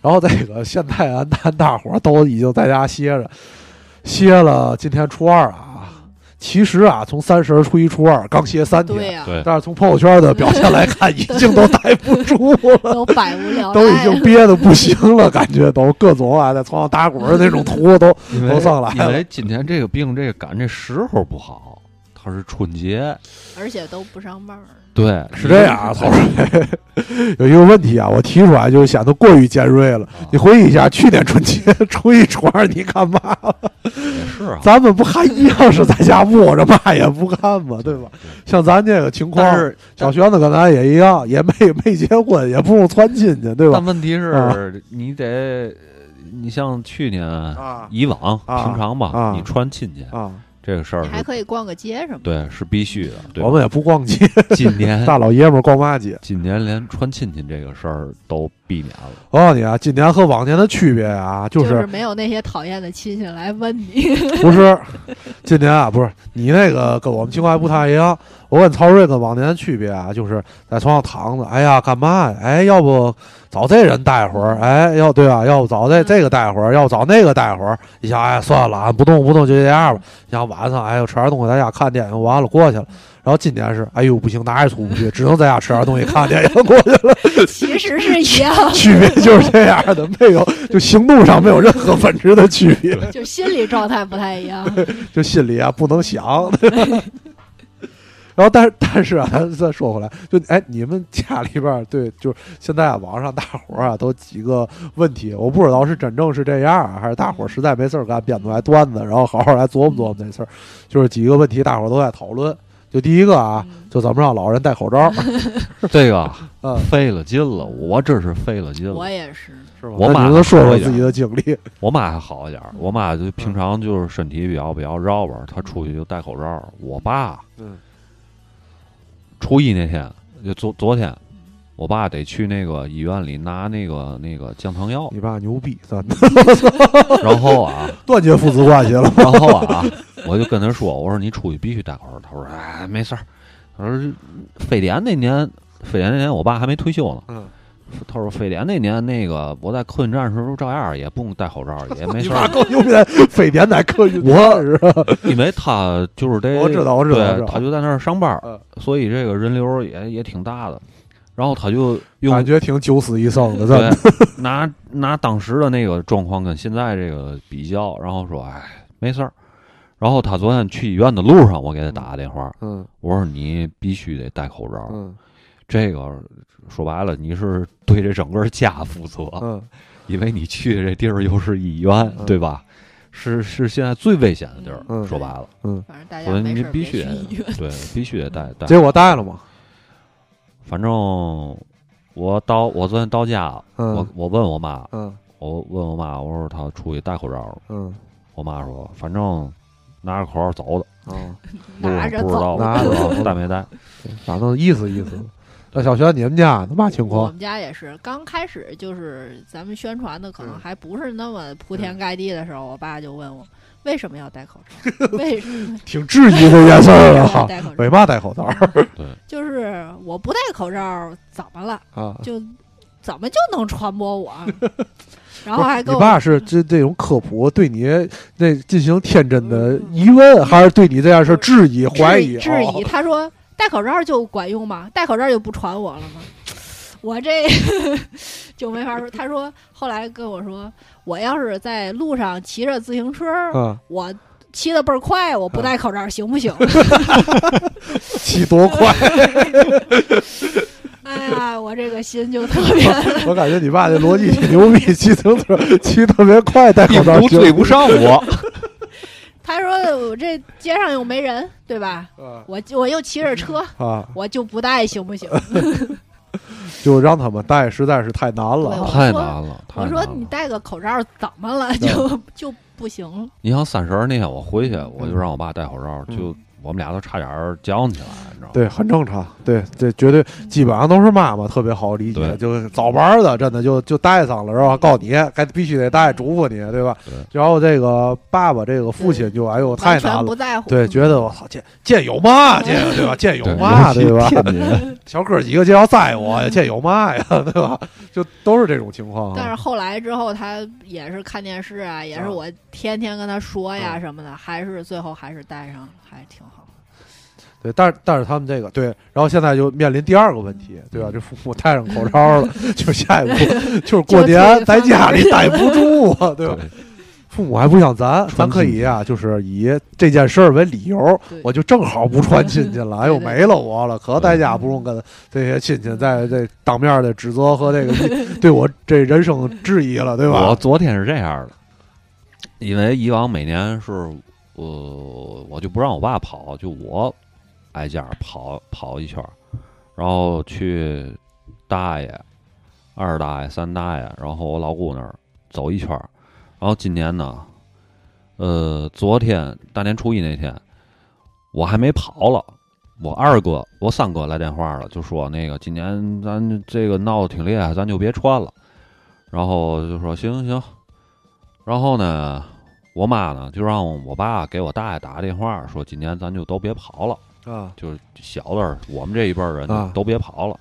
[SPEAKER 2] 然后这个现在啊，大大伙儿都已经在家歇着，歇了。今天初二
[SPEAKER 4] 嗯
[SPEAKER 2] 啊，其实啊，从三十儿初一、初二刚歇三
[SPEAKER 4] 对
[SPEAKER 2] 天，
[SPEAKER 4] 呀、
[SPEAKER 3] 对
[SPEAKER 2] 但是从朋友圈的表现来看，已经都待不住 了。
[SPEAKER 4] 都百无聊赖，啊
[SPEAKER 2] 都已经憋得不行了，感觉都各种啊，在床上打滚儿那种图 都
[SPEAKER 3] 因
[SPEAKER 2] 都上来
[SPEAKER 3] 因
[SPEAKER 2] 了
[SPEAKER 3] 为今年这个病这个感这时候不好，它是春节，
[SPEAKER 4] 而且都不上班儿。
[SPEAKER 3] 对，
[SPEAKER 2] 是这样啊。曹瑞， 有一个问题啊，我提出来就显得过于尖锐了。
[SPEAKER 3] 啊
[SPEAKER 2] 你回忆一下去年春节 初一、初二你干嘛了？
[SPEAKER 3] 也是啊。
[SPEAKER 2] 咱们不还一样是在家窝着嘛也不干嘛，对吧？像咱这个情况，
[SPEAKER 3] 但是
[SPEAKER 2] 小玄子跟咱也一样，也没没结婚，也不用穿亲戚，对吧
[SPEAKER 3] 但？问题
[SPEAKER 2] 啊
[SPEAKER 3] 是，你得，呃你像去年、
[SPEAKER 2] 啊
[SPEAKER 3] 以往、
[SPEAKER 2] 啊
[SPEAKER 3] 平常吧，
[SPEAKER 2] 啊
[SPEAKER 3] 你穿亲戚、
[SPEAKER 2] 啊，
[SPEAKER 3] 这个事儿
[SPEAKER 4] 你还
[SPEAKER 3] 是，
[SPEAKER 4] 可以逛个街什么的。
[SPEAKER 3] 对，是必须的。对吧
[SPEAKER 2] 我们也不逛街，
[SPEAKER 3] 今年
[SPEAKER 2] 大老爷们儿逛嘛街？
[SPEAKER 3] 今年连穿亲戚这个事儿都避免 了，
[SPEAKER 2] 我告诉你啊，今年和往年的区别啊，就
[SPEAKER 4] 就是没有那些讨厌的亲戚来问你，
[SPEAKER 2] 不是今年啊，不是你那个跟我们情况还不太一样。我跟曹睿跟往年的区别啊，就是在床上躺着，哎呀，干嘛呀？哎，要不找这人待会儿，哎，要对啊，要不找这
[SPEAKER 4] 嗯
[SPEAKER 2] 这个待会儿，要不找那个待会儿。你想，哎，算了，俺不动不动就这样吧。你想晚上，哎呦，吃点东西在家看电影，完了过去了。然后今年是，哎呦，不行，哪也出不去，只能在家吃点东西看电影过去了。
[SPEAKER 4] 其实是一样，
[SPEAKER 2] 区别就是这样的，没有就行动上没有任何本质的区别。
[SPEAKER 4] 就心理状态不太一样。
[SPEAKER 2] 就心里啊不能想。 然后，但是 但是啊，咱再说回来，就哎，你们家里边儿对，就是现在啊，网上大伙儿啊都几个问题，我不知道是真正是这样啊，还是大伙儿实在没事儿干编出来段子，然后好好来琢磨琢磨这事儿。就是几个问题，大伙儿都在讨论。就第一个啊，
[SPEAKER 4] 嗯
[SPEAKER 2] 就怎么让老人戴口罩，
[SPEAKER 3] 这个
[SPEAKER 2] 嗯
[SPEAKER 3] 费了劲了，我真是费了劲了。
[SPEAKER 4] 我也是，
[SPEAKER 2] 是吧？
[SPEAKER 3] 我
[SPEAKER 2] 那
[SPEAKER 3] 妈
[SPEAKER 2] 你们都说
[SPEAKER 3] 说
[SPEAKER 2] 说
[SPEAKER 3] 一下
[SPEAKER 2] 自己的经历
[SPEAKER 3] 我妈还好一点
[SPEAKER 2] 嗯
[SPEAKER 3] 儿，我妈就平常就是身体比较比较绕吧，她出去就戴口罩。我爸，
[SPEAKER 2] 嗯，
[SPEAKER 3] 初一那天就昨昨天，我爸得去那个医院里拿那个那个降糖 药，
[SPEAKER 2] 你爸牛逼，真的
[SPEAKER 3] 然后啊，
[SPEAKER 2] 断绝父子关系 了。
[SPEAKER 3] 然后啊，我就跟他说，我说你出去必须戴口罩。他说哎，没事儿。他说非典那年，非典那年我爸还没退休呢。
[SPEAKER 2] 嗯，
[SPEAKER 3] 他说非典那年那个我在客运站的时候照样也不用戴口罩，也没
[SPEAKER 2] 你
[SPEAKER 3] 事
[SPEAKER 2] 爸
[SPEAKER 3] 儿，
[SPEAKER 2] 够牛逼，非典在客运
[SPEAKER 3] 我
[SPEAKER 2] 站是吧？
[SPEAKER 3] 因为他就是得
[SPEAKER 2] 我知道我知道我知
[SPEAKER 3] 对，
[SPEAKER 2] 道
[SPEAKER 3] 他就在那儿上班儿
[SPEAKER 2] 嗯，
[SPEAKER 3] 所以这个人流也也挺大的。然后他就用
[SPEAKER 2] 感觉挺九死一生的，真的。
[SPEAKER 3] 对， 拿拿当时的那个状况跟现在这个比较，然后说，哎，没事儿。然后他昨天去医院的路上，我给他打个电话，
[SPEAKER 2] 嗯
[SPEAKER 3] 我说你必须得戴口罩。
[SPEAKER 2] 嗯
[SPEAKER 3] 这个说白了，你是对这整个家负责，
[SPEAKER 2] 嗯
[SPEAKER 3] 因为你去的这地儿又是医院，
[SPEAKER 2] 嗯
[SPEAKER 3] 对吧？是是现在最危险的地儿，
[SPEAKER 2] 嗯
[SPEAKER 3] 说白了，
[SPEAKER 4] 反正大家
[SPEAKER 3] 所以
[SPEAKER 4] 没
[SPEAKER 3] 你
[SPEAKER 4] 事儿
[SPEAKER 3] 必
[SPEAKER 4] 别
[SPEAKER 3] 须
[SPEAKER 4] 去
[SPEAKER 3] 得
[SPEAKER 4] 医院。
[SPEAKER 3] 对， 必须得戴戴。
[SPEAKER 2] 结果戴了嘛，
[SPEAKER 3] 反正我到我昨天到家，我
[SPEAKER 2] 嗯
[SPEAKER 3] 我问我妈，
[SPEAKER 2] 嗯
[SPEAKER 3] 我问我妈，我说她出去戴口罩了，
[SPEAKER 2] 嗯
[SPEAKER 3] 我妈说反正拿着口罩走的，
[SPEAKER 2] 嗯，
[SPEAKER 3] 路
[SPEAKER 4] 拿
[SPEAKER 3] 上
[SPEAKER 4] 着
[SPEAKER 3] 不知
[SPEAKER 4] 走
[SPEAKER 3] 道
[SPEAKER 2] 拿着
[SPEAKER 3] 不知
[SPEAKER 2] 走
[SPEAKER 3] 道戴没戴。
[SPEAKER 2] 反正意思意思。 那小轩，你们家他嘛情
[SPEAKER 4] 我
[SPEAKER 2] 况？
[SPEAKER 4] 们家也是，刚开始就是咱们宣传的，可能
[SPEAKER 2] 嗯
[SPEAKER 4] 还不是那么铺天盖地的时候，我爸就问
[SPEAKER 3] 嗯
[SPEAKER 4] 我为什么要戴口 罩，为什么
[SPEAKER 2] 挺质疑这件事儿
[SPEAKER 4] 为什么要
[SPEAKER 2] 啊，
[SPEAKER 4] 戴口罩
[SPEAKER 2] 为？嘛戴口罩
[SPEAKER 4] 就是我不戴口罩怎么了？
[SPEAKER 2] 啊？
[SPEAKER 4] 就怎么就能传播 我？然后还
[SPEAKER 2] 你
[SPEAKER 4] 跟我
[SPEAKER 2] 爸是这这种科普对你那进行天真的疑问，还是对你这件事儿质疑、
[SPEAKER 4] 嗯质
[SPEAKER 2] 怀疑、
[SPEAKER 4] 质疑，
[SPEAKER 2] 哦
[SPEAKER 4] 他说戴口罩就管用吗？戴口罩就不传我了吗？我这 就没法说。他说后来跟我说，我要是在路上骑着自行车，
[SPEAKER 2] 嗯，
[SPEAKER 4] 我骑的倍儿快，我不戴口罩、行 不行？
[SPEAKER 2] 骑多快？
[SPEAKER 4] 哎呀，我这个心就特 别
[SPEAKER 2] 我感觉你爸这逻辑挺牛逼，骑自行车骑特别快，戴口罩
[SPEAKER 3] 病毒追不上我，
[SPEAKER 4] 他说我这街上又没人，对吧？
[SPEAKER 2] 啊
[SPEAKER 4] 我我又骑着车，
[SPEAKER 2] 啊！
[SPEAKER 4] 我就不戴行不行？
[SPEAKER 2] 就让他们戴，实在是太难
[SPEAKER 4] 对
[SPEAKER 2] 了。
[SPEAKER 4] 我
[SPEAKER 3] 太
[SPEAKER 4] 说
[SPEAKER 3] 难了，太
[SPEAKER 4] 我
[SPEAKER 3] 难
[SPEAKER 4] 说
[SPEAKER 3] 了。
[SPEAKER 4] 你戴个口罩怎么
[SPEAKER 2] 嗯
[SPEAKER 4] 了？就就不行了。
[SPEAKER 3] 你想三十儿那天我回去，我就
[SPEAKER 2] 嗯
[SPEAKER 3] 让我爸戴口罩，
[SPEAKER 2] 嗯
[SPEAKER 3] 就我们俩都差点儿僵起来，你知道吗？
[SPEAKER 2] 对，很正常。对，这绝对
[SPEAKER 4] 嗯
[SPEAKER 2] 基本上都是妈妈特别好理解，
[SPEAKER 3] 对
[SPEAKER 2] 就是早班的，真的就就带上了，然后告诉你该必须得
[SPEAKER 4] 嗯
[SPEAKER 2] 带，嘱咐你，对吧？
[SPEAKER 3] 对
[SPEAKER 2] 然后这个爸爸这个父亲就哎呦太
[SPEAKER 4] 完
[SPEAKER 2] 难
[SPEAKER 4] 全
[SPEAKER 2] 了
[SPEAKER 4] 不，在乎。
[SPEAKER 2] 对，觉得我操，这这有嘛这个对吧？这有嘛对吧？
[SPEAKER 3] 天津，
[SPEAKER 2] 小哥几个就要宰我，这有嘛呀对吧？就都是这种情况啊。
[SPEAKER 4] 但是后来之后，他也是看电视啊，也是
[SPEAKER 2] 啊
[SPEAKER 4] 我天天跟他说呀
[SPEAKER 2] 嗯
[SPEAKER 4] 什么的，还是最后还是戴上了，还挺好。
[SPEAKER 2] 对，但是但是他们这个对，然后现在就面临第二个问题，对吧？这父母戴上口罩了，就下一步就是过年在家里待不住啊，对吧？父母还不像咱，咱可以啊，就是以这件事儿为理由
[SPEAKER 4] 对，
[SPEAKER 2] 我就正好不串亲戚了，哎呦
[SPEAKER 4] 对
[SPEAKER 2] 没了我了，可在家不用跟这些亲戚在这当面的指责和这个 对我这人生质疑了，对
[SPEAKER 3] 我
[SPEAKER 2] 吧？
[SPEAKER 3] 昨天是这样的，因为以往每年是我、我就不让我爸跑，就我挨家跑跑一圈儿，然后去大爷、二大爷、三大爷，然后我老姑那儿走一圈儿。然后今年呢，呃，昨天大年初一那天，我还没跑了。我二哥、我三哥来电话了，就说那个今年咱这个闹得挺厉害，咱就别穿了。然后就说行行行，然后呢，我妈呢就让我爸给我大爷打个电话，说今年咱就都别跑了，
[SPEAKER 2] 啊，
[SPEAKER 3] 就是小的儿我们这一辈儿人
[SPEAKER 2] 啊
[SPEAKER 3] 都别跑了。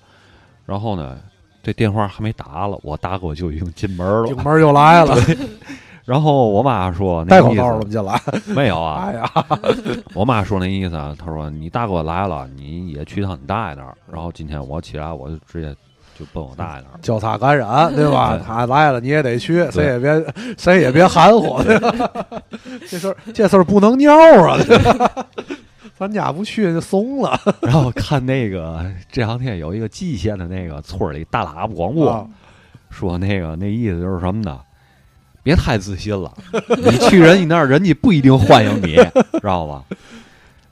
[SPEAKER 3] 然后呢，这电话还没打了，我大哥就已经进门
[SPEAKER 2] 顶
[SPEAKER 3] 了。
[SPEAKER 2] 门儿又来了，
[SPEAKER 3] 然后我妈说那
[SPEAKER 2] 戴口
[SPEAKER 3] 意
[SPEAKER 2] 罩了
[SPEAKER 3] 思
[SPEAKER 2] 吗？进来，
[SPEAKER 3] 没有啊？
[SPEAKER 2] 哎呀，
[SPEAKER 3] 我妈说那意思啊，她说你大哥来了，你也去趟你大爷那儿。
[SPEAKER 2] 嗯
[SPEAKER 3] 然后今天我起来，我就直接就奔我大爷那儿了。
[SPEAKER 2] 交叉感 染，对吧？
[SPEAKER 3] 对
[SPEAKER 2] 他来了，你也得去，谁也别 谁也别含糊，对吧？ 这事儿这事儿不能尿啊，对吧？ 咱家不去就怂了，
[SPEAKER 3] 然后看那个这两天有一个蓟县的那个村儿里大喇叭广播，
[SPEAKER 2] 啊
[SPEAKER 3] 说那个那意思就是什么呢？别太自信了，你去人家那儿，人家不一定欢迎你，知道吧？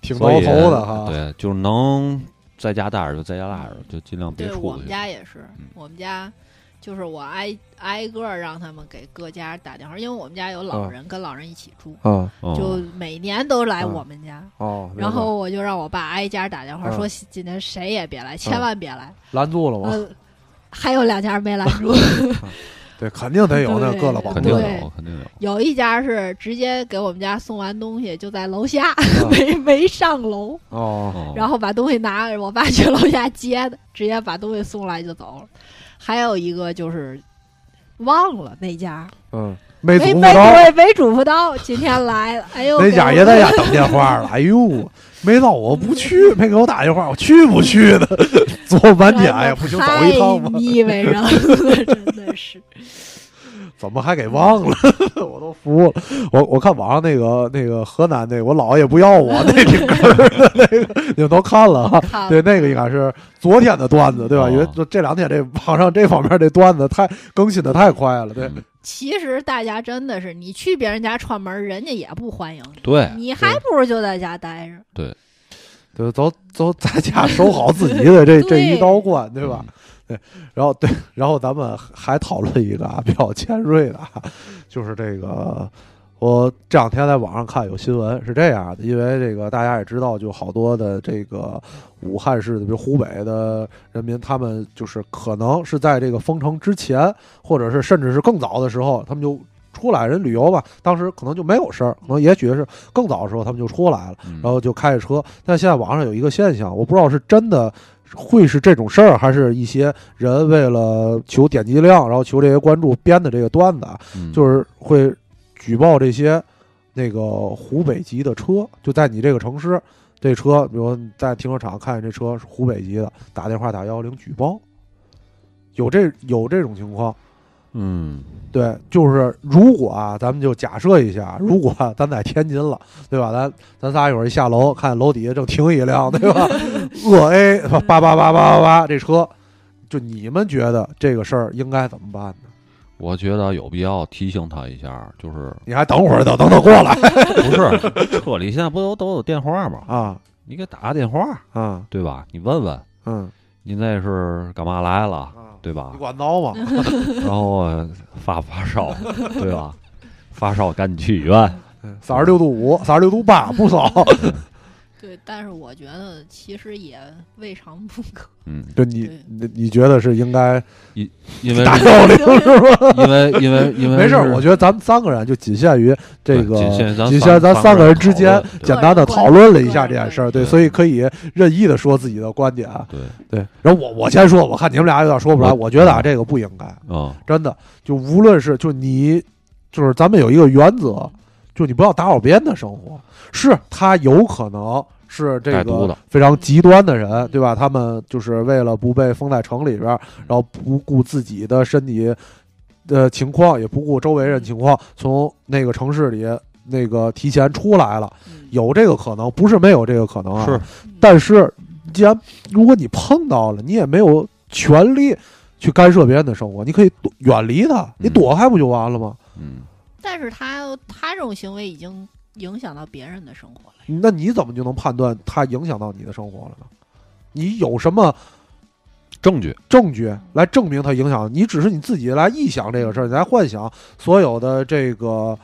[SPEAKER 2] 挺挠
[SPEAKER 3] 所以
[SPEAKER 2] 头
[SPEAKER 4] 啊
[SPEAKER 2] 的哈。
[SPEAKER 3] 对，就能在家待着就在家待着，就尽量别
[SPEAKER 4] 对我
[SPEAKER 3] 出
[SPEAKER 4] 们
[SPEAKER 3] 去。
[SPEAKER 4] 家也是，
[SPEAKER 2] 嗯
[SPEAKER 4] 我们家就是我挨挨个儿让他们给各家打电话，因为我们家有老
[SPEAKER 2] 啊
[SPEAKER 4] 人跟老人一起住，
[SPEAKER 2] 啊
[SPEAKER 3] 嗯
[SPEAKER 4] 就每年都来
[SPEAKER 2] 啊
[SPEAKER 4] 我们家。
[SPEAKER 2] 哦，
[SPEAKER 4] 然后我就让我爸挨家打电话
[SPEAKER 2] 啊
[SPEAKER 4] 说，今天谁也别来，千万别来。
[SPEAKER 2] 拦住了吗？
[SPEAKER 4] 呃，还有两家没 拦住，
[SPEAKER 2] 对，肯定得有那
[SPEAKER 4] 对
[SPEAKER 2] 个了吧？
[SPEAKER 3] 肯定
[SPEAKER 4] 对
[SPEAKER 3] 有，肯定有。
[SPEAKER 4] 有一家是直接给我们家送完东西就在楼下，
[SPEAKER 2] 啊
[SPEAKER 4] 没没上楼，
[SPEAKER 2] 哦，
[SPEAKER 3] 嗯
[SPEAKER 4] 然后把东西拿，我爸去楼下接的，直接把东西送来就走了。还有一个就是忘了那家，
[SPEAKER 2] 嗯，没
[SPEAKER 4] 没
[SPEAKER 2] 祖
[SPEAKER 4] 没
[SPEAKER 2] 不着，
[SPEAKER 4] 没没嘱咐到，今天来了，哎呦，
[SPEAKER 2] 那
[SPEAKER 4] 给
[SPEAKER 2] 家
[SPEAKER 4] 我
[SPEAKER 2] 也在家等电话了。哎呦，没到我不去，没给我打电话，我去不去呢？ 做半天，哎呀，不行，走一趟吧
[SPEAKER 4] 太，腻歪 人了，真的是。
[SPEAKER 2] 怎么还给忘了？ 我都服了。我我看网上那个那个河南那个，我姥爷不要 我那挺哏儿的那个，你们都看了哈？
[SPEAKER 4] 看了
[SPEAKER 2] 对，那个应该是昨天的段子，对吧？
[SPEAKER 3] 哦
[SPEAKER 2] 因为这这两天这网上这方面这段子太更新的太快了，对
[SPEAKER 3] 嗯
[SPEAKER 4] 其实大家真的是，你去别人家串门，人家也不欢迎你，
[SPEAKER 3] 对，
[SPEAKER 4] 你还不如就在家待着。
[SPEAKER 2] 对，走走，在家守好自己的这这
[SPEAKER 4] 对
[SPEAKER 2] 一道关，对吧？对，然后对，然后咱们还讨论一个啊，比较尖锐的，啊，就是这个。我这两天在网上看有新闻是这样的，因为这个大家也知道，就好多的这个武汉市的，比如湖北的人民，他们就是可能是在这个封城之前，或者是甚至是更早的时候，他们就出来人旅游吧，当时可能就没有事儿，可能也许是更早的时候他们就出来了。
[SPEAKER 3] 嗯
[SPEAKER 2] 然后就开着车。但现在网上有一个现象，我不知道是真的会是这种事儿，还是一些人为了求点击量，然后求这些关注编的这个段子啊，
[SPEAKER 3] 嗯
[SPEAKER 2] 就是会举报这些那个湖北籍的车，就在你这个城市，这车，比如你在停车场看见这车是湖北籍的，打电话打幺幺零举报，有这有这种情况。
[SPEAKER 3] 嗯，
[SPEAKER 2] 对，就是如果啊，咱们就假设一下，如果啊咱在天津了，对吧？咱咱仨一会儿一下楼，看楼底下正停一辆，对吧？鄂 A 叭叭叭叭叭叭这车，就你们觉得这个事儿应该怎么办呢？
[SPEAKER 3] 我觉得有必要提醒他一下，就是
[SPEAKER 2] 你还等会儿，等等等过来
[SPEAKER 3] 不是车里现在不都都有电话吗？
[SPEAKER 2] 啊
[SPEAKER 3] 你给打个电话，
[SPEAKER 2] 啊
[SPEAKER 3] 对吧？你问问
[SPEAKER 2] 嗯
[SPEAKER 3] 您那是干嘛来了，
[SPEAKER 2] 啊，
[SPEAKER 3] 对吧
[SPEAKER 2] 你？管着吗？
[SPEAKER 3] 然后呃发发烧， 对吧？发烧赶紧去医院。
[SPEAKER 2] 三嗯十六度五，三十六度八不少。
[SPEAKER 4] 对，但是我觉得其实也未尝不可。
[SPEAKER 3] 嗯，
[SPEAKER 2] 就你你你觉得是应该
[SPEAKER 3] 因为
[SPEAKER 2] 打幺零是吧？
[SPEAKER 3] 因为因 为因为
[SPEAKER 2] 没事儿，
[SPEAKER 3] 是
[SPEAKER 2] 我觉得咱们三个人就仅限于这个，
[SPEAKER 3] 对仅限咱
[SPEAKER 2] 仅
[SPEAKER 3] 三
[SPEAKER 2] 限咱三
[SPEAKER 3] 三
[SPEAKER 2] 个
[SPEAKER 3] 个
[SPEAKER 2] 人
[SPEAKER 3] 人
[SPEAKER 2] 之
[SPEAKER 3] 讨
[SPEAKER 2] 间
[SPEAKER 3] 论对
[SPEAKER 2] 简单的讨论了一下这件事儿，
[SPEAKER 3] 对
[SPEAKER 2] 对，所以可以任意的说自己的观点。
[SPEAKER 3] 对，
[SPEAKER 2] 对，然后我我先说，我看你们俩有点说不来，
[SPEAKER 3] 我
[SPEAKER 2] 我觉得啊，这个不应该，
[SPEAKER 3] 嗯
[SPEAKER 2] 真的，就无论是就你，就是咱们有一个原则，就你不要打扰别人的生活，是他有可能。是这
[SPEAKER 3] 带毒
[SPEAKER 2] 个
[SPEAKER 3] 的
[SPEAKER 2] 非常极端的人，对吧？他们就是为了不被封在城里边儿，然后不顾自己的身体的情况，也不顾周围人情况，从那个城市里那个提前出来了，
[SPEAKER 4] 嗯，
[SPEAKER 2] 有这个可能，不是没有这个可能啊。
[SPEAKER 3] 是，
[SPEAKER 2] 但是既然如果你碰到了，你也没有权利去干涉别人的生活，你可以躲远离他，你躲开不就完了吗？
[SPEAKER 3] 嗯，
[SPEAKER 4] 但是他他这种行为已经影响到别人的生活了呀。
[SPEAKER 2] 那你怎么就能判断他影响到你的生活了呢？你有什么
[SPEAKER 3] 证据
[SPEAKER 2] 证据来证明它影响你，只是你自己来臆想这个事儿，你来幻想所有的这个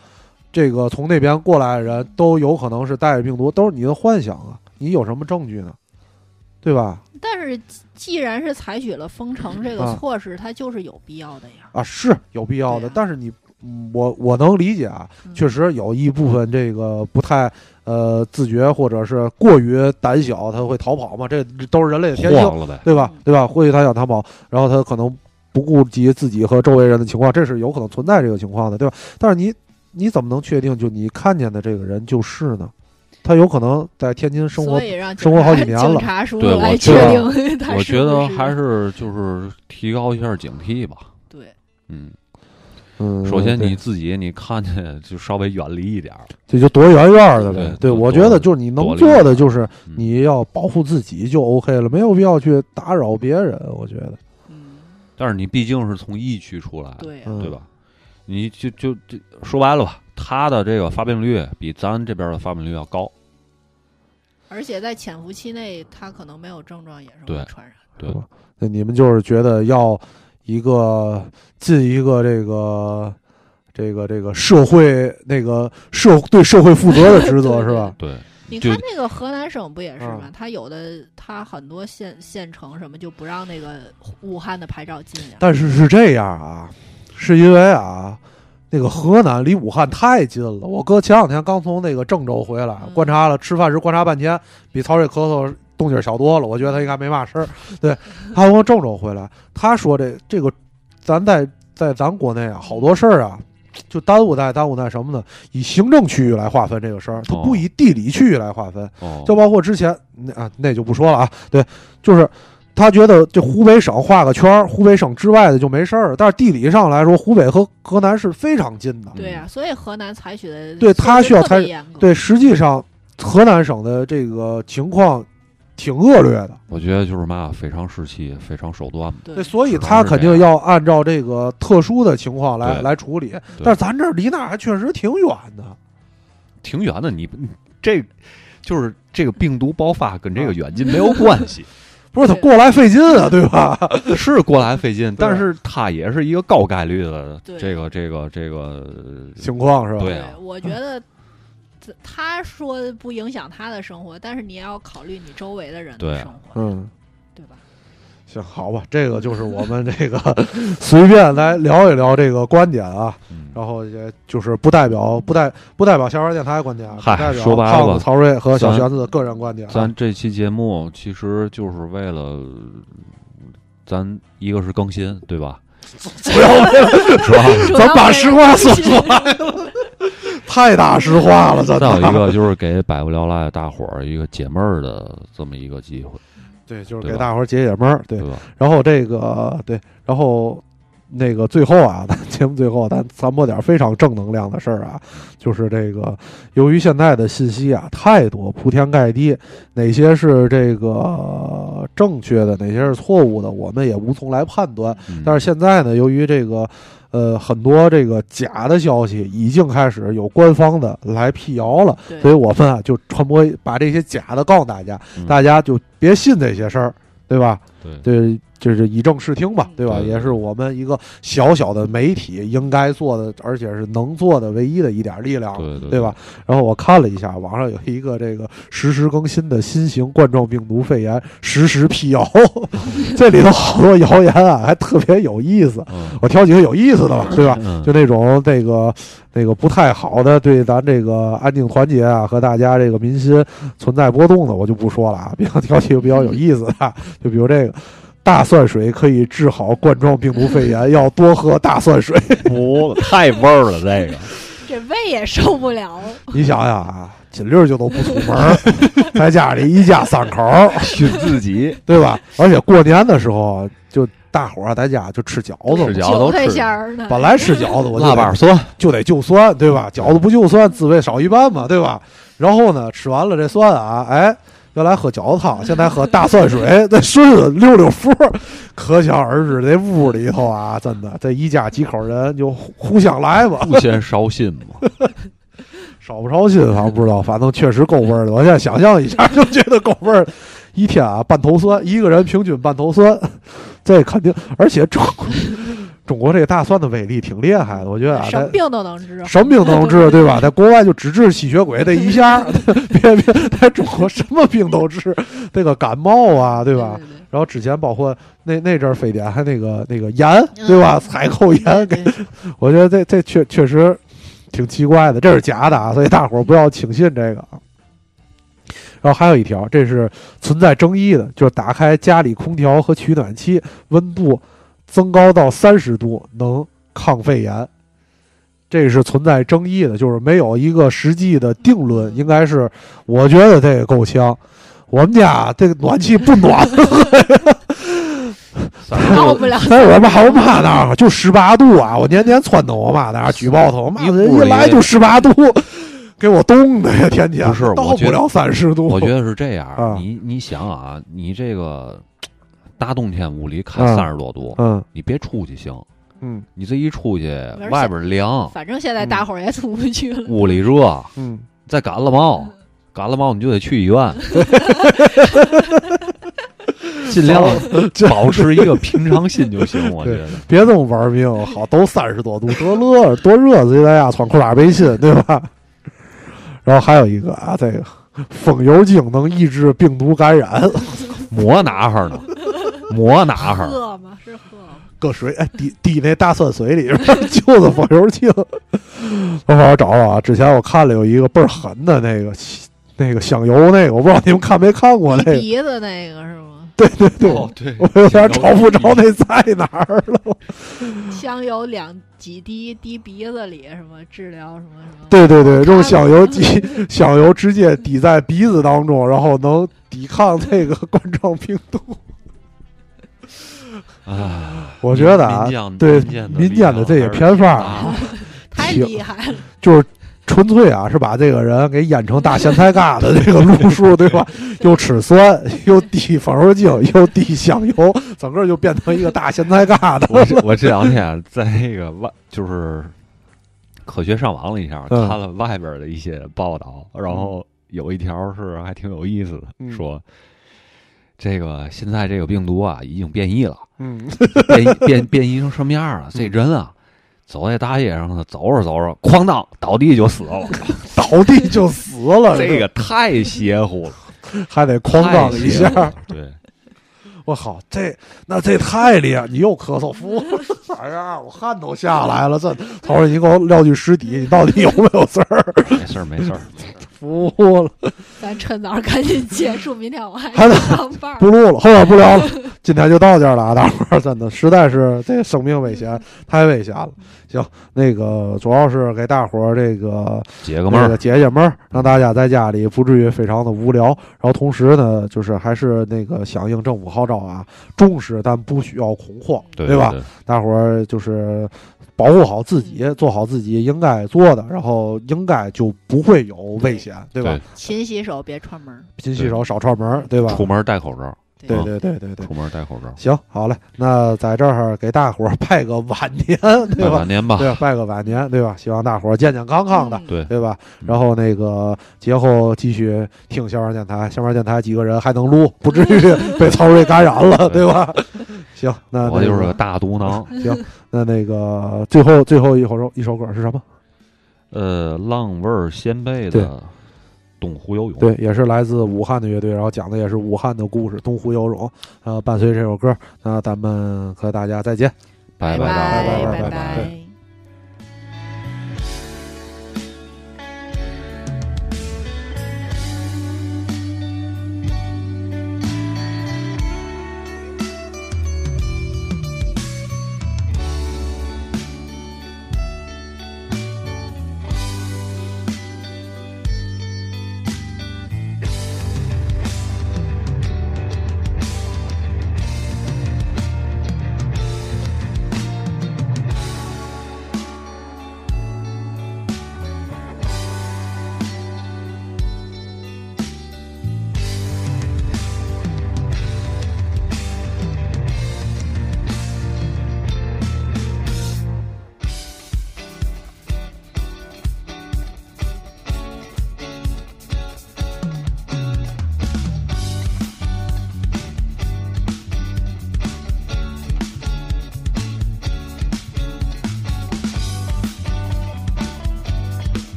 [SPEAKER 2] 这个从那边过来的人都有可能是带着病毒，都是你的幻想啊，你有什么证据呢？对吧？
[SPEAKER 4] 但是既既然是采取了封城这个
[SPEAKER 2] 啊
[SPEAKER 4] 措施，它就是有必要的呀。
[SPEAKER 2] 啊，是有必要的，
[SPEAKER 4] 对啊
[SPEAKER 2] 但是你，嗯我我能理解啊，
[SPEAKER 4] 嗯
[SPEAKER 2] 确实有一部分这个不太呃自觉或者是过于胆小，他会逃跑嘛，这都是人类的天性，
[SPEAKER 3] 晃了呗。
[SPEAKER 2] 对吧
[SPEAKER 4] 嗯？
[SPEAKER 2] 对吧？或许他想逃跑，然后他可能不顾及自己和周围人的情况，这是有可能存在这个情况的，对吧？但是你你怎么能确定就你看见的这个人就是呢？他有可能在天津生活
[SPEAKER 4] 所以让警
[SPEAKER 2] 生活好
[SPEAKER 4] 察
[SPEAKER 2] 几年了
[SPEAKER 4] 警察叔
[SPEAKER 3] 对
[SPEAKER 4] 叔
[SPEAKER 3] 我
[SPEAKER 4] 来
[SPEAKER 3] 觉
[SPEAKER 4] 确
[SPEAKER 2] 得
[SPEAKER 4] 定他
[SPEAKER 3] 我觉
[SPEAKER 4] 不
[SPEAKER 3] 得
[SPEAKER 4] 是
[SPEAKER 3] 还是就是提高一下警惕吧。
[SPEAKER 4] 对。
[SPEAKER 3] 嗯，
[SPEAKER 2] 嗯，
[SPEAKER 3] 首先
[SPEAKER 2] 对
[SPEAKER 3] 你自己你看见就稍微远离一点儿。
[SPEAKER 2] 这就躲远远的呗
[SPEAKER 3] 对。
[SPEAKER 2] 对，
[SPEAKER 3] 躲
[SPEAKER 2] 我觉得就是你能
[SPEAKER 3] 躲
[SPEAKER 2] 做的
[SPEAKER 3] 离
[SPEAKER 2] 就是
[SPEAKER 3] 嗯
[SPEAKER 2] 你要保护自己就 OK 了，没有必要去打扰别人。我觉得，
[SPEAKER 4] 嗯，
[SPEAKER 3] 但是你毕竟是从疫区出来的，
[SPEAKER 4] 对呀、啊
[SPEAKER 2] 嗯
[SPEAKER 3] 对吧？你就就就说白了吧，他的这个发病率比咱这边的发病率要高。
[SPEAKER 4] 而且在潜伏期内，他可能没有症状也是会
[SPEAKER 3] 对
[SPEAKER 4] 传染。
[SPEAKER 3] 对
[SPEAKER 2] 是吧那你们就是觉得要一个进一个这个这个这个社会那个社对社会负责的职责
[SPEAKER 4] 对
[SPEAKER 2] 是吧？
[SPEAKER 3] 对，
[SPEAKER 4] 你
[SPEAKER 3] 就
[SPEAKER 4] 看那个河南省不也是吗
[SPEAKER 2] 嗯？
[SPEAKER 4] 他有的他很多县县城什么就不让那个武汉的牌照进呀。
[SPEAKER 2] 但是是这样啊，是因为啊。那个河南离武汉太近了，我哥前两天刚从那个郑州回来，
[SPEAKER 4] 嗯
[SPEAKER 2] 观察了，吃饭时观察半天，比曹睿咳嗽动静小多了，我觉得他应该没嘛 事儿。对，他从郑州回来，他说这这个，咱在在咱国内啊，好多事儿啊，就耽误在耽误在什么呢？以行政区域来划分这个事儿，它
[SPEAKER 3] 哦
[SPEAKER 2] 不以地理区域来划分。
[SPEAKER 3] 哦，
[SPEAKER 2] 就包括之前那啊，那就不说了啊。对，就是他觉得这湖北省画个圈儿，湖北省之外的就没事儿。但是地理上来说，湖北和河南是非常近的。
[SPEAKER 4] 对呀，所以河南采取的
[SPEAKER 2] 对他需要
[SPEAKER 4] 特别
[SPEAKER 2] 采取
[SPEAKER 4] 严格，
[SPEAKER 2] 对，实际上河南省的这个情况挺恶劣的。
[SPEAKER 3] 我觉得就是嘛，非常时期，非常手段嘛。
[SPEAKER 2] 对，
[SPEAKER 4] 对，
[SPEAKER 2] 所以
[SPEAKER 3] 是
[SPEAKER 2] 他
[SPEAKER 3] 是
[SPEAKER 2] 肯
[SPEAKER 3] 这
[SPEAKER 2] 定
[SPEAKER 3] 样
[SPEAKER 2] 要按照这个特殊的情况来
[SPEAKER 3] 对
[SPEAKER 2] 来处理。
[SPEAKER 3] 对
[SPEAKER 2] 但是咱这儿离那儿还确实挺远的。
[SPEAKER 3] 挺远的，你你这就是这个病毒爆发跟这个远近没有关 系，
[SPEAKER 2] 不是他
[SPEAKER 4] 对
[SPEAKER 2] 过来费劲啊，对吧？
[SPEAKER 3] 是过来费劲，
[SPEAKER 2] 对
[SPEAKER 3] 但是它也是一个高概率的
[SPEAKER 4] 对
[SPEAKER 3] 这个这个这个
[SPEAKER 2] 情况是吧？
[SPEAKER 3] 对
[SPEAKER 4] 对
[SPEAKER 3] 啊，
[SPEAKER 4] 我觉得这他说不影响他的生活，但是你也要考虑你周围的人
[SPEAKER 3] 对
[SPEAKER 4] 的
[SPEAKER 3] 啊
[SPEAKER 4] 生活，
[SPEAKER 2] 嗯。
[SPEAKER 4] 对吧？
[SPEAKER 2] 行，好吧，这个就是我们这个随便来聊一聊这个观点啊，
[SPEAKER 3] 嗯
[SPEAKER 2] 然后也就是不代表不代不代表下边电台观点啊，
[SPEAKER 3] 嗨
[SPEAKER 2] 不代表
[SPEAKER 3] 说白了
[SPEAKER 2] 胖子曹睿和小
[SPEAKER 3] 咱
[SPEAKER 2] 玄子的个人观点啊、
[SPEAKER 3] 咱这期节目其实就是为了，咱一个是更新，对 吧？
[SPEAKER 2] 不要为了，
[SPEAKER 3] 是吧？
[SPEAKER 2] 咱把实话说出来了， 太大实话了，咱
[SPEAKER 3] 再有一个就是给百无聊赖的大伙儿一个解闷儿的这么一个机会，
[SPEAKER 2] 对，就是
[SPEAKER 3] 对
[SPEAKER 2] 给
[SPEAKER 3] 吧
[SPEAKER 2] 大伙儿解解闷儿，对
[SPEAKER 3] 对，吧？
[SPEAKER 2] 然后这个对，然后那个最后啊，咱节目最后咱咱播点非常正能量的事儿啊，就是这个由于现在的信息啊太多，铺天盖地，哪些是这个正确的，哪些是错误的，我们也无从来判断。
[SPEAKER 3] 嗯
[SPEAKER 2] 但是现在呢，由于这个。呃，很多这个假的消息已经开始有官方的来辟谣了，
[SPEAKER 4] 对
[SPEAKER 2] 所以我们啊就传播把这些假的告诉大家，
[SPEAKER 3] 嗯
[SPEAKER 2] 大家就别信这些事儿，对吧？
[SPEAKER 3] 对
[SPEAKER 2] 对，就是以正视听吧
[SPEAKER 4] 嗯，
[SPEAKER 2] 对吧？
[SPEAKER 3] 对
[SPEAKER 2] 也是我们一个小小的媒体应该做的，而且是能做的唯一的一点力量，
[SPEAKER 3] 对对
[SPEAKER 2] 对吧？？然后我看了一下，网上有一个这个实时更新的新型冠状病毒肺炎实时辟 谣，这里头好多谣言啊，还特别有意思。
[SPEAKER 3] 嗯，
[SPEAKER 2] 我挑几个有意思的吧，对吧？
[SPEAKER 3] 嗯
[SPEAKER 2] 就那种那个那个不太好的对咱这个安定团结啊和大家这个民心存在波动的，我就不说了啊， 比较挑几个比较有意思的啊，就比如这个。大蒜水可以治好冠状病毒肺炎，要多喝大蒜 水。
[SPEAKER 3] 不太味儿了，这个
[SPEAKER 4] 这胃也受不了，
[SPEAKER 2] 你想想啊，锦粒儿就都不出门儿， 在家里一家三口 儿，
[SPEAKER 3] 熏自 己
[SPEAKER 2] 对吧？而且过年的时候，就大伙儿啊在家就吃饺子
[SPEAKER 3] 吃
[SPEAKER 2] 嘛。
[SPEAKER 3] 饺子
[SPEAKER 4] 韭
[SPEAKER 3] 都
[SPEAKER 4] 菜
[SPEAKER 3] 吃
[SPEAKER 4] 馅儿呢，
[SPEAKER 2] 本来吃饺子我就
[SPEAKER 3] 腊
[SPEAKER 2] 得
[SPEAKER 3] 八蒜，
[SPEAKER 2] 就得就酸，对吧？饺子不就酸，滋味少一半嘛，对吧？然后呢，吃完了这蒜啊，哎，原来喝饺子汤，现在喝大蒜水，再顺着溜溜福，可想而知，这屋里头啊，真的这一家几口人就互互相来吧，
[SPEAKER 3] 不嫌烧心吗？
[SPEAKER 2] 少不少心，反正不知道，反正确实够味儿的。我现在想象一下就觉得够味儿，一天啊半头酸，一个人平均半头酸， 这肯定，而且中国中国这个大蒜的威力挺厉害的，我觉得啊，
[SPEAKER 4] 什么
[SPEAKER 2] 在
[SPEAKER 4] 病都能治。
[SPEAKER 2] 什么病都能治，对吧？在国外就只治吸血鬼这一下， 别别，在中国什么病都治，这个感冒啊，对吧？？然后之前包括那那阵儿非典还那个那个盐，对吧？
[SPEAKER 4] 嗯
[SPEAKER 2] 采购盐，给
[SPEAKER 4] 对对
[SPEAKER 2] 我觉得这这确确实挺奇怪的，这是假的啊，所以大伙儿不要轻信这个啊。然后还有一条，这是存在争议的，就是打开家里空调和取暖器，温度增高到三十度能抗肺炎，这是存在争议的，就是没有一个实际的定论，应该是我觉得这个够呛。我们家这个暖气不暖，
[SPEAKER 4] 到 不了。
[SPEAKER 2] 但是哎我妈我妈那儿就十八度啊，我年年撺掇我妈那儿举报她，我妈
[SPEAKER 3] 一屋里
[SPEAKER 2] 一来就十八度，给我冻的呀，天天
[SPEAKER 3] 不是我
[SPEAKER 2] 到
[SPEAKER 3] 觉
[SPEAKER 2] 不
[SPEAKER 3] 得
[SPEAKER 2] 了三十度。
[SPEAKER 3] 我觉得是这
[SPEAKER 2] 啊
[SPEAKER 3] 样，你你想啊，你这个大冬天屋里开
[SPEAKER 2] 嗯
[SPEAKER 3] 三十多度，
[SPEAKER 2] 嗯
[SPEAKER 3] 你别出去行，
[SPEAKER 2] 嗯
[SPEAKER 3] 你这一出去
[SPEAKER 4] 是
[SPEAKER 3] 外边凉，
[SPEAKER 4] 反正现在大伙儿也出不去 了，
[SPEAKER 3] 屋里热，
[SPEAKER 2] 嗯，
[SPEAKER 3] 再感了冒， 感了冒你就得去医院，
[SPEAKER 2] 嗯
[SPEAKER 3] 尽量
[SPEAKER 2] 这
[SPEAKER 3] 保持一个平常心就行。我觉得
[SPEAKER 2] 别这么玩命，好，都三十多度，多热多热，就在家穿裤衩背心，对吧？ 然后还有一个啊，这个风油精能抑制病毒感染，
[SPEAKER 3] 磨拿哈呢，磨拿哈，
[SPEAKER 4] 喝吗？是喝吗。
[SPEAKER 2] 搁水哎滴滴那大蒜水里边儿 就是风油精。我好好找找啊，之前我看了有一个倍儿狠的那个那个香油那个，我不知道你们看没看过那个。
[SPEAKER 4] 鼻子那个是吗？
[SPEAKER 2] 对对对，
[SPEAKER 3] 哦对，
[SPEAKER 2] 我有点找不着那在哪儿了。
[SPEAKER 4] 香油两几滴滴鼻子里，什么治疗什么什么。
[SPEAKER 2] 对对对，用
[SPEAKER 4] 看
[SPEAKER 2] 香油滴，香油直接滴在鼻子当中，然后能抵抗这个冠状病毒。
[SPEAKER 3] 啊，
[SPEAKER 2] 我觉得啊
[SPEAKER 3] 民，间
[SPEAKER 2] 对
[SPEAKER 3] 民间的
[SPEAKER 2] 民间的这些偏方啊，
[SPEAKER 3] 啊，
[SPEAKER 4] 太
[SPEAKER 2] 挺
[SPEAKER 4] 厉害了，
[SPEAKER 2] 就是纯粹啊，是把这个人给腌成大咸菜疙瘩这个路数，对 吧？又吃酸，又滴防腐精，又滴香油，整个就变成一个大咸菜疙瘩。
[SPEAKER 3] 我这我这两天啊在那个外就是科学上网了一下，
[SPEAKER 2] 嗯
[SPEAKER 3] 看了外边的一些报道，然后有一条是还挺有意思
[SPEAKER 2] 嗯
[SPEAKER 3] 的，说这个现在这个病毒啊已经变异了，
[SPEAKER 2] 嗯，
[SPEAKER 3] 变异变变异成什么样了？这人啊。走在大街上，他走着走着，哐当倒地就 死了。
[SPEAKER 2] 倒地就死了，
[SPEAKER 3] 这个太邪乎了，
[SPEAKER 2] 还得哐当一
[SPEAKER 3] 太邪乎
[SPEAKER 2] 下
[SPEAKER 3] 了。。对，
[SPEAKER 2] 我靠，这那这太厉害！你又咳嗽， 服我！哎呀，我汗都下来了。这头儿，你给我撂句尸底，你到底有没有事儿？
[SPEAKER 3] 没事儿，没事儿，没事儿。
[SPEAKER 2] 服了，
[SPEAKER 4] 咱趁早赶紧结束，明天我还
[SPEAKER 2] 还得
[SPEAKER 4] 上班儿。
[SPEAKER 2] 不录了，后边不聊了。今天就到这儿了啊，大伙儿，真的实在是这生命危险太危险了。行，那个主要是给大伙儿这个
[SPEAKER 3] 解个闷儿
[SPEAKER 2] 那个，解解闷儿，让大家在家里不至于非常的无聊。然后同时呢，就是还是那个响应政府号召啊，重视但不需要恐慌，
[SPEAKER 3] 对
[SPEAKER 2] 吧？？大伙儿就是保护好自己，做好自己应该做的，然后应该就不会有危险，对吧？
[SPEAKER 4] 勤洗手，别串门儿。
[SPEAKER 2] 勤洗手，少串门儿，对吧？
[SPEAKER 3] 出门戴口罩，
[SPEAKER 2] 对
[SPEAKER 3] 啊
[SPEAKER 2] 对对对对。
[SPEAKER 3] 出门戴口罩。
[SPEAKER 2] 行，好嘞，那在这儿给大伙儿拜个晚 年，对
[SPEAKER 3] 拜
[SPEAKER 2] 吧
[SPEAKER 3] 晚？年吧，
[SPEAKER 2] 对，拜个晚年，对吧？希望大伙儿健健康康的，
[SPEAKER 4] 嗯
[SPEAKER 3] 对
[SPEAKER 2] 对吧？
[SPEAKER 3] 嗯
[SPEAKER 2] 然后那个节后继续听校园电台，校园电台几个人还能录，不至 于被曹睿感染了，对吧？ 行，那
[SPEAKER 3] 我
[SPEAKER 2] 那
[SPEAKER 3] 就是
[SPEAKER 2] 个
[SPEAKER 3] 个大毒囊。
[SPEAKER 2] 行，那那个最后最后一首一首歌是什么？
[SPEAKER 3] 呃，浪味儿鲜贝的东湖游泳，
[SPEAKER 2] 对，也是来自武汉的乐队，然后讲的也是武汉的故事，《东湖游泳》。呃，伴随这首歌，那咱们和大家再见。
[SPEAKER 3] 拜
[SPEAKER 4] 拜
[SPEAKER 2] 拜
[SPEAKER 3] 拜
[SPEAKER 2] 拜拜
[SPEAKER 4] 拜
[SPEAKER 2] 拜
[SPEAKER 3] 拜。
[SPEAKER 4] 拜。